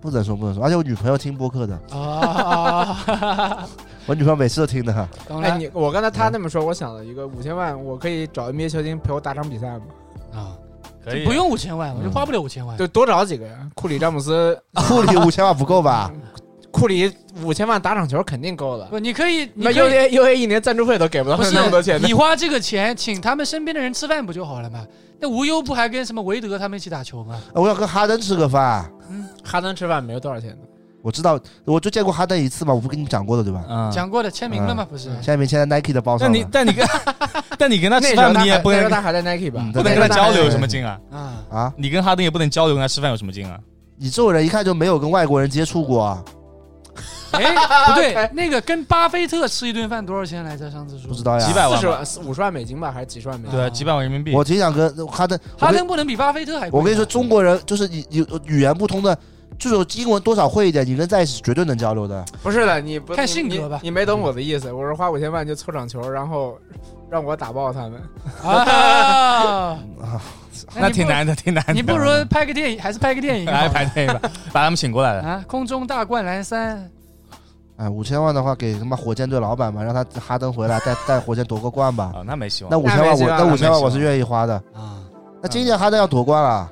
Speaker 4: 不能说不能说。而且我女朋友听播客的，
Speaker 3: 啊啊！
Speaker 4: 我女朋友每次都听的。
Speaker 3: 懂
Speaker 5: 哎，
Speaker 3: 了
Speaker 5: 你我刚才他那么说，我想了一个五千万，我可以找 NBA 球星陪我打场比赛吗？
Speaker 3: 啊，
Speaker 6: 可以
Speaker 3: 不用五千万，我就花不了五千万。
Speaker 5: 就多找几个呀，库里、詹姆 斯、
Speaker 4: 库里五千万不够吧？
Speaker 6: 嗯
Speaker 5: 库里五千万打场球肯定够了。
Speaker 3: 不，你可以，你
Speaker 5: 那
Speaker 3: 可
Speaker 5: U
Speaker 3: 以
Speaker 5: A U A 一年赞助费都给不到
Speaker 3: 不是
Speaker 5: 那么多钱的
Speaker 3: 你花这个钱请他们身边的人吃饭不就好了吗？那无忧不还跟什么韦德他们一起打球吗？
Speaker 4: 我想跟哈登吃个饭。
Speaker 5: 哈登吃饭没有多少钱的，
Speaker 4: 我知道，我就见过哈登一次嘛，我不跟你们讲过的对吧？
Speaker 6: 嗯，
Speaker 3: 讲过的，签名了吗？不是，
Speaker 4: 现在没签在 Nike 的包
Speaker 6: 那
Speaker 4: 上
Speaker 6: 你
Speaker 4: 了。
Speaker 6: 但你跟但你跟 他
Speaker 5: 那
Speaker 6: 吃
Speaker 5: 时候
Speaker 6: 饭，
Speaker 5: 他
Speaker 6: 你也
Speaker 5: 还
Speaker 6: 不
Speaker 5: 那时
Speaker 6: 能
Speaker 5: 候他还在 Nike 吧
Speaker 4: 嗯？
Speaker 6: 不能跟他交流有什么劲啊？
Speaker 3: 啊，
Speaker 4: 啊，
Speaker 6: 你跟哈登也不能交流，跟他吃饭有什么劲啊？
Speaker 4: 你这种人一看就没有跟外国人接触过，
Speaker 3: 哎，不对，那个跟巴菲特吃一顿饭多少钱来着？上次说
Speaker 4: 不知。道呀。
Speaker 6: 几百
Speaker 5: 四
Speaker 6: 万
Speaker 5: 十
Speaker 6: 吧，
Speaker 5: 万、四五十万美金吧，还是几十万美金？
Speaker 6: 对，啊几百万人民币。
Speaker 4: 我挺想跟哈登，
Speaker 3: 哈登不能比巴菲特还贵啊
Speaker 4: 我跟你说，
Speaker 3: 吧
Speaker 4: 中国人就是你你语言不通的，就是英文多少会一点，你跟在一起绝对能交流的。
Speaker 5: 不是的，你不
Speaker 3: 看
Speaker 5: 你
Speaker 3: 性格
Speaker 5: 你
Speaker 3: 吧
Speaker 5: 你没懂我的意思，我是花五千万就凑场球，然后让我打爆他们。
Speaker 3: 啊，
Speaker 6: 那
Speaker 3: 你不
Speaker 6: 挺难的，挺难的。哎
Speaker 3: 你不如拍个电影，还是拍个电影好
Speaker 6: 来
Speaker 3: 了
Speaker 6: 排队吧，把他们请过来了。
Speaker 3: 啊！空中大灌篮三，
Speaker 4: 哎，五千万的话给他妈火箭队老板嘛，让他哈登回来带带火箭夺个冠吧。
Speaker 6: 哦，那没希望。
Speaker 4: 那五千万我
Speaker 5: 那没希望
Speaker 4: 那
Speaker 5: 了
Speaker 4: 五千万我是愿意花的啊。那今年哈登要夺冠了，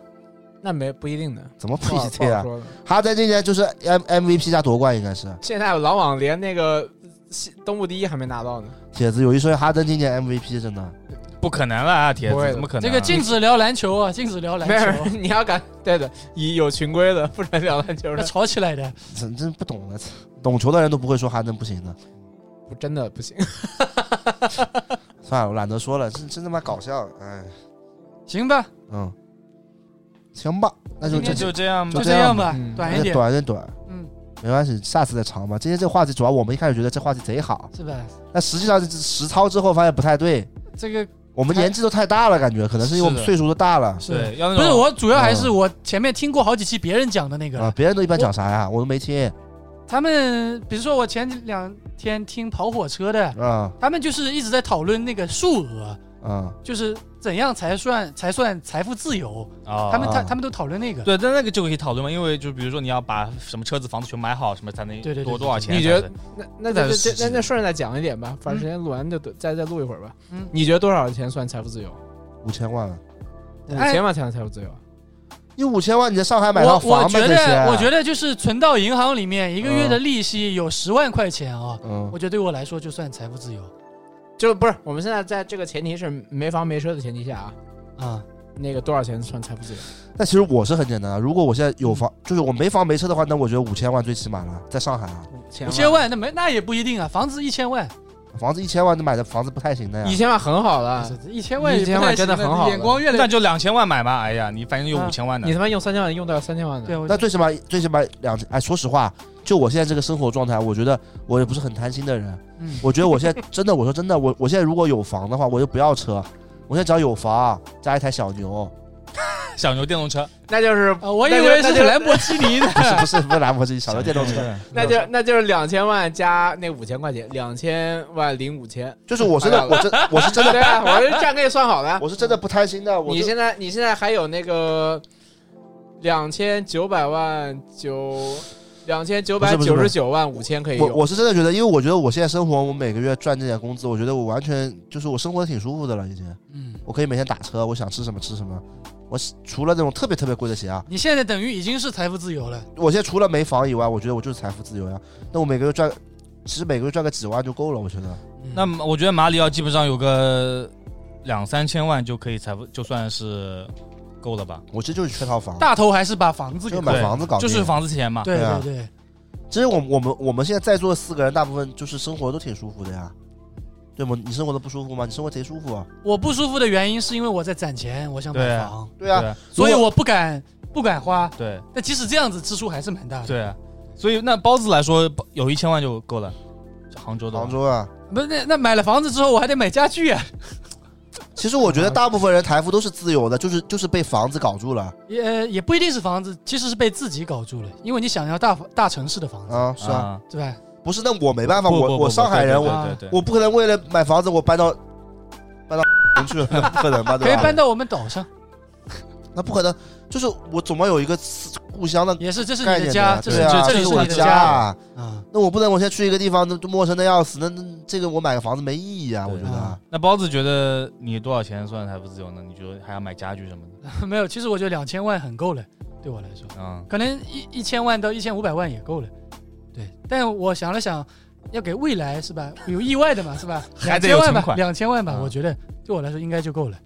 Speaker 5: 那没不一定的，
Speaker 4: 怎么
Speaker 5: 不
Speaker 4: 不
Speaker 5: 好
Speaker 4: 一
Speaker 5: 不
Speaker 4: 定
Speaker 5: 好
Speaker 4: 啊？
Speaker 5: 说的。
Speaker 4: 哈登今年就是 M MVP 加夺冠，应该是。
Speaker 5: 现在篮网连那个西东部第一还没拿到呢，
Speaker 4: 铁子有一说一，哈登今年 MVP 真的。
Speaker 6: 不可能啦，铁
Speaker 5: 不会
Speaker 6: 子
Speaker 5: 的
Speaker 6: 怎么可能啊？
Speaker 3: 这个禁止聊篮球啊，禁止聊篮
Speaker 5: 没有
Speaker 3: 球，，
Speaker 5: 你要敢对的，以有群规的， 不然聊篮球
Speaker 3: 要
Speaker 5: 的
Speaker 3: 吵起来的。
Speaker 4: 真真不懂了，懂球的人都不会说哈登不行的。
Speaker 5: 不真的不行。
Speaker 4: 算了，我懒得说了，真真他妈搞笑，哎，
Speaker 3: 行吧，
Speaker 4: 嗯，行吧，那就
Speaker 3: 今
Speaker 4: 这
Speaker 6: 就
Speaker 3: 天
Speaker 4: 就
Speaker 3: 就这
Speaker 4: 就。
Speaker 6: 就这样吧
Speaker 4: 这
Speaker 3: 样
Speaker 4: 样哎
Speaker 3: 吧
Speaker 5: 嗯，
Speaker 3: 短一点，
Speaker 4: 短就短，
Speaker 3: 嗯，
Speaker 4: 没关系，下次再长吧。今天这个话题主要我们一开始觉得这话题贼好，
Speaker 3: 是吧？
Speaker 4: 但实际上这实操之后发现不太对，
Speaker 3: 这个
Speaker 4: 我们年纪都太大了，感觉可能是因为我们
Speaker 6: 是的
Speaker 4: 岁数都大了
Speaker 3: 是
Speaker 6: 对，要那
Speaker 3: 不
Speaker 6: 种
Speaker 3: 是我主要还是
Speaker 4: 嗯
Speaker 3: 我前面听过好几期别人讲的那
Speaker 4: 啊
Speaker 3: 个，。
Speaker 4: 别人都一般讲啥呀？我都没听
Speaker 3: 他们比如说我前两天听跑火车的，
Speaker 4: 啊
Speaker 3: 他们就是一直在讨论那个数额，
Speaker 4: 啊
Speaker 3: 就是怎样才算才算财富自由。
Speaker 6: 啊
Speaker 3: 他们他他们都讨论那个。
Speaker 6: 对，但那个就可以讨论嘛，因为就比如说你要把什么车子、房子全买好，什么才能
Speaker 3: 对对对
Speaker 6: 多多少钱才
Speaker 5: 你觉
Speaker 6: 能？
Speaker 5: 得 那那
Speaker 6: 那
Speaker 5: 那嗯
Speaker 6: 才是
Speaker 5: 这
Speaker 6: 实际
Speaker 5: 那
Speaker 6: 的
Speaker 5: 那顺着再讲一点吧，反正时间录完就再再录一会儿吧。
Speaker 3: 嗯
Speaker 5: 你觉得多少钱算财富自由？
Speaker 4: 五千万，
Speaker 5: 五
Speaker 3: 哎
Speaker 5: 千万才算财富自由啊？
Speaker 4: 你五千万你在上海买
Speaker 3: 我
Speaker 4: 套
Speaker 3: 我
Speaker 4: 房
Speaker 3: 觉
Speaker 4: 呗？这些，啊
Speaker 3: 得我觉得就是存到银行里面一个月的利息有十万块钱啊，
Speaker 4: 嗯
Speaker 3: 我觉得对我来说就算财富自由
Speaker 5: 就不是我们现在在这个前提是没房没车的前提下啊，
Speaker 3: 啊。
Speaker 5: 那个多少钱算财富自由？
Speaker 4: 但其实我是很简单的，如果我现在
Speaker 3: 嗯
Speaker 4: 有房，就是我没房没车的话，那我觉得五千万最起码了，在上海啊，
Speaker 5: 五千
Speaker 3: 五千万那没那也不一定啊，房子一千万，
Speaker 4: 房子一千万，你买的房子不太行的呀。
Speaker 5: 一千万很好了，
Speaker 3: 这一千万也不
Speaker 5: 1000
Speaker 6: 啊
Speaker 3: 太
Speaker 5: 啊万
Speaker 3: 行
Speaker 5: 真的很好了
Speaker 3: 眼光越来
Speaker 6: 那
Speaker 3: 越
Speaker 6: 就两千万买吧。哎呀，你反正有
Speaker 3: 啊
Speaker 6: 五千万的
Speaker 5: 你，他妈用三千万用到三千万的，
Speaker 3: 对，我
Speaker 4: 那最起码最起码两千，哎，说实话，就我现在这个生活状态，我觉得我也不是很贪心的人。
Speaker 3: 嗯
Speaker 4: 我觉得我现在真的，我说真的，我我现在如果有房的话，我就不要车，我现在只要有房加一台小牛，
Speaker 6: 小牛电动车，
Speaker 5: 那就是
Speaker 3: 啊，我以
Speaker 5: 那就
Speaker 3: 为
Speaker 5: 那
Speaker 3: 是
Speaker 5: 就
Speaker 3: 兰博基尼呢。
Speaker 4: 不是不是不是兰博基尼，小牛电动车，
Speaker 5: 那就那就是两千万加那五千块钱，两千万零五千，
Speaker 4: 就是我真的我真我是真的
Speaker 5: 对啊，我是这样给你算好的。
Speaker 4: 我是真的不贪心的，我
Speaker 5: 你
Speaker 4: 就
Speaker 5: 现在你现在还有那个两千九百万九两千九百九十九万五千可以
Speaker 4: 我
Speaker 5: 用，
Speaker 4: 我是真的觉得，因为我觉得我现在生活，我每个月赚这点工资，我觉得我完全就是我生活的挺舒服的了，已经。
Speaker 3: 嗯，
Speaker 4: 我可以每天打车，我想吃什么吃什么。我是除了那种特别特别贵的鞋啊，
Speaker 3: 你现在等于已经是财富自由了，
Speaker 4: 我现在除了没房以外，我觉得我就是财富自由呀、那我每个月赚，其实每个月赚个几万就够了，我觉得。
Speaker 3: 嗯
Speaker 6: 那么我觉得马里奥基本上有个两三千万就可以财富，就算是够了吧？
Speaker 4: 我其实就是缺套房，
Speaker 3: 大头还是把房子给
Speaker 4: 就
Speaker 3: 搞
Speaker 4: 买
Speaker 6: 对
Speaker 4: 房子搞定。
Speaker 6: 就是。房子钱嘛。
Speaker 3: 对
Speaker 4: 对啊
Speaker 3: 对对，
Speaker 4: 其实我们我们我们现在在座的四个人，大部分就是生活都挺舒服的呀，对吗？你生活的不舒服吗？你生活贼舒服啊。
Speaker 3: 我不舒服的原因是因为我在攒钱，我想买
Speaker 6: 对
Speaker 3: 房，
Speaker 4: 对啊，
Speaker 3: 所以我不敢不敢花。
Speaker 6: 对
Speaker 3: 但即使这样子，支出还是蛮大的。
Speaker 6: 对对，所以那包子来说，有一千万就够了。杭州的话
Speaker 4: 杭州啊，
Speaker 3: 不是那那买了房子之后，我还得买家具啊，
Speaker 4: 其实我觉得大部分人财富都是自由的，就是就是被房子搞住了
Speaker 3: 也呃也不一定是房子，其实是被自己搞住了，因为你想要大大城市的房子，
Speaker 4: 啊，是啊，
Speaker 6: 啊，
Speaker 3: 对吧？
Speaker 4: 不是那我没办法，
Speaker 6: 不不
Speaker 4: 我
Speaker 6: 不
Speaker 4: 我上海人，
Speaker 6: 对
Speaker 4: 我
Speaker 6: 对对对
Speaker 4: 我不可能为了买房子我搬到搬到 去了，不可能吧？
Speaker 3: 可
Speaker 4: 对啊
Speaker 3: 以
Speaker 4: 吧？
Speaker 3: 搬到我们岛上，
Speaker 4: 那不可能，就是我总要有一个故乡的
Speaker 3: 也是这是
Speaker 4: 概
Speaker 3: 你的
Speaker 4: 念的
Speaker 3: 家，
Speaker 4: 呀，
Speaker 3: 这是
Speaker 4: 对啊
Speaker 3: 这
Speaker 4: 这
Speaker 3: 里
Speaker 4: 是
Speaker 3: 是
Speaker 4: 我
Speaker 3: 你的
Speaker 4: 家啊。
Speaker 3: 啊。
Speaker 4: 那我不能，我现在去一个地方，那都陌生的要死，那那这个我买个房子没意义啊，
Speaker 6: 对
Speaker 4: 我觉得
Speaker 3: 啊。
Speaker 6: 那包子觉得你多少钱算财富自由呢？你觉得还要买家具什么的？
Speaker 3: 没有，其实我觉得两千万很够了，对我来说，
Speaker 6: 啊、
Speaker 3: 可能一一千万到一千五百万也够了。对，但我想了想，要给未来是吧？有意外的嘛是吧？
Speaker 6: 还
Speaker 3: 两
Speaker 6: 得
Speaker 3: 千
Speaker 6: 有
Speaker 3: 万
Speaker 6: 存
Speaker 3: 吧，
Speaker 6: 款
Speaker 3: 两千万吧，
Speaker 6: 啊
Speaker 3: 我觉得对我来说应该就够
Speaker 4: 啊
Speaker 3: 了。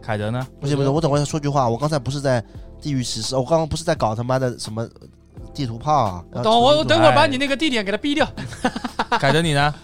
Speaker 6: 凯德呢？
Speaker 4: 不行不行，我等会儿说句话，我刚才不是在地域歧视，我刚刚不是在搞他妈的什么地图炮啊。
Speaker 3: 等我我等会儿把
Speaker 6: 哎
Speaker 3: 你那个地点给它逼掉。
Speaker 6: 凯德你呢？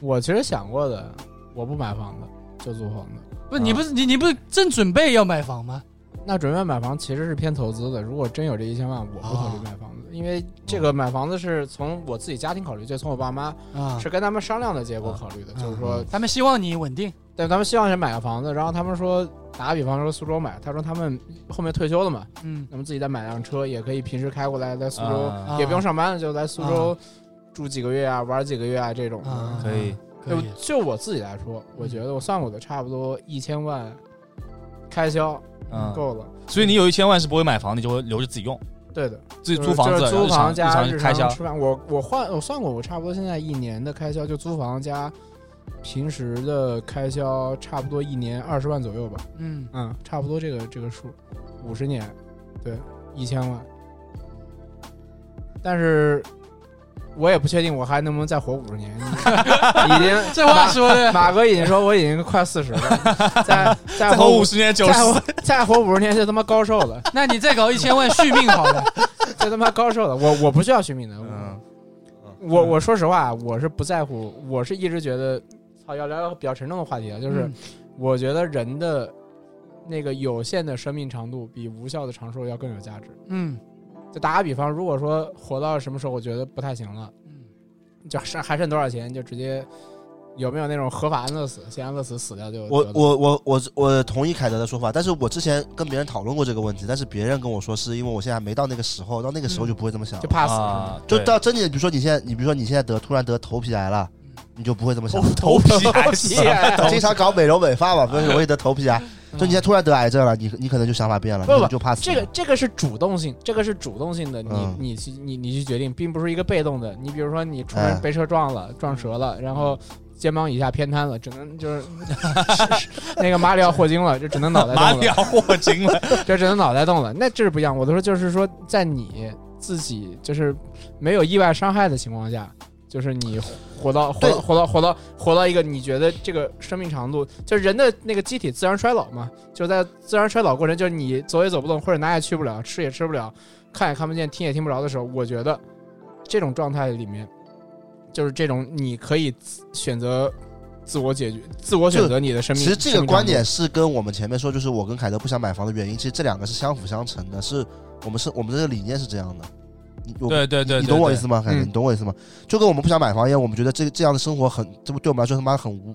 Speaker 5: 我其实想过的，我不买房子，就租房子。
Speaker 3: 不是你不是你你不是正准备要买房吗？
Speaker 5: 那准备买房其实是偏投资的，如果真有这一千万，我不
Speaker 3: 啊
Speaker 5: 考虑买房子，因为这个买房子是从我自己家庭考虑，就从我爸妈
Speaker 3: 啊，
Speaker 5: 是跟他们商量的结果考虑的，
Speaker 3: 啊
Speaker 5: 就是说
Speaker 3: 他们希望你稳定。
Speaker 5: 但他们希望先买个房子，然后他们说打个比方说苏州买，他说他们后面退休了嘛，
Speaker 3: 嗯，
Speaker 5: 那么自己再买辆车，也可以平时开过来，在苏州、
Speaker 6: 啊
Speaker 3: 啊
Speaker 5: 也不用上班了，就来苏州住几个月啊，玩几个月啊这种的。
Speaker 3: 啊
Speaker 6: 可以，
Speaker 3: 可
Speaker 5: 就
Speaker 3: 以。嗯
Speaker 5: 就我自己来说，我觉得我算过的差不多一千万开销
Speaker 3: 啊
Speaker 6: 嗯，
Speaker 5: 够了。
Speaker 6: 所以你有一千万是不会买房，你就会留着自己用，
Speaker 5: 对的，
Speaker 6: 自己租房子，
Speaker 5: 就是
Speaker 6: 然后
Speaker 5: 租
Speaker 6: 日常
Speaker 5: 房加
Speaker 6: 日常开销。
Speaker 5: 吃饭。我我换我算过，我差不多现在一年的开销就租房加平时的开销，差不多一年二十万左右吧。
Speaker 3: 嗯，
Speaker 5: 嗯，差不多这个这个数，五十年，对，一千万。但是，我也不确定我还能不能再活五十年。已经
Speaker 3: 这话说的，
Speaker 5: 马哥已经说我已经快四十了，再再
Speaker 6: 再活
Speaker 5: 活
Speaker 6: 五十年九
Speaker 5: 再
Speaker 6: 十，
Speaker 5: 活再活五十年就他妈高寿了，
Speaker 3: 那你再搞一千万续命好了。
Speaker 5: 就他妈高寿了。我我不需要续命的，
Speaker 4: 嗯，
Speaker 5: 我
Speaker 3: 嗯
Speaker 5: 我说实话，我是不在乎，我是一直觉得，操，要聊聊比较沉重的话题啊， 就是
Speaker 3: 嗯
Speaker 5: 我觉得人的那个有限的生命长度比无效的长寿要更有价值。
Speaker 3: 嗯
Speaker 5: 就打个比方，如果说活到什么时候我觉得不太行了，
Speaker 3: 嗯
Speaker 5: 就剩还剩多少钱，就直接有没有那种合法安乐死，先安乐死死掉就
Speaker 4: 我
Speaker 5: 得了
Speaker 4: 我我我我同意凯德的说法，但是我之前跟别人讨论过这个问题，但是别人跟我说是因为我现在还没到那个时候，到那个时候
Speaker 5: 嗯
Speaker 4: 就不会这么想了
Speaker 5: 就。怕死。
Speaker 7: 啊，
Speaker 4: 就
Speaker 7: 对
Speaker 4: 到真的，比如说你现在，你比如说你现在得突然得头皮癌了，你就不会这么想了。
Speaker 6: 头 皮还
Speaker 5: 屁啊
Speaker 4: 经常搞美容美发嘛，不是容易得头皮癌。啊就你现在突然得癌症了，你你可能就想法变了，
Speaker 5: 嗯不不
Speaker 4: 你就怕死。
Speaker 5: 这个这个是主动性，这个是主动性的，你、
Speaker 4: 嗯
Speaker 5: 你去你你去决定，并不是一个被动的。你比如说你出
Speaker 4: 哎嗯
Speaker 5: 门被车撞了，撞折了，然后肩膀以下偏瘫了，只能就是 那个马里奥霍金了，就只能脑袋
Speaker 6: 马
Speaker 5: 动
Speaker 6: 里
Speaker 5: 了，
Speaker 6: 奥霍金了，
Speaker 5: 就只能脑袋动了。那这是不一样，我都说就是说，在你自己就是没有意外伤害的情况下。就是你活到活
Speaker 4: 对
Speaker 5: 到活到活到活到一个你觉得这个生命长度，就是人的那个机体自然衰老嘛，就在自然衰老过程，就是你走也走不动，或者哪也去不了，吃也吃不了，看也看不见，听也听不着的时候，我觉得这种状态里面，就是这种你可以自选择自我解决、自我选择你的生命。
Speaker 4: 其实这个
Speaker 5: 生命长度
Speaker 4: 观点是跟我们前面说，就是我跟凯德不想买房的原因，其实这两个是相辅相成的，是我们是我们这个理念是这样的。你我
Speaker 6: 对对对，
Speaker 4: 你懂我意
Speaker 6: 思？
Speaker 4: 思吗？凯德，
Speaker 5: 嗯
Speaker 4: 你懂我意思吗？就跟我们不想买房一样，我们觉得这个这样的生活很，这不对我们来说他妈很无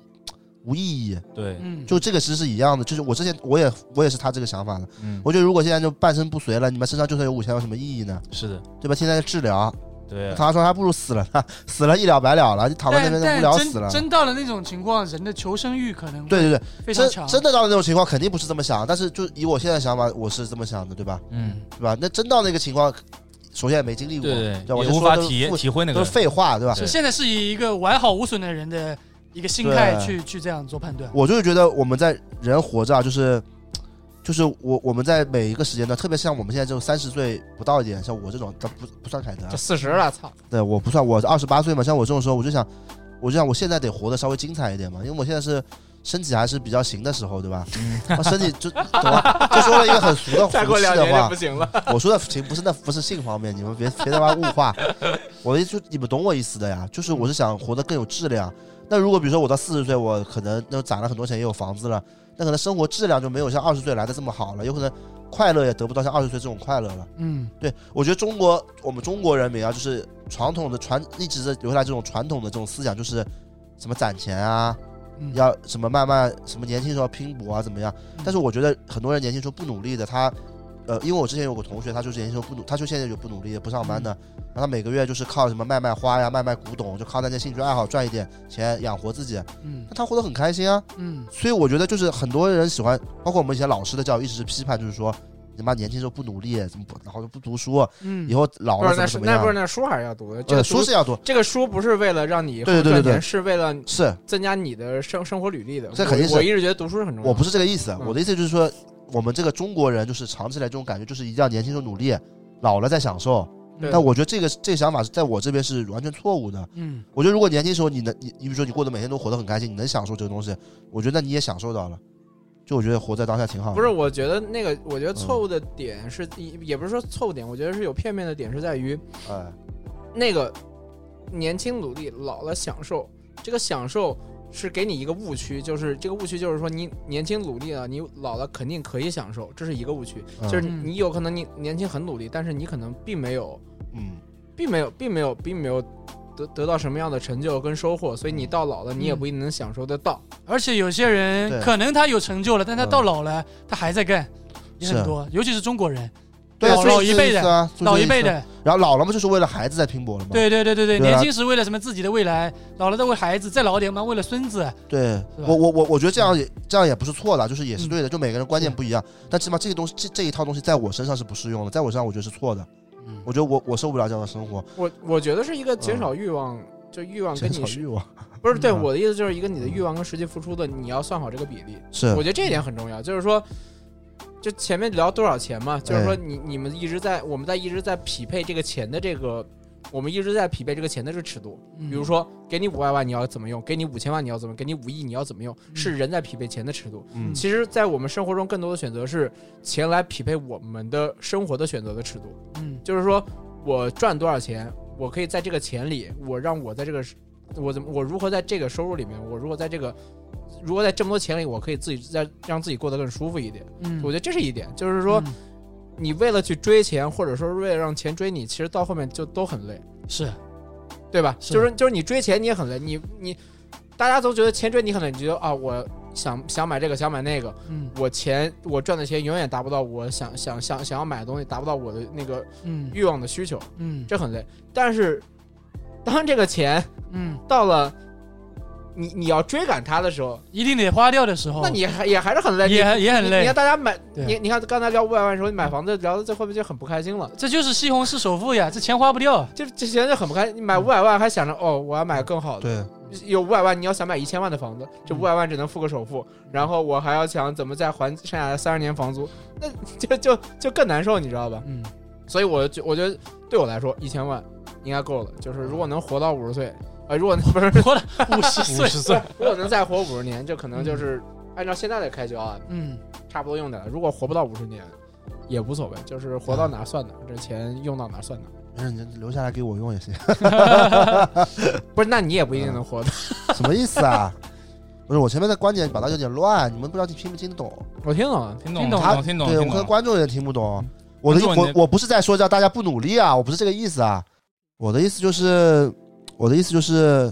Speaker 4: 无意义。
Speaker 6: 对，
Speaker 3: 嗯，
Speaker 4: 就这个其实是一样的，就是我之前我也我也是他这个想法的。
Speaker 6: 嗯，
Speaker 4: 我觉得如果现在就半身不遂了，你们身上就算有五千有什么意义呢？
Speaker 6: 是的，
Speaker 4: 对吧？现在治疗，
Speaker 6: 对，啊
Speaker 4: 他说还不如死了呢，死了一了百了了，你躺在那
Speaker 3: 但
Speaker 4: 边都无
Speaker 3: 但
Speaker 4: 聊死
Speaker 3: 真
Speaker 4: 了。
Speaker 3: 真到了那种情况，人的求生欲可能
Speaker 4: 对对对，
Speaker 3: 非常
Speaker 4: 真
Speaker 3: 强。
Speaker 4: 真的到了那种情况，肯定不是这么想。但是就以我现在想法，我是这么想的，对吧？
Speaker 6: 嗯，
Speaker 4: 对吧？那真到那个情况，首先也没经历过，
Speaker 6: 对
Speaker 4: 吧？我
Speaker 6: 也
Speaker 4: 就
Speaker 6: 无
Speaker 4: 说
Speaker 6: 法
Speaker 4: 都是
Speaker 6: 体
Speaker 4: 负
Speaker 6: 体会那
Speaker 4: 都
Speaker 6: 个
Speaker 4: 是废话，对吧？
Speaker 6: 对
Speaker 3: 现在是以一个完好无损的人的一个心态
Speaker 4: 对
Speaker 3: 去去这样做判断。
Speaker 4: 我就是觉得我们在人活着啊，就是就是我我们在每一个时间段，特别像我们现在这种三十岁不到一点，像我这种，咱不不算凯德啊，
Speaker 5: 就四十了，操！
Speaker 4: 对，我不算，我二十八岁嘛，像我这种时候，我就想，我就想我现在得活得稍微精彩一点嘛，因为我现在是身体还是比较行的时候，对 吧？我身体就懂吧？就说了一个很俗的
Speaker 5: 再
Speaker 4: 俗
Speaker 5: 过
Speaker 4: 气
Speaker 5: 两
Speaker 4: 的
Speaker 5: 年就
Speaker 4: 话
Speaker 5: 不，行了。
Speaker 4: 我说的情不是那不是性方面，你们别别他妈物 化，我的意思就你们懂我意思的呀，就是
Speaker 5: 嗯
Speaker 4: 我是想活得更有质量。那如果比如说我到四十岁，我可能那攒了很多钱，也有房子了，那可能生活质量就没有像二十岁来的这么好了，有可能快乐也得不到像二十岁这种快乐了。
Speaker 3: 嗯
Speaker 4: 对，我觉得中国我们中国人民啊，就是传统的传一直的留下来这种传统的这种思想，就是什么攒钱啊，
Speaker 3: 嗯，
Speaker 4: 要什么慢慢什么年轻时候拼搏啊，怎么样？但是我觉得很多人年轻时候不努力的，他呃，因为我之前有个同学，他就是年轻时候不努，他就现在就不努力，不上班的，
Speaker 3: 嗯
Speaker 4: 然后他每个月就是靠什么卖卖花呀、卖卖古董，就靠那些兴趣爱好赚一点钱养活自己，
Speaker 3: 嗯
Speaker 4: 那他活得很开心啊。
Speaker 3: 嗯
Speaker 4: 所以我觉得就是很多人喜欢，包括我们以前老师的教育一直是批判，就是说。你妈年轻时候不努力，怎么不，然后就不读书，
Speaker 3: 嗯，
Speaker 4: 以后老
Speaker 5: 不
Speaker 4: 了
Speaker 5: 是，
Speaker 4: 怎么怎
Speaker 5: 那是
Speaker 4: 么
Speaker 5: 那
Speaker 4: 样
Speaker 5: 不是？那书还是要读的。这
Speaker 4: 呃，
Speaker 5: 个书
Speaker 4: 书是要读，
Speaker 5: 这个书不是为了让你
Speaker 4: 对对对
Speaker 5: 赚
Speaker 4: 对
Speaker 5: 钱，
Speaker 4: 对
Speaker 5: 是为了
Speaker 4: 是
Speaker 5: 增加你的生生活履历的。
Speaker 4: 这肯定是
Speaker 5: 我我一直觉得读书是很重要的。
Speaker 4: 我不是这个意思，
Speaker 5: 嗯
Speaker 4: 我的意思就是说，我们这个中国人就是长期以来这种感觉，就是一定要年轻时候努力，老了再享受。
Speaker 5: 对，
Speaker 4: 但我觉得这个这个想法是在我这边是完全错误的。
Speaker 3: 嗯
Speaker 4: 我觉得如果年轻时候你能，你你比如说你过得每天都活得很开心，你能享受这个东西，我觉得那你也享受到了。就我觉得活在当下挺好的。
Speaker 5: 不是，我觉得那个，我
Speaker 4: 嗯
Speaker 5: 觉得错误的点是，也也不是说错误点，我觉得是有片面的点是在于
Speaker 4: 哎，
Speaker 5: 那个年轻努力，老了享受，这个享受是给你一个误区，就是这个误区就是说你年轻努力了，你老了肯定可以享受，这是一个误区，
Speaker 4: 嗯
Speaker 5: 就是你有可能你年轻很努力，但是你可能并没有，
Speaker 4: 嗯，
Speaker 5: 并没有，并没有，并没有得得到什么样的成就跟收获，所以你到老了，
Speaker 4: 嗯
Speaker 5: 你也不一定能享受得到。
Speaker 3: 而且有些人
Speaker 4: 对
Speaker 3: 可能他有成就了，但他
Speaker 4: 嗯
Speaker 3: 到老了，他还在干，也
Speaker 4: 是
Speaker 3: 很多，尤其是中国人，
Speaker 4: 对啊，
Speaker 3: 老
Speaker 4: 所以
Speaker 3: 老一辈的
Speaker 4: 就是这个意思啊，就是这个
Speaker 3: 老一辈
Speaker 4: 意思啊，
Speaker 3: 的，
Speaker 4: 然后老了嘛，就是为了孩子在拼搏了嘛。
Speaker 3: 对对对对对，
Speaker 4: 对啊
Speaker 3: 年轻时为了什么自己的未来，老了再为孩子，再老一点嘛，为了孙子，
Speaker 4: 对
Speaker 3: 是吧
Speaker 4: 我我我我觉得这样也这样也不是错的，就是也是
Speaker 3: 嗯
Speaker 4: 对的，就每个人观念不一样。但起码这个东西这这一套东西在我身上是不适用的，在我身上我觉得是错的。
Speaker 3: 嗯
Speaker 4: 我觉得我我受不了这样的生活，
Speaker 5: 我我觉得是一个减少欲望，就欲望跟
Speaker 4: 嗯减少
Speaker 5: 你是
Speaker 4: 欲望
Speaker 5: 不是对
Speaker 4: 嗯
Speaker 5: 我的意思就是一个你的欲望跟实际付出的，你要算好这个比例。
Speaker 4: 是
Speaker 5: 我觉得这一点很重要，就是说，就前面聊多少钱嘛，就是
Speaker 4: 哎
Speaker 5: 说你你们一直在我们在一直在匹配这个钱的这个，我们一直在匹配这个钱的这个尺度。
Speaker 3: 嗯
Speaker 5: 比如说，给你五百万你要怎么用，给你五千万你要怎么，给你五亿你要怎么用，
Speaker 3: 嗯
Speaker 5: 是人在匹配钱的尺度。
Speaker 4: 嗯
Speaker 5: 其实，在我们生活中，更多的选择是钱来匹配我们的生活的选择的尺度。
Speaker 3: 嗯
Speaker 5: 就是说我赚多少钱，我可以在这个钱里，我让我在这个，我怎么我如何在这个收入里面，我如果在这个，如果在这么多钱里，我可以自己再让自己过得更舒服一点。
Speaker 3: 嗯，
Speaker 5: 我觉得这是一点，就是说
Speaker 3: 嗯
Speaker 5: 你为了去追钱，或者说是为了让钱追你，其实到后面就都很累，
Speaker 3: 是
Speaker 5: 对吧？
Speaker 3: 是
Speaker 5: 就是就是你追钱你也很累，你你大家都觉得钱追你很累，你觉得啊我。想想买这个，想买那个，
Speaker 3: 嗯
Speaker 5: 我钱我赚的钱永远达不到我想想想想要买的东西，达不到我的那个
Speaker 3: 嗯
Speaker 5: 欲望的需求。
Speaker 3: 嗯
Speaker 5: 这很累。但是，当这个钱
Speaker 3: 嗯，
Speaker 5: 到了你你要追赶它的时候，
Speaker 3: 一定得花掉的时候，
Speaker 5: 那你还也还是很累，
Speaker 3: 哦也
Speaker 5: 你
Speaker 3: 很也很
Speaker 5: 你你
Speaker 3: 累
Speaker 5: 看，大家买，
Speaker 3: 对
Speaker 5: 你你看刚才聊五百万的时候，你买房子聊到最后面就很不开心了。
Speaker 3: 这就是西红柿首富呀，这钱花不掉啊。
Speaker 5: 就之前就很不开心，你买
Speaker 3: 嗯
Speaker 5: 五百万还想着哦，我要买更好的。
Speaker 4: 对，
Speaker 5: 有五百万，你要想买一千万的房子，这五
Speaker 6: 嗯
Speaker 5: 百万只能付个首付，然后我还要想怎么再还剩下的三十年房租，那就就就更难受，你知道 吧？
Speaker 3: 嗯，
Speaker 5: 所以我就我觉得对我来说，一千万应该够了。就是如果能活到五十岁，呃，如果能不是
Speaker 3: 活了五十岁，
Speaker 6: 十岁，嗯
Speaker 5: 如果能再活五十年，这可能就是按照现在的开销啊，
Speaker 3: 嗯，
Speaker 5: 差不多用点儿。如果活不到五十年，也无所谓，就是活
Speaker 6: 嗯
Speaker 5: 到哪儿算哪儿，这钱用到哪儿算哪儿。
Speaker 4: 没事，你留下来给我用也行。
Speaker 5: 不是，那你也不一
Speaker 6: 嗯
Speaker 5: 定能活到。
Speaker 4: 什么意思啊？ 不是我前面的观点表达有点乱，你们不知道听不听得懂。
Speaker 5: 我听懂了，
Speaker 6: 听懂
Speaker 3: 听
Speaker 6: 了
Speaker 3: 懂
Speaker 6: 懂
Speaker 4: 他
Speaker 6: 了听懂了
Speaker 4: 对我
Speaker 6: 听
Speaker 4: 可能
Speaker 6: 懂了。嗯
Speaker 4: 观众也听不懂。我的
Speaker 6: 观众
Speaker 4: 我
Speaker 6: 你
Speaker 4: 我不是在说叫大家不努力啊，我不是这个意思啊。我的意思就是，我的意思就是，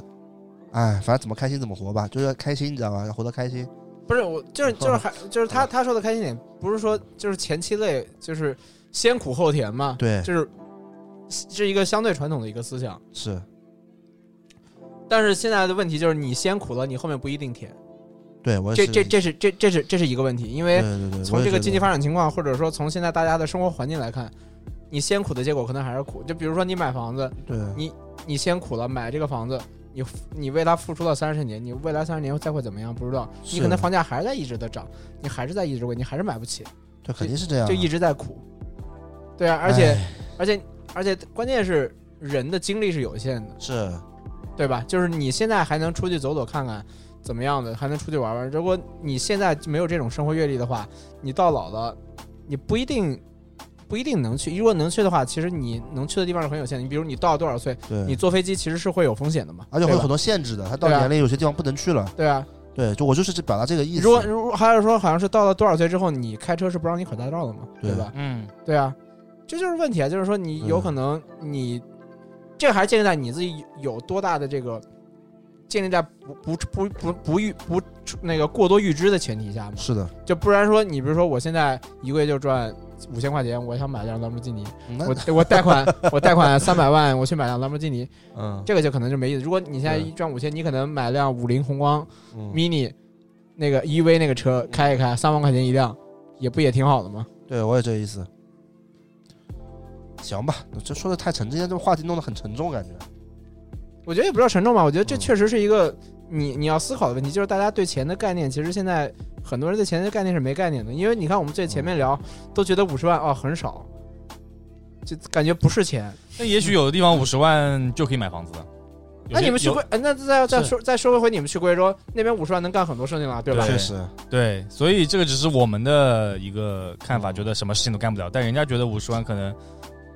Speaker 4: 哎，反正怎么开心怎么活吧，就是要开心，你知道吧？要活得开心。
Speaker 5: 不是我， 就是就是还就是他他说的开心点，不是说就是前期累，就是先苦后甜嘛，
Speaker 4: 对，
Speaker 5: 就是是一个相对传统的一个思想。
Speaker 4: 是，
Speaker 5: 但是现在的问题就是，你先苦了，你后面不一定甜。
Speaker 4: 对我也
Speaker 5: 这
Speaker 4: 呃是
Speaker 5: 这这是这这是这是一个问题，因
Speaker 4: 对
Speaker 5: 为
Speaker 4: 对对，
Speaker 5: 从这个经济
Speaker 4: 展
Speaker 5: 发展情况，或者说从现在大家的生活环境来看，你先苦的结果可能还是苦。就比如说你买房子，
Speaker 4: 对
Speaker 5: 你你先苦了买这个房子，你你为它付出了三十年，你未来三十年再会怎么样不知道，
Speaker 4: 是
Speaker 5: 你可能房价还是在一直的涨，你还是在一直贵，你还是买不起，
Speaker 4: 对肯定是这样啊，
Speaker 5: 就一直在苦。对啊，而且
Speaker 4: 哎
Speaker 5: 而且而且关键是人的精力是有限的，
Speaker 4: 是
Speaker 5: 对吧？就是你现在还能出去走走看看，怎么样的，还能出去玩玩。如果你现在没有这种生活阅历的话，你到老了，你不一定不一定能去。如果能去的话，其实你能去的地方是很有限的。你比如你到了多少岁，
Speaker 4: 对，
Speaker 5: 你坐飞机其实是会有风险的嘛，
Speaker 4: 而且会有
Speaker 5: 对
Speaker 4: 很
Speaker 5: 吧
Speaker 4: 多限制的，他到
Speaker 5: 对啊
Speaker 4: 年龄有些地方不能去了。
Speaker 5: 对啊。
Speaker 4: 对，就我就是这表达这个意思。
Speaker 5: 如果如果还有说，好像是到了多少岁之后，你开车是不让你考驾照的嘛，
Speaker 4: 对
Speaker 5: 对吧？
Speaker 6: 嗯，
Speaker 5: 对啊，这就是问题啊，就是说你有
Speaker 4: 嗯
Speaker 5: 可能你、这个还是建立在你自己有多大的这个建立在不不不不不预不那个过多预知的前提下嘛，
Speaker 4: 是的，
Speaker 5: 就不然说你比如说我现在一个月就赚五千块钱，我想买辆兰博基尼，
Speaker 4: 那
Speaker 5: 我我贷款我贷款三百万，我去买辆兰博基尼，
Speaker 4: 嗯
Speaker 5: 这个就可能就没意思。如果你现在
Speaker 4: 对
Speaker 5: 赚五千，你可能买辆五菱宏光
Speaker 4: 嗯
Speaker 5: mini 那个 EV 那个车开一开，三万块钱一辆，也不也挺好的吗？
Speaker 4: 对我也这意思。行吧，这说的太沉，今天这个话题弄得很沉重，感觉。
Speaker 5: 我觉得也不知道沉重吧，我觉得这
Speaker 4: 嗯
Speaker 5: 确实是一个你你要思考的问题，就是大家对钱的概念，其实现在很多人对钱的概念是没概念的，因为你看我们最前面聊、都觉得五十万哦很少，就感觉不是钱。
Speaker 6: 那也许有的地方五十万就可以买房子了。有
Speaker 5: 那
Speaker 6: 些
Speaker 5: 你们去
Speaker 6: 有
Speaker 5: 贵，哎那再再
Speaker 3: 是
Speaker 5: 说再说回你们去贵州那边五十万能干很多事情了，对吧？
Speaker 6: 对
Speaker 4: 确实，
Speaker 6: 对，所以这个只是我们的一个看法，
Speaker 4: 嗯
Speaker 6: 觉得什么事情都干不了，但人家觉得五十万可能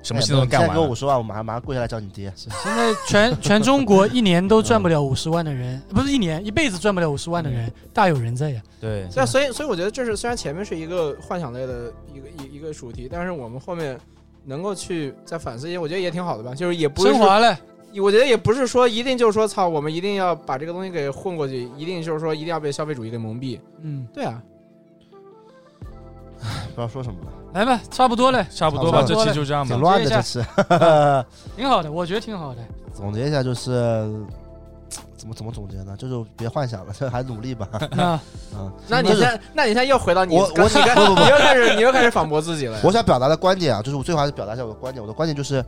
Speaker 6: 什么
Speaker 4: 哎
Speaker 6: 事情
Speaker 4: 不是你
Speaker 6: 都
Speaker 4: 现
Speaker 6: 干
Speaker 4: 在
Speaker 6: 完
Speaker 4: 给我
Speaker 6: 了
Speaker 4: 五。十万，我马上马上跪下来叫你爹。
Speaker 3: 现在全全中国一年都赚不了五十万的人，不是一年一辈子赚不了五十万的人，大有人在呀。
Speaker 6: 对，
Speaker 5: 那所以所以我觉得这是虽然前面是一个幻想类的一个一一个主题，但是我们后面能够去再反思一些，我觉得也挺好的吧，就是也不是
Speaker 3: 升
Speaker 5: 说
Speaker 3: 华了，
Speaker 5: 我觉得也不是说一定就是说操，我们一定要把这个东西给混过去，一定就是说一定要被消费主义给蒙蔽。
Speaker 3: 嗯，
Speaker 5: 对啊，
Speaker 4: 不知道说什么了，
Speaker 3: 来吧，差不多了，
Speaker 6: 差不多吧，
Speaker 4: 差不
Speaker 6: 这
Speaker 3: 多
Speaker 6: 期
Speaker 3: 了
Speaker 6: 就这样吧
Speaker 4: 挺。乱的
Speaker 3: 总
Speaker 4: 这
Speaker 3: 结
Speaker 4: 次。
Speaker 3: 挺好的，我觉得挺好的。
Speaker 4: 总结一下就是，怎么怎么总结呢？就是别幻想了，这还努力吧。
Speaker 3: 那
Speaker 4: 嗯，
Speaker 5: 那你
Speaker 4: 就是
Speaker 5: 现在，那你现在又回到你，
Speaker 4: 我我
Speaker 5: 你看
Speaker 4: 不不不
Speaker 5: 你又开始你又开始反驳自己了呀。
Speaker 4: 我想表达的观点啊，就是我最后还是表达一下我的观点。我的观点就是，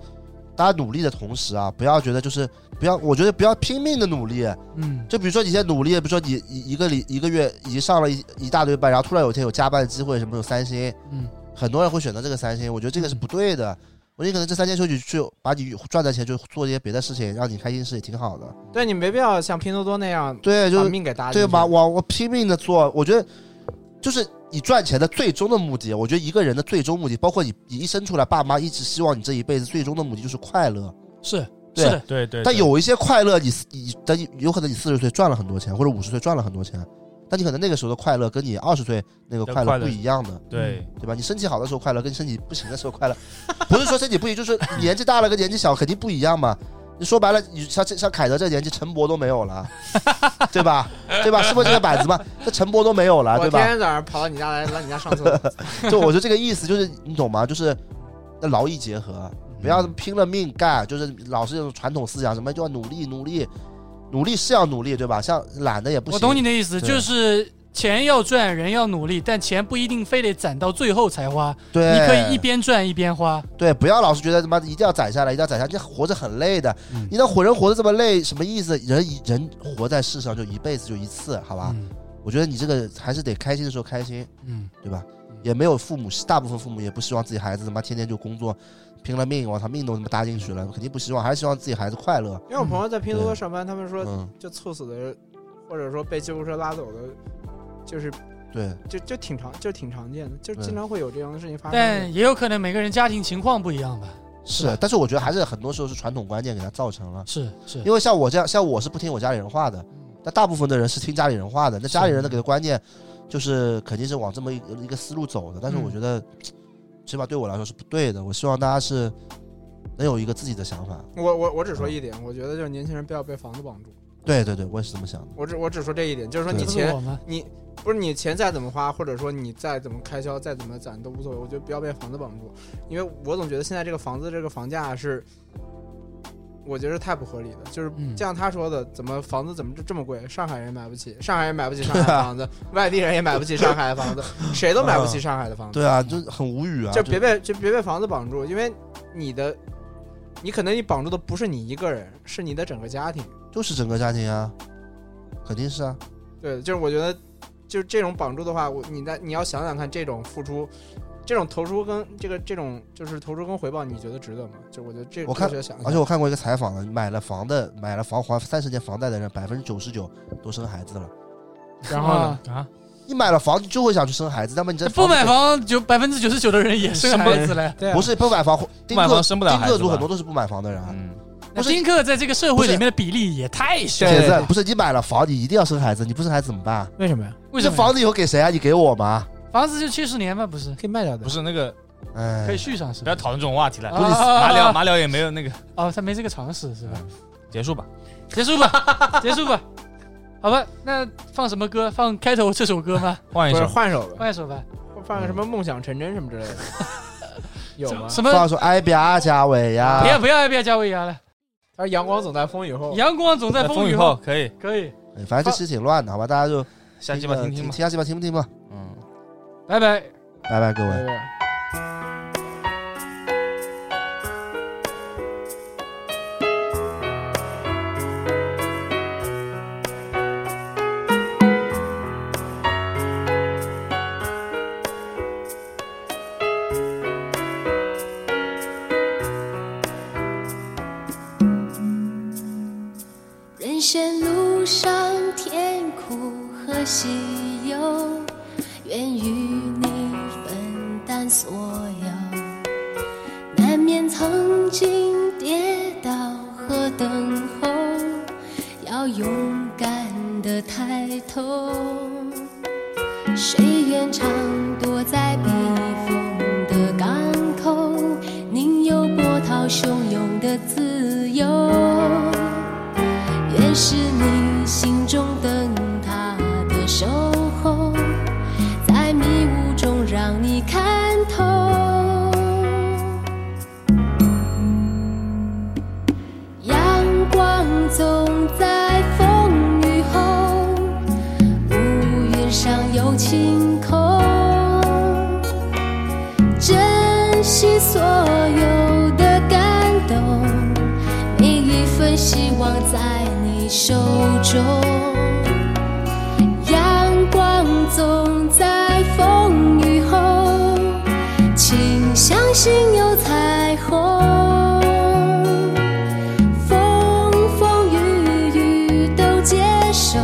Speaker 4: 大家努力的同时啊，不要觉得就是不要，我觉得不要拼命的努力。
Speaker 3: 嗯，
Speaker 4: 就比如说你现在努力，比如说你一一个礼一个月已经上了一一大堆班，然后突然有一天有加班的机会，什么有三星，
Speaker 3: 嗯，
Speaker 4: 很多人会选择这个三星，我觉得这个是不对的。
Speaker 6: 嗯
Speaker 4: 我觉得可能这三天休息去把你赚的钱就做一些别的事情，让你开心是也挺好的。
Speaker 5: 对你没必要像拼多多那样
Speaker 4: 对，就
Speaker 5: 把
Speaker 4: 是
Speaker 5: 命给搭进
Speaker 4: 对
Speaker 5: 去。
Speaker 4: 吧？往我拼命的做，我觉得就是你赚钱的最终的目的。我觉得一个人的最终目的，包括你，你一生出来，爸妈一直希望你这一辈子最终的目的就是快乐。
Speaker 3: 是是
Speaker 4: 对
Speaker 3: 的，
Speaker 6: 对对，
Speaker 4: 但
Speaker 6: 对
Speaker 4: 有一些快乐你，你等你有可能你四十岁赚了很多钱，或者五十岁赚了很多钱，但你可能那个时候的快乐跟你二十岁那个快
Speaker 6: 快
Speaker 4: 乐
Speaker 6: 乐
Speaker 4: 不一样的，
Speaker 6: 对
Speaker 4: 对吧？你身体好的时候快乐，跟身体不行的时候快乐，不是说身体不行，就是年纪大了跟年纪小肯定不一样嘛。你说白了，你像这像凯德这年纪，陈博都没有了，对吧？对吧？是不是这个板子嘛？这陈博都没有了，
Speaker 5: 我
Speaker 4: 对
Speaker 5: 天
Speaker 4: 吧？
Speaker 5: 天早上跑到你家来，来你家上厕 所。
Speaker 4: 就我觉得这个意思就是你懂吗？就是那劳逸结合，不要拼了命干，就是老是这种传统思想，什么就要努力努力，努力是要努力，对吧？像懒的也不行。
Speaker 3: 我懂你的意思，
Speaker 4: 对
Speaker 3: 就是钱要赚，人要努力，但钱不一定非得攒到最后才花，
Speaker 4: 对，
Speaker 3: 你可以一边赚一边花。
Speaker 4: 对，不要老是觉得他妈的一定要攒下来，一定要攒下来，这活着很累的。
Speaker 3: 嗯
Speaker 4: 你那活人活得这么累，什么意思？人一人活在世上就一辈子就一次，好吧？
Speaker 3: 嗯
Speaker 4: 我觉得你这个还是得开心的时候开心，
Speaker 3: 嗯，
Speaker 4: 对吧
Speaker 3: 嗯？
Speaker 4: 也没有父母，大部分父母也不希望自己孩子他妈天天就工作，拼了命，我操，命都他妈搭进去了，肯定不希望，还是希望自己孩子快乐。
Speaker 5: 因为我朋友在拼多多上班，他们说
Speaker 4: 嗯，
Speaker 5: 就猝死的，或者说被救护车拉走的，就是
Speaker 4: 对，
Speaker 5: 就就挺常就挺常见的，就
Speaker 4: 对
Speaker 5: 经常会有这样的事情发生。
Speaker 3: 但也有可能每个人家庭情况不一样吧。
Speaker 4: 是，但是我觉得还是很多时候是传统观念给他造成了。
Speaker 3: 是是，
Speaker 4: 因为像我这样，像我是不听我家里人话的，但大部分的人是听家里人话的。那家里人的给的观念，就是肯定是往这么一个一个思路走的。但是我觉得，起码对我来说是不对的。我希望大家是能有一个自己的想法。
Speaker 5: 我我我只说一点，我觉得就是年轻人不要被房子绑住。
Speaker 4: 对对对，我也是这么想的。
Speaker 5: 我只我只说这一点，就是说
Speaker 4: 对
Speaker 5: 你
Speaker 3: 这不是
Speaker 5: 钱
Speaker 3: 我吗？
Speaker 5: 你不是你钱再怎么花，或者说你再怎么开销，再怎么攒都无所谓。我觉得不要被房子绑住，因为我总觉得现在这个房子这个房价是，我觉得是太不合理了。就是
Speaker 3: 嗯
Speaker 5: 像他说的，怎么房子怎么这这么贵？上海人买不起，上海人买不起上海
Speaker 4: 啊
Speaker 5: 的房子，外地人也买不起上海的 房子，谁都买不起上海的房子。
Speaker 4: 对啊，就很无语啊。
Speaker 5: 就别被就别被房子绑住，因为你的，你可能你绑住的不是你一个人，是你的整个家庭。
Speaker 4: 就是整个家庭啊，肯定是啊。
Speaker 5: 对，就是我觉得，就是这种绑住的话，我你在你要想想看，这种付出，这种投出跟这个这种就是投出跟回报，你觉得值得吗？就我觉得这
Speaker 4: 我看啊
Speaker 5: 这个想一
Speaker 4: 而
Speaker 5: 想，
Speaker 4: 且我看过一个采访的，买了房的，买了房还三十年房贷的人，百分之九十九都生孩子了。
Speaker 5: 然后呢
Speaker 3: 啊？
Speaker 6: 啊，
Speaker 4: 你买了房，你就会想去生孩子，那么你这
Speaker 3: 不买
Speaker 4: 子
Speaker 3: 房九百分之九十九的人也生孩子了。
Speaker 5: 对啊，
Speaker 4: 不是不买房，
Speaker 6: 不
Speaker 4: 丁
Speaker 6: 买
Speaker 4: 克
Speaker 6: 房生不了
Speaker 4: 丁
Speaker 6: 孩
Speaker 4: 克
Speaker 6: 子
Speaker 4: 族
Speaker 6: 吧，
Speaker 4: 很多都是不买房的人啊。
Speaker 6: 嗯，
Speaker 3: 那
Speaker 4: 不是
Speaker 3: 丁克在这个社会里面的比例也太小，
Speaker 4: 铁
Speaker 5: 对
Speaker 4: 子，不是你买了房，你一定要生孩子，你不生孩子怎么办？
Speaker 5: 为什么呀？
Speaker 3: 为什
Speaker 4: 这
Speaker 3: 么
Speaker 4: 房子以后给谁啊？你给我吗？
Speaker 3: 房子就七十年嘛，不是
Speaker 5: 可以卖掉的，
Speaker 6: 不是那个，
Speaker 4: 哎，
Speaker 3: 可以续上啊是
Speaker 6: 不要
Speaker 3: 吧？
Speaker 6: 讨论这种话题了，
Speaker 4: 啊
Speaker 3: 不是
Speaker 6: 麻聊麻聊也没有那个，
Speaker 3: 哦，他没这个常识是吧？
Speaker 6: 结束吧。
Speaker 3: 结束 吧，结束吧，好吧，那放什么歌？放开头这首歌 吗？
Speaker 6: 换一
Speaker 5: 不是
Speaker 6: 首，
Speaker 5: 换手吧，
Speaker 3: 换一首吧。
Speaker 5: 换个什么梦想成真什么之类的，有吗？
Speaker 3: 什么？
Speaker 4: 放首埃比阿加维啊呀
Speaker 3: 不。要不要不要加维亚了，
Speaker 5: 他说阳光总在风雨后，
Speaker 3: 阳光总在
Speaker 6: 在
Speaker 3: 哦风
Speaker 6: 雨
Speaker 3: 雨
Speaker 6: 后
Speaker 3: 后，
Speaker 6: 可以，
Speaker 3: 可以，
Speaker 4: 哎反正这期挺乱的，好吧？大家就
Speaker 6: 下期吧
Speaker 4: 听
Speaker 6: 听
Speaker 4: 个
Speaker 6: 听吧。
Speaker 4: 下期吧，听不听吧？
Speaker 6: 嗯。
Speaker 3: 拜拜。
Speaker 4: 拜拜，各位
Speaker 5: 对。对。
Speaker 8: 人生路上甜苦和喜忧，愿与你分担所有。难免曾经跌倒和等候，要勇敢的抬头。谁愿常躲在避风的港口，宁有波涛汹涌的自由？愿是你心中灯塔的守候，在迷雾中让你看透。阳光总在风雨后，乌云上有晴空。珍惜所有的感动。在你手中，阳光总在风雨后，请相信有彩虹。风风雨雨都接受，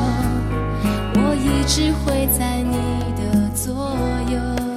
Speaker 8: 我一直会在你的左右。